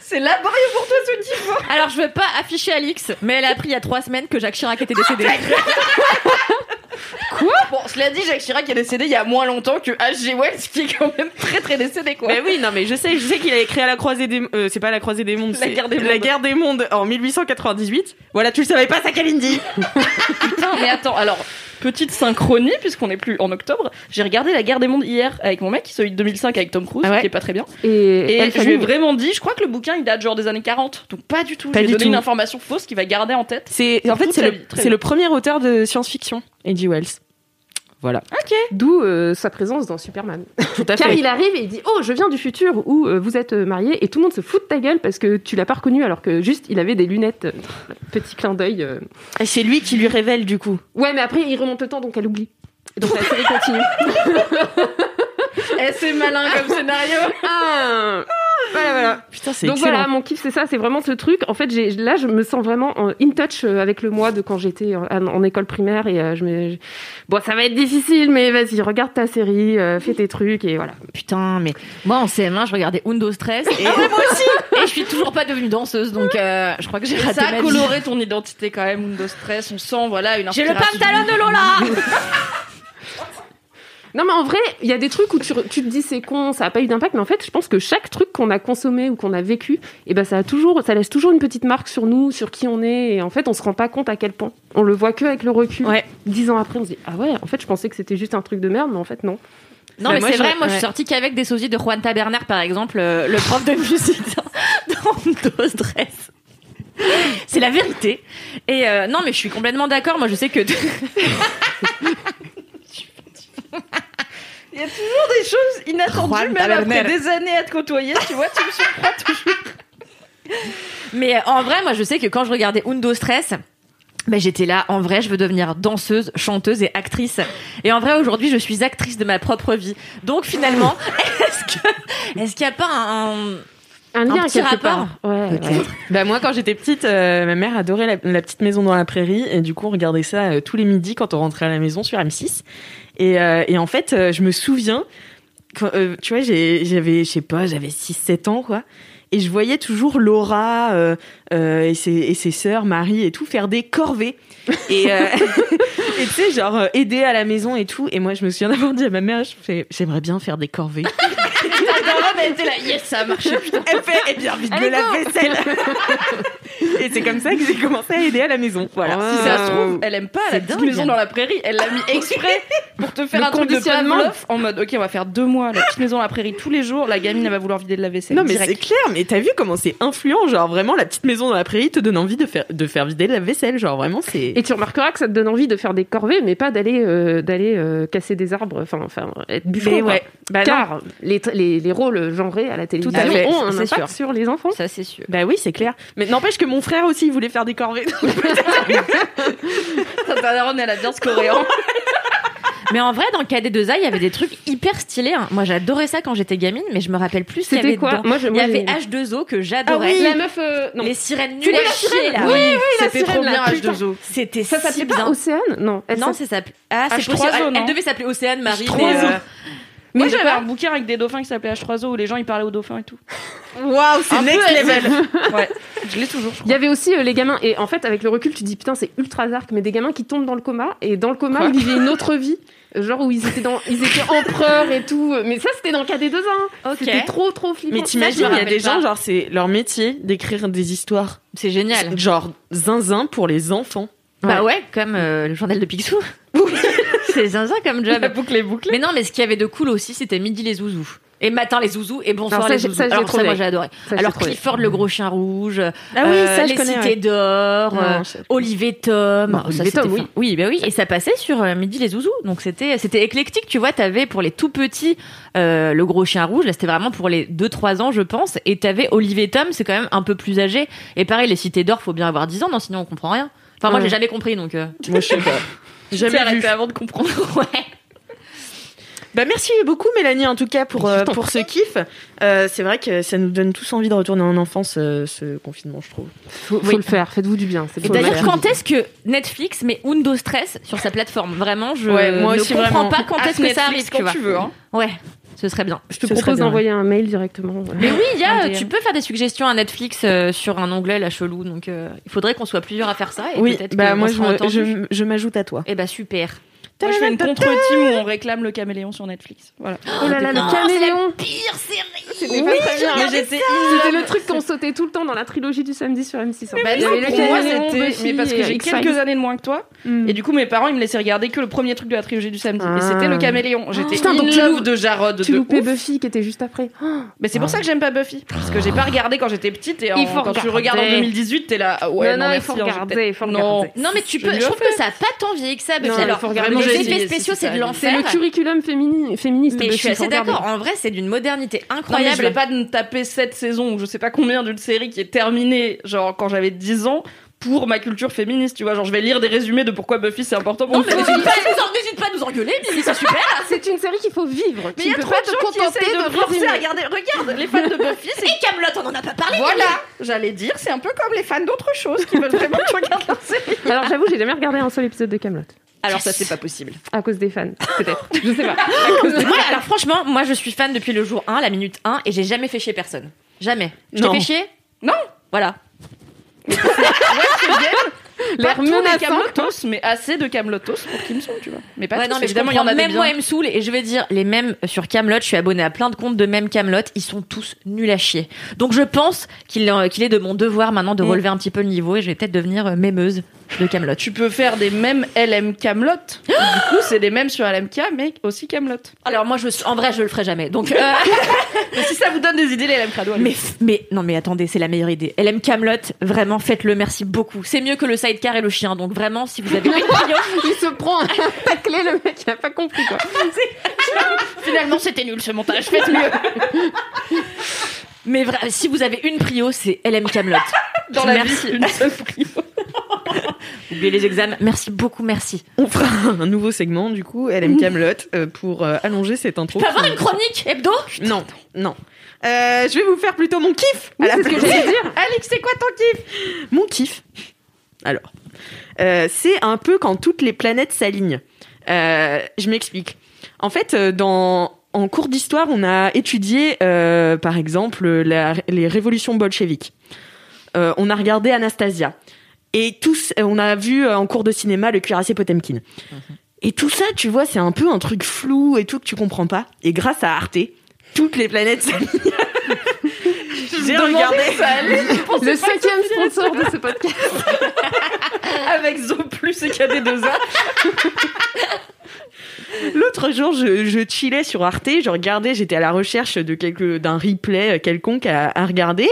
[SPEAKER 4] C'est laborieux pour toi ce type. hein.
[SPEAKER 3] Alors, je veux pas afficher Alix, mais elle a appris il y a trois semaines que Jacques Chirac était décédé.
[SPEAKER 4] Ah,
[SPEAKER 3] [laughs]
[SPEAKER 4] Bon, cela dit, Jacques Chirac est décédé il y a moins longtemps que H.G. Wells, qui est quand même très très décédé quoi.
[SPEAKER 2] Mais oui, non, mais je sais, je sais qu'il a écrit à la croisée des, euh, c'est pas la croisée des mondes,
[SPEAKER 4] La
[SPEAKER 2] c'est
[SPEAKER 4] guerre des
[SPEAKER 2] la
[SPEAKER 4] mondes.
[SPEAKER 2] guerre des mondes en 1898. Voilà, tu le savais pas, ça Kalindi.
[SPEAKER 4] Putain, mais attends, alors, petite synchronie, puisqu'on n'est plus en octobre, j'ai regardé La guerre des mondes hier avec mon mec, celui de 2005 avec Tom Cruise,
[SPEAKER 2] Ah ouais
[SPEAKER 4] qui est pas très bien.
[SPEAKER 5] Et,
[SPEAKER 4] Et
[SPEAKER 5] elle,
[SPEAKER 4] je lui ai
[SPEAKER 5] famille,
[SPEAKER 4] vraiment dit, je crois que le bouquin il date genre des années 40, donc pas du tout.
[SPEAKER 2] Pas
[SPEAKER 4] J'ai
[SPEAKER 2] du
[SPEAKER 4] donné
[SPEAKER 2] tout.
[SPEAKER 4] une information fausse qu'il va garder en tête.
[SPEAKER 2] C'est, en
[SPEAKER 4] Toute
[SPEAKER 2] fait, c'est
[SPEAKER 4] sa
[SPEAKER 2] le,
[SPEAKER 4] vie, très
[SPEAKER 2] c'est
[SPEAKER 4] bien.
[SPEAKER 2] le premier auteur de science-fiction, H.G. Wells. Voilà.
[SPEAKER 5] D'où euh, sa présence dans Superman. [laughs] Car il arrive et il dit Oh, je viens du futur où euh, vous êtes euh, marié et tout le monde se fout de ta gueule parce que tu l'as pas reconnu alors que juste il avait des lunettes. euh, petit clin d'œil. euh.
[SPEAKER 2] Et c'est lui qui lui révèle, du coup.
[SPEAKER 5] Ouais, mais après il remonte le temps donc elle oublie. Et Donc la série continue.
[SPEAKER 4] Eh, c'est malin comme scénario
[SPEAKER 5] Ah. voilà, voilà.
[SPEAKER 2] Putain, c'est
[SPEAKER 5] Donc
[SPEAKER 2] excellent.
[SPEAKER 5] voilà, mon kiff, c'est ça, c'est vraiment ce truc. En fait, j'ai- là, je me sens vraiment en in touch euh, avec le moi de quand j'étais en, en- en école primaire. Et euh, je me. je- Bon, ça va être difficile, mais vas-y, regarde ta série, euh, fais tes trucs, et voilà.
[SPEAKER 3] Putain, mais moi en CM1, je regardais Undo Stress.
[SPEAKER 4] [laughs]
[SPEAKER 3] Et...
[SPEAKER 4] Ah
[SPEAKER 3] moi aussi [laughs] Et je suis toujours pas devenue danseuse, donc euh, je crois que j'ai raté
[SPEAKER 4] Ça
[SPEAKER 3] ma
[SPEAKER 4] a
[SPEAKER 3] vie.
[SPEAKER 4] coloré ton identité quand même, Mundo Stress, on sent voilà une
[SPEAKER 3] J'ai le
[SPEAKER 4] inspiration.
[SPEAKER 3] pantalon de Lola
[SPEAKER 5] Non, mais en vrai, il y a des trucs où tu, re- tu te dis c'est con, ça a pas eu d'impact, mais en fait, je pense que chaque truc qu'on a consommé ou qu'on a vécu, et ben, ça, a toujours, ça laisse toujours une petite marque sur nous, sur qui on est, et en fait, on se rend pas compte à quel point. On le voit que avec le recul.
[SPEAKER 2] Ouais.
[SPEAKER 5] Dix ans après, on se dit ah ouais, en fait, je pensais que c'était juste un truc de merde, mais en fait, non.
[SPEAKER 3] Non,
[SPEAKER 2] Bah,
[SPEAKER 3] mais
[SPEAKER 2] moi,
[SPEAKER 3] c'est
[SPEAKER 2] je-
[SPEAKER 3] vrai, moi je
[SPEAKER 2] ouais.
[SPEAKER 3] suis sortie qu'avec des sosies de Juan Taberner, par exemple, euh, le prof de musique dans Undo Stress. C'est la vérité. Et euh, non, mais je suis complètement d'accord. Moi, je sais que.
[SPEAKER 4] [laughs] Il y a toujours des choses inattendues,
[SPEAKER 2] Juan
[SPEAKER 4] même après
[SPEAKER 2] Taberner.
[SPEAKER 4] des années à te côtoyer, tu vois, tu me surprends toujours.
[SPEAKER 3] Mais euh, en vrai, moi, je sais que quand je regardais Undo Stress, ben, j'étais là, en vrai, je veux devenir danseuse, chanteuse et actrice. Et en vrai, aujourd'hui, je suis actrice de ma propre vie. Donc finalement, [laughs] est-ce que- est-ce qu'il n'y a pas un... un-
[SPEAKER 5] Un lien
[SPEAKER 3] petit
[SPEAKER 5] quelque
[SPEAKER 3] rapport.
[SPEAKER 5] part. Ouais, ouais.
[SPEAKER 2] Bah moi quand j'étais petite, euh, ma mère adorait la, la petite maison dans la prairie et du coup on regardait ça euh, tous les midis quand on rentrait à la maison sur M6. Et, euh, et en fait euh, je me souviens, quand, euh, tu vois j'ai- j'avais je sais pas j'avais 6-7 ans quoi. Et je voyais toujours Laura euh, euh, et, ses, et ses sœurs, Marie et tout, faire des corvées. Et euh, [laughs] et tu sais, genre, euh, aider à la maison et tout. Et moi, je me souviens d'avoir dit à ma mère, je fais, j'aimerais bien faire des corvées.
[SPEAKER 4] Yes, ça a marché.
[SPEAKER 2] Elle fait, eh bien, vite de la vaisselle. et c'est comme ça que j'ai commencé à aider à la maison. Voilà.
[SPEAKER 5] Ah.
[SPEAKER 4] Si ça se trouve, elle aime pas la
[SPEAKER 3] C'est
[SPEAKER 4] petite
[SPEAKER 3] dingue.
[SPEAKER 4] maison dans la prairie. Elle l'a mis exprès pour te faire
[SPEAKER 5] Le
[SPEAKER 4] un truc de
[SPEAKER 5] conditionnement.
[SPEAKER 4] Pavlov en mode ok, on va faire deux mois la petite maison dans la prairie tous les jours. La gamine elle va vouloir vider de la vaisselle.
[SPEAKER 2] Non mais
[SPEAKER 4] direct.
[SPEAKER 2] c'est clair, mais t'as vu comment c'est influent, genre vraiment la petite maison dans la prairie te donne envie de faire de faire vider la vaisselle, genre vraiment c'est.
[SPEAKER 5] Et tu remarqueras que ça te donne envie de faire des corvées, mais pas d'aller euh, d'aller euh, casser des arbres, enfin, enfin être bûcheron.
[SPEAKER 2] Mais
[SPEAKER 5] quoi.
[SPEAKER 2] ouais,
[SPEAKER 3] Ah
[SPEAKER 2] bah non.
[SPEAKER 5] Car les, tr- les, les rôles genrés à la télévision
[SPEAKER 2] fait,
[SPEAKER 5] ont un
[SPEAKER 3] c'est sûr.
[SPEAKER 5] impact sur les enfants.
[SPEAKER 3] Ça, c'est sûr.
[SPEAKER 2] Bah oui, c'est clair. Mais n'empêche que mon frère aussi il voulait faire des corvées.
[SPEAKER 4] [laughs] Ta daronne, elle a bien scoré. hein.
[SPEAKER 3] Mais en vrai, dans KD2A, il y avait des trucs hyper stylés. hein. Moi, j'adorais ça quand j'étais gamine, mais je me rappelle plus ce qu'il y
[SPEAKER 5] C'était
[SPEAKER 3] avait
[SPEAKER 5] quoi
[SPEAKER 3] dedans.
[SPEAKER 5] Moi, je,
[SPEAKER 3] Il y
[SPEAKER 5] moi,
[SPEAKER 3] avait
[SPEAKER 5] j'ai-
[SPEAKER 3] H2O que
[SPEAKER 5] Ah
[SPEAKER 3] j'adorais.
[SPEAKER 5] oui, la meuf. euh, non.
[SPEAKER 3] Les sirènes
[SPEAKER 5] Tu
[SPEAKER 3] nulles
[SPEAKER 5] vois la
[SPEAKER 3] à chier,
[SPEAKER 5] sirène
[SPEAKER 3] là.
[SPEAKER 5] Oui, oui, la
[SPEAKER 3] C'était trop
[SPEAKER 5] sirène,
[SPEAKER 3] bien
[SPEAKER 5] là, putain.
[SPEAKER 3] H2O. C'était
[SPEAKER 5] Ça
[SPEAKER 3] si
[SPEAKER 5] s'appelait
[SPEAKER 3] bien.
[SPEAKER 5] pas Océane Non. elle
[SPEAKER 3] Non,
[SPEAKER 5] s'appelle-
[SPEAKER 3] ça s'appelle. Ah, c'est
[SPEAKER 4] H3O,
[SPEAKER 3] possible. Elle,
[SPEAKER 4] non
[SPEAKER 3] elle devait s'appeler Océane Marie. [laughs]
[SPEAKER 4] H3O.
[SPEAKER 3] mais, euh, Oui,
[SPEAKER 4] Moi j'avais
[SPEAKER 3] d'accord.
[SPEAKER 4] un bouquin avec des dauphins qui s'appelait H3O où les gens ils parlaient aux dauphins et tout.
[SPEAKER 2] euh, Waouh, c'est next level.
[SPEAKER 4] Ouais, je l'ai toujours. je
[SPEAKER 5] Il y avait aussi euh, les gamins. Et en fait, avec le recul, tu te dis putain, c'est ultra dark, mais des gamins qui tombent dans le coma. Et dans le coma, ils vivaient une autre vie. Genre où ils étaient, dans, ils étaient empereurs et tout. Mais ça, c'était dans KD2A. hein.
[SPEAKER 3] Ok.
[SPEAKER 5] C'était trop, trop flippant.
[SPEAKER 2] Mais t'imagines,
[SPEAKER 5] Ça, je
[SPEAKER 2] il
[SPEAKER 5] me
[SPEAKER 2] y a des
[SPEAKER 5] rappelle pas.
[SPEAKER 2] gens genre c'est leur métier d'écrire des histoires,
[SPEAKER 3] C'est génial.
[SPEAKER 2] genre zinzin pour les enfants.
[SPEAKER 3] Bah ouais, comme euh, le journal de Picsou. [laughs] c'est zinzin comme
[SPEAKER 4] crois. La
[SPEAKER 3] job.
[SPEAKER 4] boucle est bouclée.
[SPEAKER 3] Mais non, mais ce qu'il y avait de cool aussi, c'était Midi les Zouzous. Et matin, les zouzous. Et bonsoir,
[SPEAKER 5] Alors, ça,
[SPEAKER 3] les
[SPEAKER 5] j'ai-
[SPEAKER 3] zouzous.
[SPEAKER 5] ça, j'ai
[SPEAKER 3] Alors,
[SPEAKER 5] trouvé.
[SPEAKER 3] ça, moi, j'ai adoré.
[SPEAKER 5] j'ai
[SPEAKER 3] Alors,
[SPEAKER 5] trouvé.
[SPEAKER 3] Clifford, le gros chien rouge.
[SPEAKER 2] Ah oui,
[SPEAKER 3] euh,
[SPEAKER 2] ça, je
[SPEAKER 3] Les
[SPEAKER 2] connais.
[SPEAKER 3] Cités
[SPEAKER 2] ouais.
[SPEAKER 3] d'or. euh,
[SPEAKER 5] Non, c'est-
[SPEAKER 3] Olivier Tom.
[SPEAKER 5] Bon,
[SPEAKER 3] Ça,
[SPEAKER 5] Olivier
[SPEAKER 3] c'était
[SPEAKER 5] Tom,
[SPEAKER 3] fin.
[SPEAKER 5] oui.
[SPEAKER 3] Oui, bah oui. Et ça passait sur euh, Midi les Zouzous. Donc c'était c'était éclectique, tu vois. T'avais pour les tout petits euh, le gros chien rouge. Là, c'était vraiment pour les 2-3 ans, je pense. Et t'avais Olivier Tom, c'est quand même un peu plus âgé. Et pareil, les cités d'or, faut bien avoir 10 ans, non, sinon on comprend rien. Enfin, moi,
[SPEAKER 2] Ouais.
[SPEAKER 3] j'ai jamais compris, donc. euh,
[SPEAKER 2] Moi, je sais [laughs] pas. Jamais
[SPEAKER 4] Jamais
[SPEAKER 2] vu.
[SPEAKER 4] arrêté avant de comprendre.
[SPEAKER 3] [laughs] ouais.
[SPEAKER 2] Bah merci beaucoup Mélanie en tout cas pour, euh, pour ce kiff. Euh, c'est vrai que ça nous donne tous envie de retourner en enfance euh, ce confinement je trouve.
[SPEAKER 5] Faut, faut
[SPEAKER 3] Oui.
[SPEAKER 5] le faire, faites-vous du bien. c'est
[SPEAKER 3] Et
[SPEAKER 5] pas
[SPEAKER 3] d'ailleurs,
[SPEAKER 5] mal.
[SPEAKER 3] quand est-ce que Netflix met Undo Stress sur sa plateforme Vraiment, je
[SPEAKER 2] Ouais, moi
[SPEAKER 3] ne
[SPEAKER 2] aussi,
[SPEAKER 3] comprends
[SPEAKER 2] vraiment.
[SPEAKER 3] pas quand
[SPEAKER 4] Ah,
[SPEAKER 3] est-ce que ça arrive, tu vois.
[SPEAKER 4] veux. Hein.
[SPEAKER 3] Ouais, ce serait bien.
[SPEAKER 5] Je te
[SPEAKER 2] Ce serait
[SPEAKER 5] propose
[SPEAKER 2] bien.
[SPEAKER 5] d'envoyer un mail directement. Oh voilà.
[SPEAKER 3] Mais oui, il y
[SPEAKER 4] Un
[SPEAKER 3] a,
[SPEAKER 4] DM.
[SPEAKER 3] tu peux faire des suggestions à Netflix euh, sur un onglet là chelou, donc euh, il faudrait qu'on soit plusieurs à faire ça. Et
[SPEAKER 2] oui,
[SPEAKER 3] peut-être
[SPEAKER 2] bah
[SPEAKER 3] qu'on
[SPEAKER 2] moi je,
[SPEAKER 3] sera
[SPEAKER 2] me-
[SPEAKER 3] entendus.
[SPEAKER 2] je, je m'ajoute à toi. [laughs]
[SPEAKER 3] Eh bah super.
[SPEAKER 4] Moi, je fais une contre-team où on récame le caméléon sur Netflix. Voilà.
[SPEAKER 5] Oh là là,
[SPEAKER 3] Non,
[SPEAKER 5] le
[SPEAKER 3] Ah, c'est la
[SPEAKER 5] caméléon
[SPEAKER 3] Pire série.
[SPEAKER 5] C'était pas très bien, mais j'étais-
[SPEAKER 4] Bah,
[SPEAKER 5] C'était le truc qu'on sautait tout le temps dans la trilogie du samedi sur M6. hein.
[SPEAKER 4] Bah,
[SPEAKER 5] Il y avait
[SPEAKER 4] non,
[SPEAKER 5] le
[SPEAKER 4] pour moi,
[SPEAKER 5] Caméléon,
[SPEAKER 4] c'était.
[SPEAKER 5] Buffy
[SPEAKER 4] Mais parce que
[SPEAKER 5] et
[SPEAKER 4] j'ai
[SPEAKER 5] X-Files.
[SPEAKER 4] quelques années de moins que toi.
[SPEAKER 5] Mm.
[SPEAKER 4] Et du coup, mes parents, ils me laissaient regarder que le premier truc de la trilogie du samedi. Et c'était le
[SPEAKER 5] Ah.
[SPEAKER 4] caméléon. J'étais
[SPEAKER 5] Putain, donc
[SPEAKER 4] in
[SPEAKER 5] tu
[SPEAKER 4] love
[SPEAKER 5] loupes-
[SPEAKER 4] de Jarod.
[SPEAKER 5] tu
[SPEAKER 4] de
[SPEAKER 5] loupais
[SPEAKER 4] ouf.
[SPEAKER 5] Buffy qui était juste après. Oh,
[SPEAKER 4] Mais c'est pour ça que j'aime pas Buffy. Parce que j'ai pas regardé quand j'étais petite. Et en-
[SPEAKER 3] Il faut
[SPEAKER 4] quand tu
[SPEAKER 3] regarder.
[SPEAKER 4] regardes en 2018, t'es là. ah Ouais,
[SPEAKER 5] Non, non, il
[SPEAKER 4] merci,
[SPEAKER 5] faut
[SPEAKER 4] hein, j'ai
[SPEAKER 5] regarder,
[SPEAKER 4] peut-être-
[SPEAKER 5] il faut
[SPEAKER 4] Non.
[SPEAKER 5] regarder.
[SPEAKER 3] Non mais tu
[SPEAKER 4] Je
[SPEAKER 3] peux. Je
[SPEAKER 4] le
[SPEAKER 3] trouve
[SPEAKER 4] fais.
[SPEAKER 3] que ça a pas tant vieilli que ça. Buffy.
[SPEAKER 5] Non, il
[SPEAKER 3] Alors
[SPEAKER 5] faut regarder.
[SPEAKER 4] J'ai
[SPEAKER 3] les
[SPEAKER 4] essayé,
[SPEAKER 3] effets
[SPEAKER 4] si,
[SPEAKER 3] spéciaux,
[SPEAKER 4] si,
[SPEAKER 3] c'est
[SPEAKER 4] ça
[SPEAKER 3] de
[SPEAKER 4] a-
[SPEAKER 5] C'est
[SPEAKER 3] l'enfer.
[SPEAKER 5] le curriculum fémini- féministe.
[SPEAKER 3] Mais je
[SPEAKER 5] Buffy,
[SPEAKER 3] suis assez
[SPEAKER 5] faut regarder.
[SPEAKER 3] d'accord. En vrai, c'est d'une modernité
[SPEAKER 4] Non, mais
[SPEAKER 3] incroyable.
[SPEAKER 4] je vais pas me taper cette saison ou je sais pas combien d'une série qui est terminée, genre quand j'avais 10 ans, pour ma culture féministe, tu vois. Genre, je vais lire des résumés de pourquoi Buffy c'est important pour
[SPEAKER 3] Non
[SPEAKER 4] moi. [laughs]
[SPEAKER 3] mais n'hésite pas, à nous en- n'hésite pas à nous engueuler, Mimi, c'est super.
[SPEAKER 5] [laughs] C'est une série qu'il faut vivre. tu
[SPEAKER 4] Mais il y a
[SPEAKER 5] peux
[SPEAKER 4] trop
[SPEAKER 5] pas
[SPEAKER 4] de gens
[SPEAKER 5] te
[SPEAKER 4] qui
[SPEAKER 5] contenter
[SPEAKER 4] essayent de,
[SPEAKER 5] de
[SPEAKER 4] forcer à
[SPEAKER 5] résumer.
[SPEAKER 4] regarder. Regarde, les fans de Buffy, c'est
[SPEAKER 3] Et Camelot, on en a pas parlé. [laughs]
[SPEAKER 4] [laughs] Voilà, j'allais dire, c'est un peu comme les fans d'autres choses qui veulent vraiment que je regarde leur série.
[SPEAKER 5] Alors j'avoue, j'ai jamais regardé un seul épisode de Camelot
[SPEAKER 4] [laughs] Alors ça, c'est pas possible.
[SPEAKER 5] à cause des fans, peut-être. Je sais pas.
[SPEAKER 3] Moi, alors franchement, moi je suis fan depuis le jour 1, la minute 1, et j'ai jamais fait chier personne. Jamais. Je t'ai
[SPEAKER 2] Non.
[SPEAKER 3] fait chier
[SPEAKER 4] Non.
[SPEAKER 3] Voilà.
[SPEAKER 4] Pas
[SPEAKER 5] L'air
[SPEAKER 4] tous les
[SPEAKER 5] menaçant.
[SPEAKER 4] Camelotos, mais assez de Camelotos pour qu'ils me sont, tu vois. Mais pas
[SPEAKER 3] Ouais,
[SPEAKER 4] tous,
[SPEAKER 3] non, mais je
[SPEAKER 4] évidemment,
[SPEAKER 3] comprends.
[SPEAKER 4] il y en a des
[SPEAKER 3] Même
[SPEAKER 4] biens.
[SPEAKER 3] moi, elle me saoule, et je vais dire, les mêmes sur Camelot, je suis abonnée à plein de comptes de mêmes Camelot, ils sont tous nuls à chier. Donc je pense qu'il euh, qu'il est de mon devoir maintenant de
[SPEAKER 4] Mm.
[SPEAKER 3] relever un petit peu le niveau, et je vais peut-être devenir euh, mémeuse de Camelot.
[SPEAKER 4] Tu peux faire des mêmes LM [gasps] Camelot. du coup, c'est des mêmes sur LMK, mais aussi Camelot.
[SPEAKER 3] Alors moi, je, en vrai, je le ferai jamais. Donc, euh,
[SPEAKER 4] Mais si ça vous donne des idées, les LM Crado,
[SPEAKER 3] [laughs]
[SPEAKER 4] allez.
[SPEAKER 3] mais, mais non, mais attendez, c'est la meilleure idée. LM Camelot, vraiment, faites-le, merci beaucoup. C'est mieux que le sidecar et le chien. Donc vraiment, si [laughs] vous avez une prio-
[SPEAKER 5] Il se prend à tacler le mec, il a pas compris quoi.
[SPEAKER 4] finalement, c'était nul ce montage. Faites mieux.
[SPEAKER 3] Mais vra- si vous avez une prio, c'est LM Camelot.
[SPEAKER 4] Dans la
[SPEAKER 3] merci.
[SPEAKER 4] vie, une seule prise.
[SPEAKER 3] [laughs] Oubliez les examens. Merci beaucoup, merci.
[SPEAKER 2] On fera un nouveau segment du coup LM Camelot
[SPEAKER 5] [laughs]
[SPEAKER 2] euh, pour euh, allonger cette intro.
[SPEAKER 3] Tu peux avoir une chronique hebdo
[SPEAKER 2] Non, non. Euh, je vais vous faire plutôt mon kiff. à la
[SPEAKER 5] c'est ce que
[SPEAKER 2] place.
[SPEAKER 5] j'allais dire.
[SPEAKER 2] Alex, c'est quoi ton kiff Mon kiff. Alors, euh, c'est un peu quand toutes les planètes s'alignent. Euh, je m'explique. En fait, euh, dans en cours d'histoire, on a étudié, euh, par exemple, la- les révolutions bolcheviques. Euh, on a regardé Anastasia. Et tous, euh, on a vu euh, en cours de cinéma le cuirassé Potemkin. Et tout ça, tu vois, c'est un peu un truc flou et tout que tu comprends pas. Et grâce à Arte, toutes les planètes s'alignent. [laughs] J'ai regardé.
[SPEAKER 4] Ça allait
[SPEAKER 5] Le cinquième sponsor de ce podcast.
[SPEAKER 4] avec Zo plus et [laughs] KD2A.
[SPEAKER 2] L'autre jour, je, je chillais sur Arte, je regardais, j'étais à la recherche de quelque d'un replay euh, quelconque à, à regarder,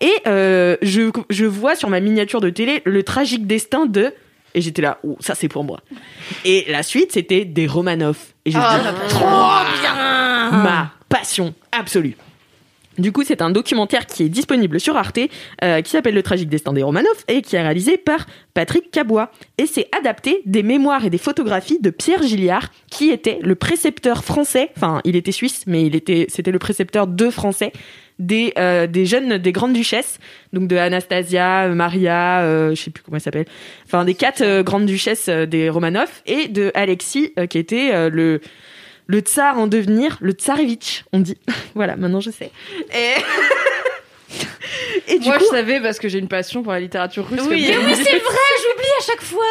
[SPEAKER 2] et euh, je, je vois sur ma miniature de télé le tragique destin de et j'étais là, oh, ça c'est pour moi. Et la suite, c'était des Romanov. Et j'ai dit,
[SPEAKER 3] Ah.
[SPEAKER 2] ma passion absolue. Du coup, c'est un documentaire qui est disponible sur Arte, euh, qui s'appelle Le tragique destin des Romanov et qui est réalisé par Patrick Cabois. Et c'est adapté des mémoires et des photographies de Pierre Gilliard, qui était le précepteur français, enfin, il était suisse, mais il était, c'était le précepteur de français des, euh, des jeunes, des grandes duchesses, donc de Anastasia, euh, Maria, euh, je sais plus comment elle s'appelle, enfin, des quatre euh, grandes duchesses euh, des Romanov et de Alexis, euh, qui était euh, le, le tsar en devenir, le tsarevitch, on dit. [laughs] voilà, maintenant je sais. Et, [laughs] et du
[SPEAKER 4] Moi,
[SPEAKER 2] coup,
[SPEAKER 4] je savais parce que j'ai une passion pour la littérature russe.
[SPEAKER 2] Oui.
[SPEAKER 4] comme
[SPEAKER 3] Mais
[SPEAKER 4] tu
[SPEAKER 3] oui,
[SPEAKER 4] dis.
[SPEAKER 3] c'est vrai, j'oublie à chaque fois.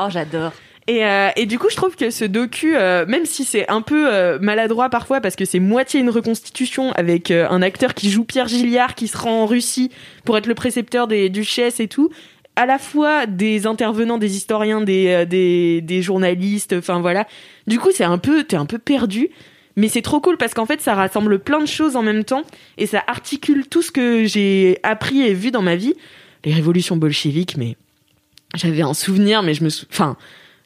[SPEAKER 3] Oh, j'adore.
[SPEAKER 2] Et, euh, et du coup, je trouve que ce docu, euh, même si c'est un peu euh, maladroit parfois, parce que c'est moitié une reconstitution avec euh, un acteur qui joue Pierre Gilliard, qui se rend en Russie pour être le précepteur des duchesses et tout, à la fois des intervenants, des historiens, des, euh, des, des journalistes, enfin voilà. Du coup, c'est un peu, t'es un peu perdu. Mais c'est trop cool parce qu'en fait, ça rassemble plein de choses en même temps et ça articule tout ce que j'ai appris et vu dans ma vie. Les révolutions bolcheviques, mais j'avais un souvenir, mais je me sou... Enfin,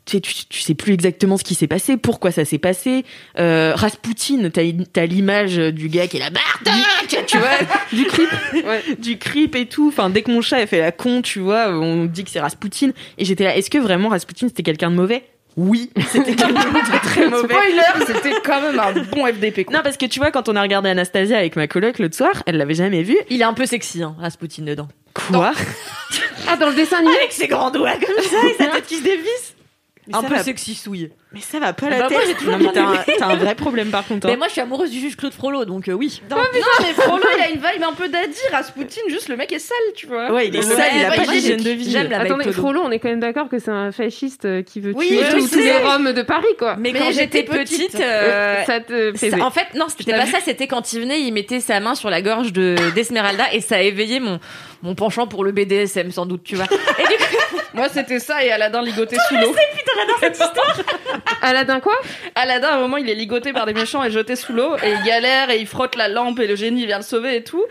[SPEAKER 2] tu sais, tu, tu sais plus exactement ce qui s'est passé, pourquoi ça s'est passé. Euh, Rasputin, t'as, t'as l'image du gars qui est là, Bartek, tu [laughs] vois, du creep, du creep et tout. Enfin, dès que mon chat a fait la con, tu vois, on dit que c'est Rasputin. Et j'étais là, est-ce que vraiment Rasputin c'était quelqu'un de mauvais Oui, c'était quelqu'un [laughs] de très mauvais.
[SPEAKER 4] Spoiler, c'était quand même un bon FDP. Quoi.
[SPEAKER 2] Non, parce que tu vois, quand on a regardé Anastasia avec ma coloc l'autre soir, elle l'avait jamais vu.
[SPEAKER 3] Il est un peu sexy, hein, Rasputin dedans.
[SPEAKER 2] [laughs] Quoi
[SPEAKER 5] Ah, dans le
[SPEAKER 2] [laughs]
[SPEAKER 5] dessin animé
[SPEAKER 3] Avec ses grands doigts comme ça
[SPEAKER 2] Et sa tête qui se dévisse Mais
[SPEAKER 3] Un
[SPEAKER 2] ça
[SPEAKER 3] peu
[SPEAKER 2] va-
[SPEAKER 3] sexy souillé.
[SPEAKER 2] Mais ça va pas
[SPEAKER 3] Bah,
[SPEAKER 2] la
[SPEAKER 3] moi, j'ai
[SPEAKER 2] tête.
[SPEAKER 3] toujours
[SPEAKER 2] Non, mais t'as,
[SPEAKER 3] bien
[SPEAKER 2] un, t'as un vrai problème par contre. hein.
[SPEAKER 3] Mais moi, je suis amoureuse du juge Claude Frollo, donc euh, oui.
[SPEAKER 4] Non, mais Frollo, il a une vibe un peu daddy. Rasputin, juste le mec est sale, tu vois.
[SPEAKER 2] Ouais, il est
[SPEAKER 3] Ouais,
[SPEAKER 2] sale, il a
[SPEAKER 3] bah,
[SPEAKER 2] pas
[SPEAKER 3] moi,
[SPEAKER 2] d'hygiène de
[SPEAKER 3] j'ai-
[SPEAKER 2] vie.
[SPEAKER 3] j'aime la-
[SPEAKER 5] Attendez,
[SPEAKER 3] Claude.
[SPEAKER 5] Frollo, on est quand même d'accord que c'est un fasciste euh, qui veut
[SPEAKER 3] Oui,
[SPEAKER 5] tuer
[SPEAKER 3] je
[SPEAKER 5] tous tous
[SPEAKER 3] sais.
[SPEAKER 5] les Roms de Paris, quoi.
[SPEAKER 3] Mais quand j'étais petite, euh,
[SPEAKER 5] ça te
[SPEAKER 3] ça-
[SPEAKER 5] plaisait.
[SPEAKER 3] en fait, non, c'était pas ça. C'était quand il venait, il mettait sa main sur la gorge de d'Esmeralda et ça a éveillé mon mon penchant pour le BDSM, sans doute, tu vois.
[SPEAKER 4] Moi, c'était ça et Aladdin ligoté sous l'eau.
[SPEAKER 5] Aladdin, quoi
[SPEAKER 4] Aladdin, à un moment, il est ligoté par des méchants et jeté sous l'eau, et il galère, et il frotte la lampe, et le génie vient le sauver et tout.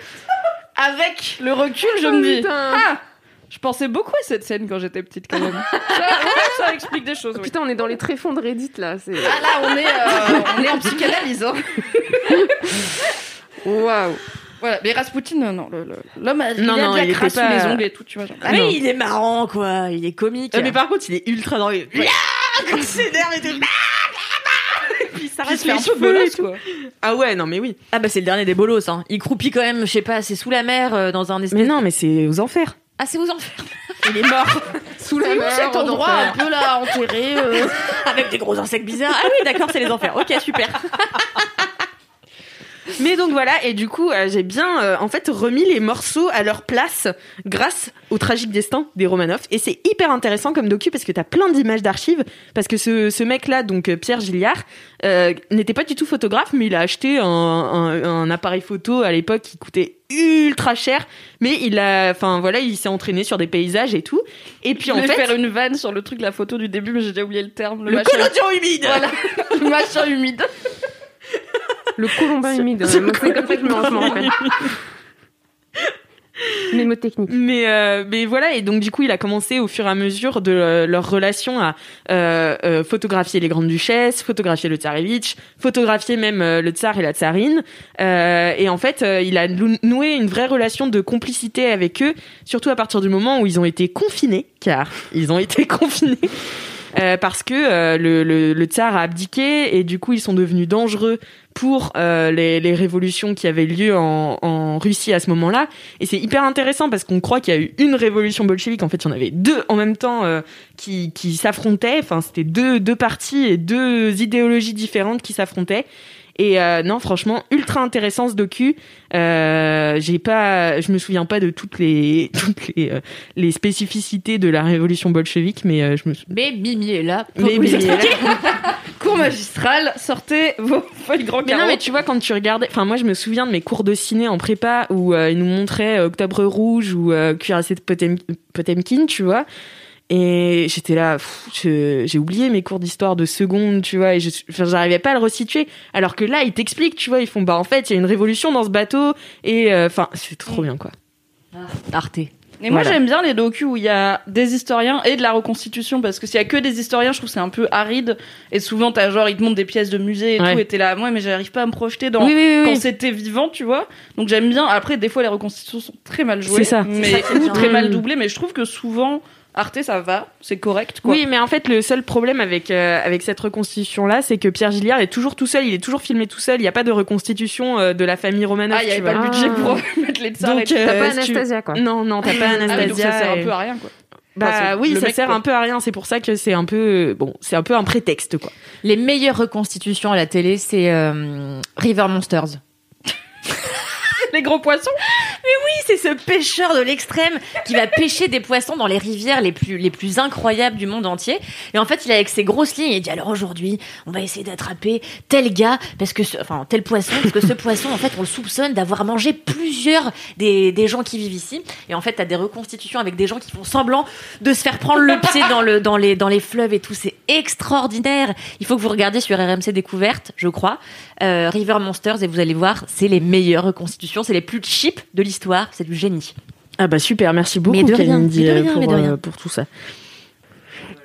[SPEAKER 4] Avec le recul, je me
[SPEAKER 2] Oh,
[SPEAKER 4] dis,
[SPEAKER 5] Putain.
[SPEAKER 4] ah, je pensais beaucoup à cette scène quand j'étais petite, quand même. Ça, ouais, ça explique des choses, oui.
[SPEAKER 5] Ah, Putain, on est dans les tréfonds de Reddit, là. C'est...
[SPEAKER 4] Ah là, on est, euh, on est en psychanalyse, hein. Waouh. Voilà, mais Rasputin, euh, non, le- le- l'homme a, il
[SPEAKER 2] Non,
[SPEAKER 4] a
[SPEAKER 2] non,
[SPEAKER 4] de la
[SPEAKER 2] il était
[SPEAKER 4] crasse sous
[SPEAKER 2] pas-
[SPEAKER 4] les ongles et tout, tu vois. genre.
[SPEAKER 3] mais il est marrant, quoi. Il est comique.
[SPEAKER 2] Ah Euh, mais par contre, il est ultra dans les. Là [laughs] Quand il s'énerve et tout. Là Et Puis ça
[SPEAKER 4] Puis il
[SPEAKER 2] reste
[SPEAKER 4] se fait
[SPEAKER 2] un peu
[SPEAKER 4] cheveux,
[SPEAKER 2] bolosse,
[SPEAKER 4] quoi.
[SPEAKER 2] quoi. Ah ouais, non mais oui.
[SPEAKER 3] Ah bah c'est le dernier des bolos. Hein. Il croupit quand même, je sais pas, c'est sous la mer euh, dans un espèce.
[SPEAKER 2] Mais non, mais c'est aux enfers.
[SPEAKER 3] Ah c'est aux enfers.
[SPEAKER 2] Il est mort.
[SPEAKER 5] Sous la
[SPEAKER 4] C'est où
[SPEAKER 5] mer,
[SPEAKER 4] cet
[SPEAKER 5] en
[SPEAKER 4] endroit
[SPEAKER 5] enfer.
[SPEAKER 4] un peu là enterré euh,
[SPEAKER 3] Avec Ah, des gros insectes bizarres. Ah oui, d'accord, c'est les enfers. Ok, super.
[SPEAKER 2] mais donc voilà, et du coup, euh, j'ai bien euh, en fait remis les morceaux à leur place grâce au tragique destin des Romanov. Et c'est hyper intéressant comme docu parce que t'as plein d'images d'archives. Parce que ce, ce mec-là, donc euh, Pierre Gilliard, euh, n'était pas du tout photographe, mais il a acheté un, un- un appareil photo à l'époque qui coûtait ultra cher. Mais il a, enfin voilà, il s'est entraîné sur des paysages et tout. Et puis
[SPEAKER 4] Je
[SPEAKER 2] en
[SPEAKER 4] voulais
[SPEAKER 2] fait.
[SPEAKER 4] faire une vanne sur le truc, la photo du début, mais j'ai déjà oublié le terme. Le,
[SPEAKER 2] Le
[SPEAKER 4] machin,
[SPEAKER 2] collodion humide
[SPEAKER 4] Voilà. le machin humide.
[SPEAKER 5] [laughs] Le colombin humide. C'est comme ça que je me je m'en rappelle. Mémotechnique.
[SPEAKER 2] Mais, euh, mais voilà, et donc du coup, il a commencé au fur et à mesure de euh, leur relation à euh, euh, photographier les grandes duchesses, photographier le tsarevitch, photographier même euh, le tsar et la tsarine. Euh, et en fait, euh, il a lou- noué une vraie relation de complicité avec eux, surtout à partir du moment où ils ont été confinés, car [laughs] ils ont été confinés. euh, parce que euh, le, le, le tsar a abdiqué et du coup ils sont devenus dangereux pour euh, les, les révolutions qui avaient lieu en, en Russie à ce moment-là. Et c'est hyper intéressant parce qu'on croit qu'il y a eu une révolution bolchevique. En fait, il y en avait deux en même temps euh, qui, qui s'affrontaient. Enfin, c'était deux, deux partis et deux idéologies différentes qui s'affrontaient. Et euh, non, franchement, ultra intéressant ce docu. Euh, j'ai pas, je me souviens pas de toutes les [laughs] toutes les, euh, les spécificités de la révolution bolchevique, mais euh, je me. sou-
[SPEAKER 3] Mais Mimi est là. pour
[SPEAKER 2] Mais,
[SPEAKER 3] vous
[SPEAKER 2] mais-
[SPEAKER 3] expliquer.
[SPEAKER 4] Cours magistral, sortez vos feuilles grand
[SPEAKER 2] Mais
[SPEAKER 4] carreau.
[SPEAKER 2] non, mais tu vois, quand tu regardais. Enfin, moi, je me souviens de mes cours de ciné en prépa où euh, ils nous montraient euh, Octobre Rouge ou euh, Cuirassé de Potem- Potemkin, tu vois. Et j'étais là, pff, je- j'ai oublié mes cours d'histoire de seconde, tu vois, et je- enfin, j'arrivais pas à le resituer. Alors que là, ils t'expliquent, tu vois, ils font, bah en fait, il y a une révolution dans ce bateau, et euh, enfin, c'est trop bien, quoi.
[SPEAKER 4] Ah,
[SPEAKER 3] Arte.
[SPEAKER 4] Et moi
[SPEAKER 2] Voilà.
[SPEAKER 4] j'aime bien les docus où il y a des historiens et de la reconstitution parce que s'il y a que des historiens, je trouve que c'est un peu aride et souvent t'as genre ils te montrent des pièces de musée et
[SPEAKER 2] Ouais.
[SPEAKER 4] tout et t'es là moi mais j'arrive pas à me projeter dans
[SPEAKER 2] oui, oui,
[SPEAKER 4] quand c'était vivant, tu vois. Donc j'aime bien après des fois les reconstitutions sont très mal jouées
[SPEAKER 2] C'est ça.
[SPEAKER 4] mais
[SPEAKER 3] C'est ça qui est
[SPEAKER 4] ou
[SPEAKER 3] bien.
[SPEAKER 4] très mal
[SPEAKER 2] Mm.
[SPEAKER 4] doublées mais je trouve que souvent Arte ça va, c'est correct quoi.
[SPEAKER 2] Oui, mais en fait, le seul problème avec, euh, avec cette reconstitution-là, c'est que Pierre Gilliard est toujours tout seul, il est toujours filmé tout seul, il n'y a pas de reconstitution euh, de la famille Romanov.
[SPEAKER 4] Ah, il y
[SPEAKER 2] tu vois.
[SPEAKER 4] avait pas le budget
[SPEAKER 5] Ah.
[SPEAKER 4] pour [laughs] mettre les tsars
[SPEAKER 2] Donc,
[SPEAKER 4] et tout.
[SPEAKER 5] T'as
[SPEAKER 2] Euh,
[SPEAKER 5] pas
[SPEAKER 2] si tu-
[SPEAKER 5] Anastasia, quoi.
[SPEAKER 2] Non, non, t'as pas
[SPEAKER 4] Ah oui, donc
[SPEAKER 2] Anastasia.
[SPEAKER 4] ça sert un
[SPEAKER 2] et-
[SPEAKER 4] peu à rien quoi. Enfin,
[SPEAKER 2] Bah
[SPEAKER 4] c'est
[SPEAKER 2] oui,
[SPEAKER 4] le
[SPEAKER 2] ça
[SPEAKER 4] mec,
[SPEAKER 2] sert
[SPEAKER 4] quoi.
[SPEAKER 2] un peu à rien. C'est pour ça que c'est un peu, bon, c'est un peu un prétexte, quoi.
[SPEAKER 3] Les meilleures reconstitutions à la télé, c'est euh, River Monsters.
[SPEAKER 4] [laughs] Les gros poissons
[SPEAKER 3] c'est ce pêcheur de l'extrême qui va pêcher des poissons dans les rivières les plus, les plus incroyables du monde entier. Et en fait, il est avec ses grosses lignes et il dit alors aujourd'hui, on va essayer d'attraper tel gars, parce que ce, enfin, tel poisson, parce que ce poisson, en fait, on le soupçonne d'avoir mangé plusieurs des, des gens qui vivent ici. Et en fait, t'as des reconstitutions avec des gens qui font semblant de se faire prendre le pied dans, le, dans, les, dans les fleuves et tout. C'est extraordinaire. Il faut que vous regardiez sur RMC Découverte, je crois, euh, River Monsters, et vous allez voir, c'est les meilleures reconstitutions, c'est les plus cheap de l'histoire, c'est du génie.
[SPEAKER 2] Ah bah super, merci beaucoup
[SPEAKER 3] Mais de rien,
[SPEAKER 2] Kalindi,
[SPEAKER 3] mais de
[SPEAKER 2] euh,
[SPEAKER 3] rien, mais
[SPEAKER 2] pour,
[SPEAKER 3] de
[SPEAKER 2] euh,
[SPEAKER 3] rien.
[SPEAKER 2] pour tout ça.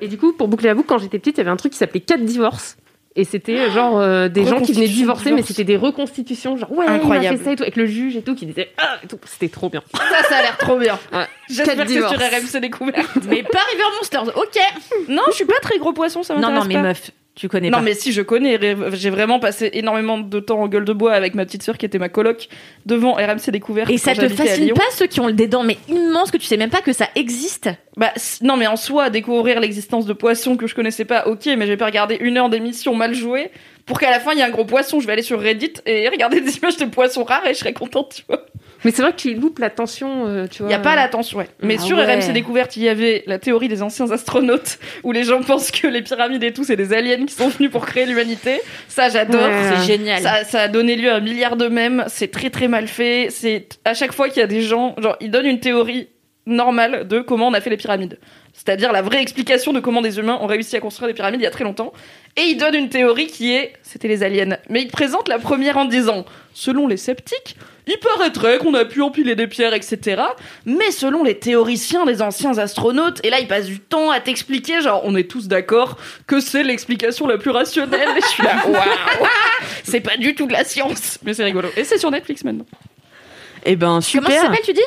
[SPEAKER 5] Et du coup, pour boucler la boucle, quand j'étais petite, il y avait un truc qui s'appelait 4 divorces. Et c'était euh, genre euh, des gens qui venaient
[SPEAKER 4] Reconstitution,
[SPEAKER 5] divorcer, mais
[SPEAKER 4] divorce.
[SPEAKER 5] c'était des reconstitutions, genre ouais,
[SPEAKER 4] Incroyable.
[SPEAKER 5] il a fait ça et tout, avec le juge et tout, qui disait ah, et tout. C'était trop bien.
[SPEAKER 4] Ça, ça a l'air trop bien.
[SPEAKER 5] Ouais.
[SPEAKER 4] J'espère
[SPEAKER 5] Quel
[SPEAKER 4] que c'est sur
[SPEAKER 5] divorce.
[SPEAKER 4] RMC découvert.
[SPEAKER 3] [laughs] Mais pas River Monsters, ok
[SPEAKER 4] [laughs] Non, je suis pas très gros poisson, ça
[SPEAKER 3] Non,
[SPEAKER 4] m'intéresse
[SPEAKER 3] non, mais
[SPEAKER 4] pas.
[SPEAKER 3] meuf, tu connais
[SPEAKER 4] Non,
[SPEAKER 3] pas.
[SPEAKER 4] mais si je connais, ré- j'ai vraiment passé énormément de temps en gueule de bois avec ma petite sœur qui était ma coloc devant RMC Découverte.
[SPEAKER 3] Et ça
[SPEAKER 4] quand
[SPEAKER 3] te
[SPEAKER 4] j'habitais à
[SPEAKER 3] fascine
[SPEAKER 4] Lyon.
[SPEAKER 3] pas ceux qui ont des dents, mais immenses, que tu sais même pas que ça existe
[SPEAKER 4] Bah, c- non, mais en soi, découvrir l'existence de poissons que je connaissais pas, ok, mais je vais pas regarder une heure d'émission mal jouée pour qu'à la fin il y ait un gros poisson. Je vais aller sur Reddit et regarder des [laughs] images de poissons rares et je serai contente, tu vois.
[SPEAKER 5] Mais c'est vrai que tu loupes la tension, euh, tu
[SPEAKER 4] Il
[SPEAKER 5] vois.
[SPEAKER 4] n'y a pas l'attention, ouais. Mais
[SPEAKER 3] Ah
[SPEAKER 4] sur
[SPEAKER 3] ouais.
[SPEAKER 4] RMC Découverte, il y avait la théorie des anciens astronautes [laughs] où les gens pensent que les pyramides et tout, c'est des aliens qui sont venus pour créer l'humanité. Ça, j'adore.
[SPEAKER 5] Ouais.
[SPEAKER 3] C'est génial.
[SPEAKER 4] Ça, ça a donné lieu à un milliard de mèmes, c'est très très mal fait. C'est à chaque fois qu'il y a des gens, genre ils donnent une théorie normale de comment on a fait les pyramides. C'est-à-dire la vraie explication de comment des humains ont réussi à construire des pyramides il y a très longtemps. Et ils donnent une théorie qui est c'était les aliens. Mais ils présentent la première en disant selon les sceptiques, il paraîtrait qu'on a pu empiler des pierres, etc. Mais selon les théoriciens des anciens astronautes, et là ils passent du temps à t'expliquer, genre on est tous d'accord que c'est l'explication la plus rationnelle. Et je suis là, waouh c'est pas du tout de la science, mais c'est rigolo. Et c'est sur Netflix maintenant.
[SPEAKER 2] Eh ben
[SPEAKER 3] Comment ça
[SPEAKER 2] super.
[SPEAKER 3] s'appelle, tu dis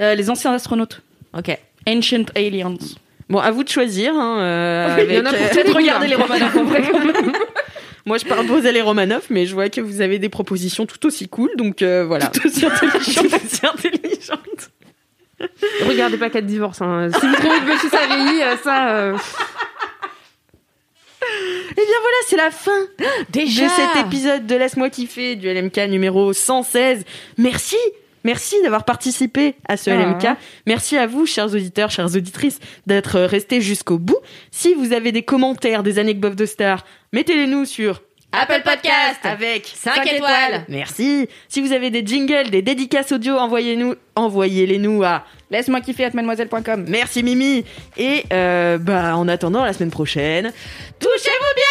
[SPEAKER 4] Euh, les anciens astronautes.
[SPEAKER 3] Ok.
[SPEAKER 4] Ancient Aliens.
[SPEAKER 2] Bon, à vous de choisir. hein, euh,
[SPEAKER 5] Oui, il y en a
[SPEAKER 2] avec,
[SPEAKER 5] pour
[SPEAKER 2] euh,
[SPEAKER 5] tous les
[SPEAKER 4] Peut-être
[SPEAKER 5] goûts,
[SPEAKER 4] regarder
[SPEAKER 2] [laughs]
[SPEAKER 5] là.
[SPEAKER 4] les Romanov en
[SPEAKER 5] [laughs]
[SPEAKER 4] vrai.
[SPEAKER 2] Moi, je proposais les Romanov, mais je vois que vous avez des propositions tout aussi cool, donc euh, voilà. Tout aussi intelligentes.
[SPEAKER 5] Regardez pas 4 divorces. hein. Si vous trouvez que Béchis a vieilli, euh, ça. euh,
[SPEAKER 2] Et Eh bien voilà, c'est la fin
[SPEAKER 3] Déjà
[SPEAKER 2] de cet épisode de Laisse-moi kiffer du LMK numéro 116. Merci Merci d'avoir participé à ce
[SPEAKER 4] Ah.
[SPEAKER 2] LMK. Merci à vous, chers auditeurs, chères auditrices, d'être restés jusqu'au bout. Si vous avez des commentaires, des anecdotes de stars, mettez-les nous sur
[SPEAKER 3] Apple Podcast
[SPEAKER 2] avec
[SPEAKER 3] Cinq
[SPEAKER 2] cinq
[SPEAKER 3] étoiles.
[SPEAKER 2] Merci. Si vous avez des jingles, des dédicaces audio, envoyez-nous, envoyez-les nous à
[SPEAKER 4] Laisse-moi kiffer à mademoiselle.com.
[SPEAKER 2] Merci Mimi. Et euh, bah en attendant la semaine prochaine, touchez-vous bien.